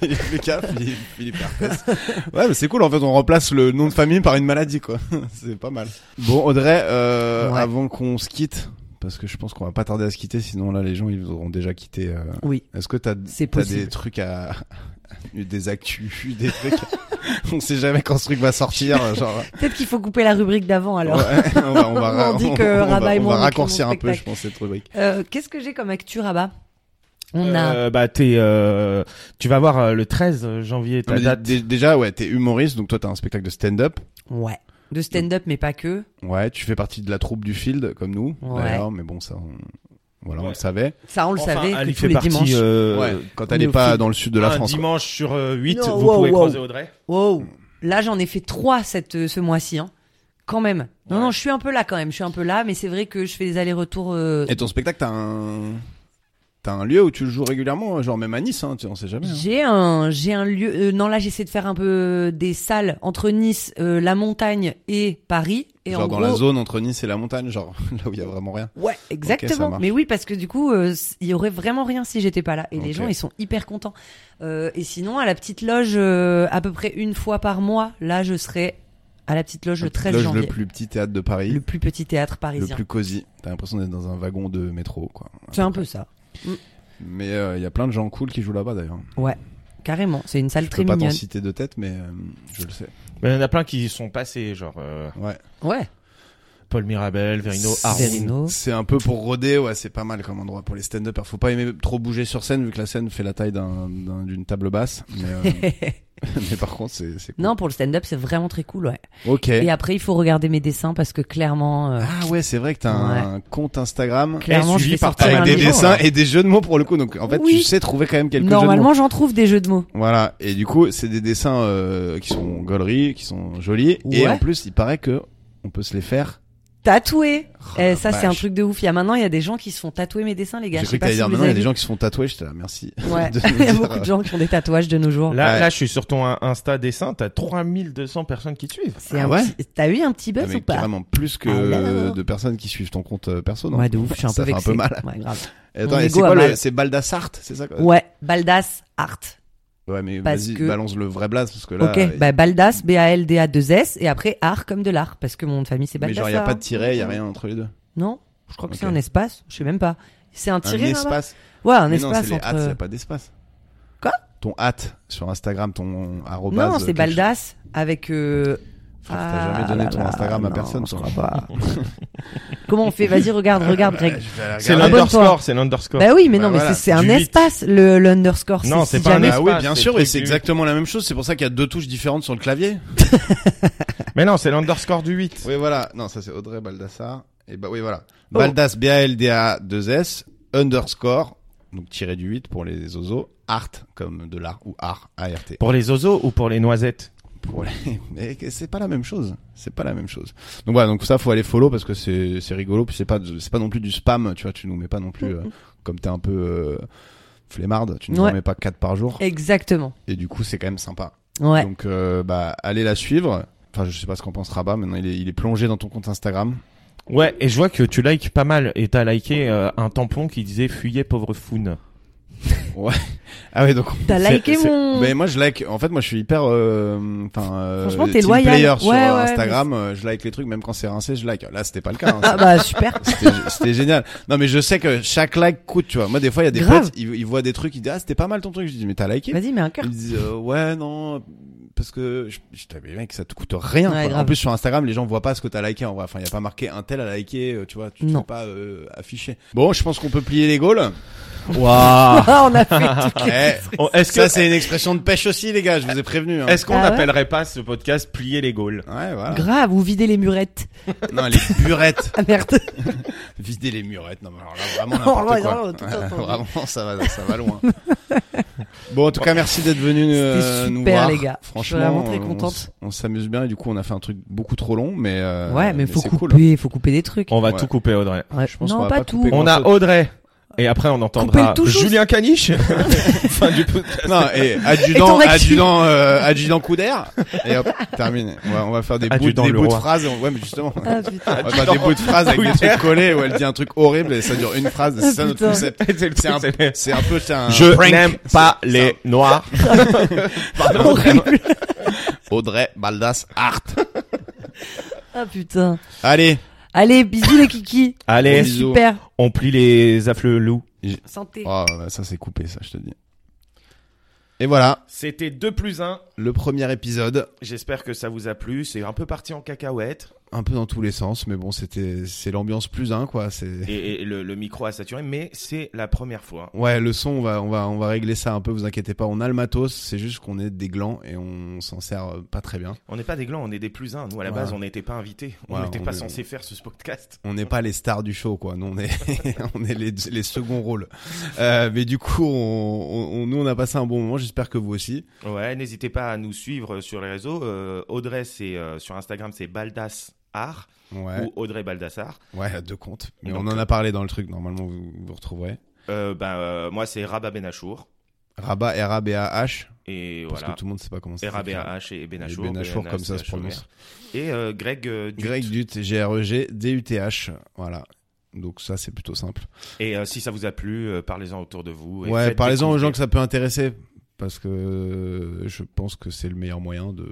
C: Philippe Lucas, Philippe, Philippe Herpès. Ouais, mais c'est cool, en fait, on remplace le nom de famille par une maladie, quoi. <laughs> C'est pas mal. Bon, Audrey, euh,
B: Ouais.
C: avant qu'on se quitte, parce que je pense qu'on va pas tarder à se quitter, sinon là, les gens, ils auront déjà quitté. euh,
B: Oui.
C: Est-ce que t'as
B: C'est
C: t'as
B: possible.
C: des trucs à... <laughs> Des actus, des trucs... <laughs> on sait jamais quand ce truc va sortir, euh, genre...
B: Peut-être qu'il faut couper la rubrique d'avant <laughs> alors.
C: Ouais, on va, on va,
B: <laughs> On dit que
C: on va-
B: Rabat et
C: on
B: moi,
C: va
B: on écrit
C: raccourcir
B: mon
C: un peu, je
B: spectacle.
C: pense, cette rubrique.
B: Euh, Qu'est-ce que j'ai comme actu là-bas <laughs> On a.
D: Euh, bah t'es, euh, tu vas voir euh, le 13 janvier
C: Non,
D: ta
C: mais
D: date.
C: dé- Déjà, ouais, t'es humoriste, donc toi, t'as un spectacle de stand-up.
B: Ouais. De stand-up, mais pas que.
C: Ouais, tu fais partie de la troupe du field, comme nous,
B: Ouais.
C: d'ailleurs, mais bon, ça, on... Voilà, on
D: Ouais.
C: le savait.
B: Ça, on le
D: Enfin,
B: savait.
D: elle
B: que
D: y
B: tous
D: fait
B: les
D: partie.
B: dimanches.
D: euh,
C: ouais, quand elle
B: nous,
C: est pas
B: Field.
C: dans le sud de la
D: un
C: France. quoi.
D: dimanche sur 8,
B: Non,
D: vous
B: wow,
D: pouvez
B: wow.
D: croiser Audrey.
C: Hmm.
B: Wow. Là, j'en ai fait trois cette, euh, ce mois-ci. Hein. Quand même. Non,
D: Ouais.
B: non, je suis un peu là quand même. Je suis un peu là, mais c'est vrai que je fais des allers-retours. euh,
C: Et ton spectacle, t'as un... T'as un lieu où tu le joues régulièrement, genre même à Nice, hein, tu on sait jamais. hein.
B: J'ai un, j'ai un lieu. euh, non, là, j'essaie de faire un peu euh, des salles entre Nice, euh, la montagne et Paris. Et
C: genre
B: en
C: dans
B: gros,
C: la zone entre Nice et la montagne, genre <laughs> là où il y a vraiment rien.
B: Ouais, exactement.
C: marche.
B: Mais oui, parce que du coup, euh, c- il y aurait vraiment rien si j'étais pas là. Et
C: Ok.
B: les gens, ils sont hyper contents. Euh, et sinon, à la petite loge, euh, à peu près une fois par mois, là, je serai à la petite loge le
C: Petite
B: 13
C: loge,
B: janvier.
C: le plus petit théâtre de Paris,
B: Le
C: le,
B: plus petit théâtre parisien.
C: plus cosy. T'as l'impression d'être dans un wagon de métro, quoi.
B: C'est un peu ça.
C: Mais euh, il y a plein de gens cool qui jouent là-bas d'ailleurs.
B: Carrément. C'est une salle
C: Je
B: très
C: peux pas t'en
B: mignonne.
C: citer de tête, mais euh, je le sais.
D: Mais il y en a plein qui sont passés, genre euh,
C: Ouais.
B: Ouais.
D: Paul Mirabel, Verino,
C: C'est-
D: Haroun.
B: Verino.
C: C'est un peu pour roder, ouais, c'est pas mal comme endroit pour les stand-uppers. Faut pas aimer trop bouger sur scène vu que la scène fait la taille d'un- d'un- d'une table basse. Mais, euh,
B: <laughs>
C: <laughs> mais par contre, c'est c'est cool.
B: non, pour le stand-up, c'est vraiment très cool, ouais.
C: Ok.
B: Et après, il faut regarder mes dessins parce que clairement, euh,
C: Ah ouais, c'est vrai que t'as un compte Instagram
B: clairement, je
D: suivi
B: vais
D: par
B: sortir
C: avec
B: un
C: des
B: livre.
C: dessins et des jeux de mots pour le coup. Donc en fait, tu
B: Oui.
C: sais trouver quand même quelques jeux de mots.
B: Normalement, j'en trouve des jeux de mots.
C: Voilà. Et du coup, c'est des dessins euh, qui sont gauleries, qui sont jolis. Et
B: Ouais.
C: en plus, il paraît que on peut se les faire.
B: Tatoué.
C: Oh,
B: Eh,
C: la
B: ça, c'est un
C: vache.
B: truc de ouf. Il y a maintenant, il y a des gens qui se font tatouer mes dessins, les gars.
C: J'ai
B: Je sais
C: cru que
B: pas
C: t'allais
B: si
C: dire
B: vous
C: maintenant, il y a
B: avez
C: des
B: vu.
C: gens qui se font tatouer. J'étais là, merci.
B: Ouais. <laughs>
C: de nous
B: Il y a
C: dire.
B: beaucoup de gens qui ont des tatouages de nos jours.
D: Là,
C: Ouais.
D: là, je suis sur ton Insta dessin, t'as 3200 personnes qui te suivent.
B: C'est
C: Ah
B: un
C: ouais
B: petit- T'as eu un petit
C: Ah,
B: buzz
C: mais
B: ou pas
C: carrément plus que
B: Alors
C: de personnes qui suivent ton compte euh, perso. non
B: Ouais, de ouf, je suis un
C: Ça
B: peu
C: fait
B: vexé.
C: un peu mal.
B: Ouais, grave.
C: Et attends,
B: Mon
C: et
B: ego
C: c'est
B: a
C: quoi le
B: mal.
C: C'est Baldassart, c'est ça quoi
B: Ouais, Baldas Art.
C: Ouais, mais
B: Parce
C: vas-y,
B: que-
C: balance le vrai blaze parce que là.
B: ok,
C: euh,
B: bah Baldas, B-A-L-D-A-2-S, et après art comme de l'art, parce que mon nom de famille c'est
C: mais
B: Baldas. hein.
C: genre y a pas de tiret, y a rien entre les deux.
B: Non, je crois que c'est
C: Ok.
B: un espace, je sais même pas. C'est un tiré
C: un
B: là-bas
C: espace.
B: Ouais, un
C: mais non, c'est
B: espace
C: les
B: entre.
C: hâtes, y a pas d'espace.
B: Quoi
C: Ton hâte sur Instagram, ton arrobase. euh,
B: non, c'est
C: quelque chose.
B: Baldas avec. Euh...
C: Faut que T'as
B: ah
C: jamais donné
B: là
C: ton
B: là,
C: Instagram à
B: non,
C: personne.
B: je
C: toi.
B: crois
C: <laughs>
B: pas. Comment on fait Vas-y, regarde, regarde, Greg.
C: Je vais aller
D: C'est
C: regarder.
B: l'abonnement.
D: l'underscore, c'est l'underscore.
B: Bah oui, mais
C: Bah
B: non, mais
C: voilà,
B: c'est- c'est un
D: du huit.
B: espace, le l'underscore.
D: Non,
B: si
D: c'est pas un
B: jamais-
D: espace.
C: Ah oui,
D: espace,
C: bien
D: c'est
C: sûr,
D: le
C: et
D: truc
C: c'est
D: du-
C: exactement la même chose. C'est pour ça qu'il y a deux touches différentes sur le clavier.
D: Mais non, c'est l'underscore du 8.
C: Oui, voilà. Non, ça c'est Audrey Baldassar. Et bah oui, voilà.
B: Oh.
C: Baldas, B-A-L-D-A-2-S, underscore, donc tiré du 8 pour les oiseaux, art, comme de l'art ou art, A-R-T.
D: Pour les oiseaux ou pour les noisettes
C: <laughs> pour les mais que c'est pas la même chose c'est pas la même chose donc voilà donc ça faut aller follow parce que c'est c'est rigolo puis c'est pas c'est pas non plus du spam tu vois tu nous mets pas non plus euh, comme t'es un peu euh, flemmarde tu nous en
B: Ouais.
C: mets pas quatre par jour
B: Exactement.
C: et du coup c'est quand même sympa
B: Ouais.
C: donc euh, bah allez la suivre enfin je sais pas ce qu'en pense Rabat maintenant il est il est plongé dans ton compte Instagram
D: Ouais, et je vois que tu likes pas mal. Et t'as liké euh, un tampon qui disait Fuyez, pauvre foune.
C: ah ouais donc
B: T'as
D: C'est-
B: liké
D: c'est-
B: mon.
C: <laughs> Mais Ben, moi je like. En fait, moi je suis hyper. euh, Enfin. euh,
B: Franchement, t'es
C: team
B: loyal.
C: player sur
B: Ouais,
C: euh,
B: ouais,
C: Instagram, euh, je like les trucs même quand c'est rincé, je like. Là, c'était pas le cas. hein,
B: Ah bah super.
C: c'était- C'était génial. Non, mais je sais que chaque like coûte, tu vois. Moi, des fois, il y a des
B: Grave.
C: potes, ils, ils voient des trucs, ils disent ah c'était pas mal ton truc. Je dis mais t'as liké
B: Vas-y, mets un
C: <laughs>
B: cœur.
C: Ils me disent euh, ouais non parce que je, je dis, mais mec ça te coûte rien.
B: Ouais,
C: quoi. en
B: grave.
C: plus sur Instagram, les gens voient pas ce que t'as liké en vrai. Enfin, il y a pas marqué un tel a liké, euh, tu vois. Tu tu
B: Non.
C: peux pas euh, afficher. Bon, je pense qu'on peut plier
B: <laughs>
C: les gaules.
D: Waouh
B: Ah, on a fait toutes les
C: Eh,
D: Oh, Est-ce
C: ça
D: que
C: c'est une expression de pêche aussi, les gars. Je vous ai prévenu. Hein.
D: est-ce qu'on
B: Ah ouais
D: n'appellerait pas ce podcast Plier les Gaules
C: Ouais, voilà.
B: Grave, ou vider les
C: <laughs>
B: murettes.
C: Non, les burettes.
B: Ah merde. <laughs>
C: Vider les murettes. Non, mais alors là, vraiment
B: Non,
C: n'importe
B: Oh, ouais,
C: quoi.
B: non, tout
C: Ouais,
B: entendu.
C: vraiment, ça va, ça va loin. bon, en tout cas, merci d'être venu euh,
B: C'était
C: nous
B: super,
C: voir.
B: les gars. Je suis
C: Franchement,
B: vraiment très
C: euh, on
B: contente.
C: s- On s'amuse bien et du coup, on a fait un truc beaucoup trop long, mais euh,
B: ouais, mais faut
C: c'est
B: couper,
C: cool.
B: faut couper des trucs.
D: On va
C: Ouais.
D: tout couper, Audrey.
B: Ouais.
C: je pense qu'on
B: non,
C: va
B: pas,
C: pas
B: tout.
C: couper.
D: On a Audrey. Et après, on entendra
B: Coupez-le tout juste.
D: Julien Caniche. fin du podcast.
C: Non, et
B: <laughs>
C: adjudant,
B: Et ton actu-
C: adjudant, euh, adjudant coup d'air. Et hop, terminé. On va, on va faire des bouts,
D: Adjudant
C: des bouts de
D: Leroy.
C: phrases. et on- Ouais, mais justement. on
B: Ah, putain.
C: va faire des bouts de phrases avec des trucs collés où elle dit un truc horrible et ça dure une phrase. C'est ça notre
B: Ah, Putain.
C: <laughs> concept.
D: C'est le
C: C'est
D: <laughs>
C: un,
D: truc, c'est-
C: c'est un peu, c'est un
D: Je
C: prank.
D: n'aime pas
C: C'est-
D: les noirs.
B: Horrible.
C: <laughs> Audrey Baldas Art.
B: Ah putain.
C: Allez,
B: Allez, bisous les kikis.
D: Allez,
C: Bisous.
B: Super.
D: on plie les affleux loups.
B: Santé.
C: Oh, bah, ça c'est coupé, ça je te dis. Et voilà,
D: C'était 2 plus 1.
C: le premier épisode,
D: J'espère que ça vous a plu. C'est un peu parti en cacahuète.
C: un peu dans tous les sens, mais bon, c'était c'est l'ambiance plus un quoi. C'est
D: Et, et le, le micro a saturé, mais c'est la première fois.
C: ouais, le son, on va on va on va régler ça un peu. Vous inquiétez pas, on a le matos. C'est juste qu'on est des glands et on s'en sert euh, pas très bien.
D: On n'est pas des glands, on est des plus 1. Nous, à la
C: Ouais.
D: base, on n'était pas invités. On
C: Ouais,
D: n'était
C: on
D: pas
C: est-
D: censé faire ce podcast.
C: On n'est pas les stars du show quoi. Nous on est <laughs> on est les, les seconds rôles. Euh, mais du coup, on, on- on- nous on a passé un bon moment. J'espère que vous aussi.
D: Ouais, n'hésitez pas à nous suivre sur les réseaux. Euh, Audrey, c'est euh, sur Instagram, c'est Baldas Art
C: Ouais,
D: ou Audrey Baldassar.
C: ouais, deux comptes. Mais
D: Donc-
C: on en a parlé dans le truc. Normalement, vous vous retrouverez.
D: Euh, ben, euh, moi, c'est Rabat Benachour.
C: Rabat, R-A-B-A-H,
D: Et
C: parce
D: voilà.
C: que tout le monde sait pas comment ça
D: r a b
C: s'écrit. hein.
D: a h et Benachour.
C: Et Benachour,
D: B-E-N-A-C-H-O-U-R.
C: comme ça se prononce.
D: Et euh, Greg euh, Dut.
C: Greg Dut, G-R-E-G, D-U-T-H. Voilà. Donc ça, c'est plutôt simple.
D: Et euh, si ça vous a plu, euh, parlez-en autour de vous. et
C: ouais,
D: faites
C: parlez-en aux gens
D: découvrir-
C: que ça peut intéresser. Parce que euh, je pense que c'est le meilleur moyen de,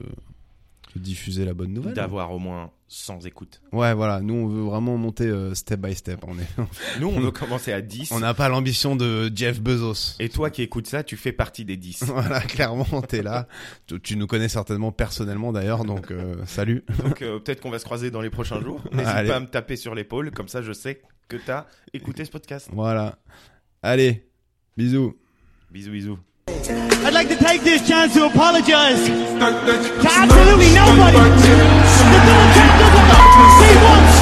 C: de diffuser la bonne nouvelle.
D: D'avoir au moins 100 écoutes.
C: Ouais, voilà. Nous, on veut vraiment monter euh, step by step. On est,
D: Nous,
C: <laughs>
D: on veut commencer à 10.
C: on n'a pas l'ambition de Jeff Bezos. <laughs>
D: Et toi qui écoutes ça, tu fais partie des 10.
C: Voilà, clairement, t'es là. Tu, tu nous connais certainement personnellement d'ailleurs, donc euh, salut.
D: Donc euh, peut-être qu'on va se croiser dans les prochains
C: <laughs>
D: jours. N'hésite
C: Allez.
D: pas à me taper sur l'épaule, comme ça je sais que t'as écouté ce podcast.
C: Voilà. Allez, bisous.
D: Bisous, bisous.
E: I'd like to take this chance to apologize to absolutely nobody. The Bill Jackson was a C1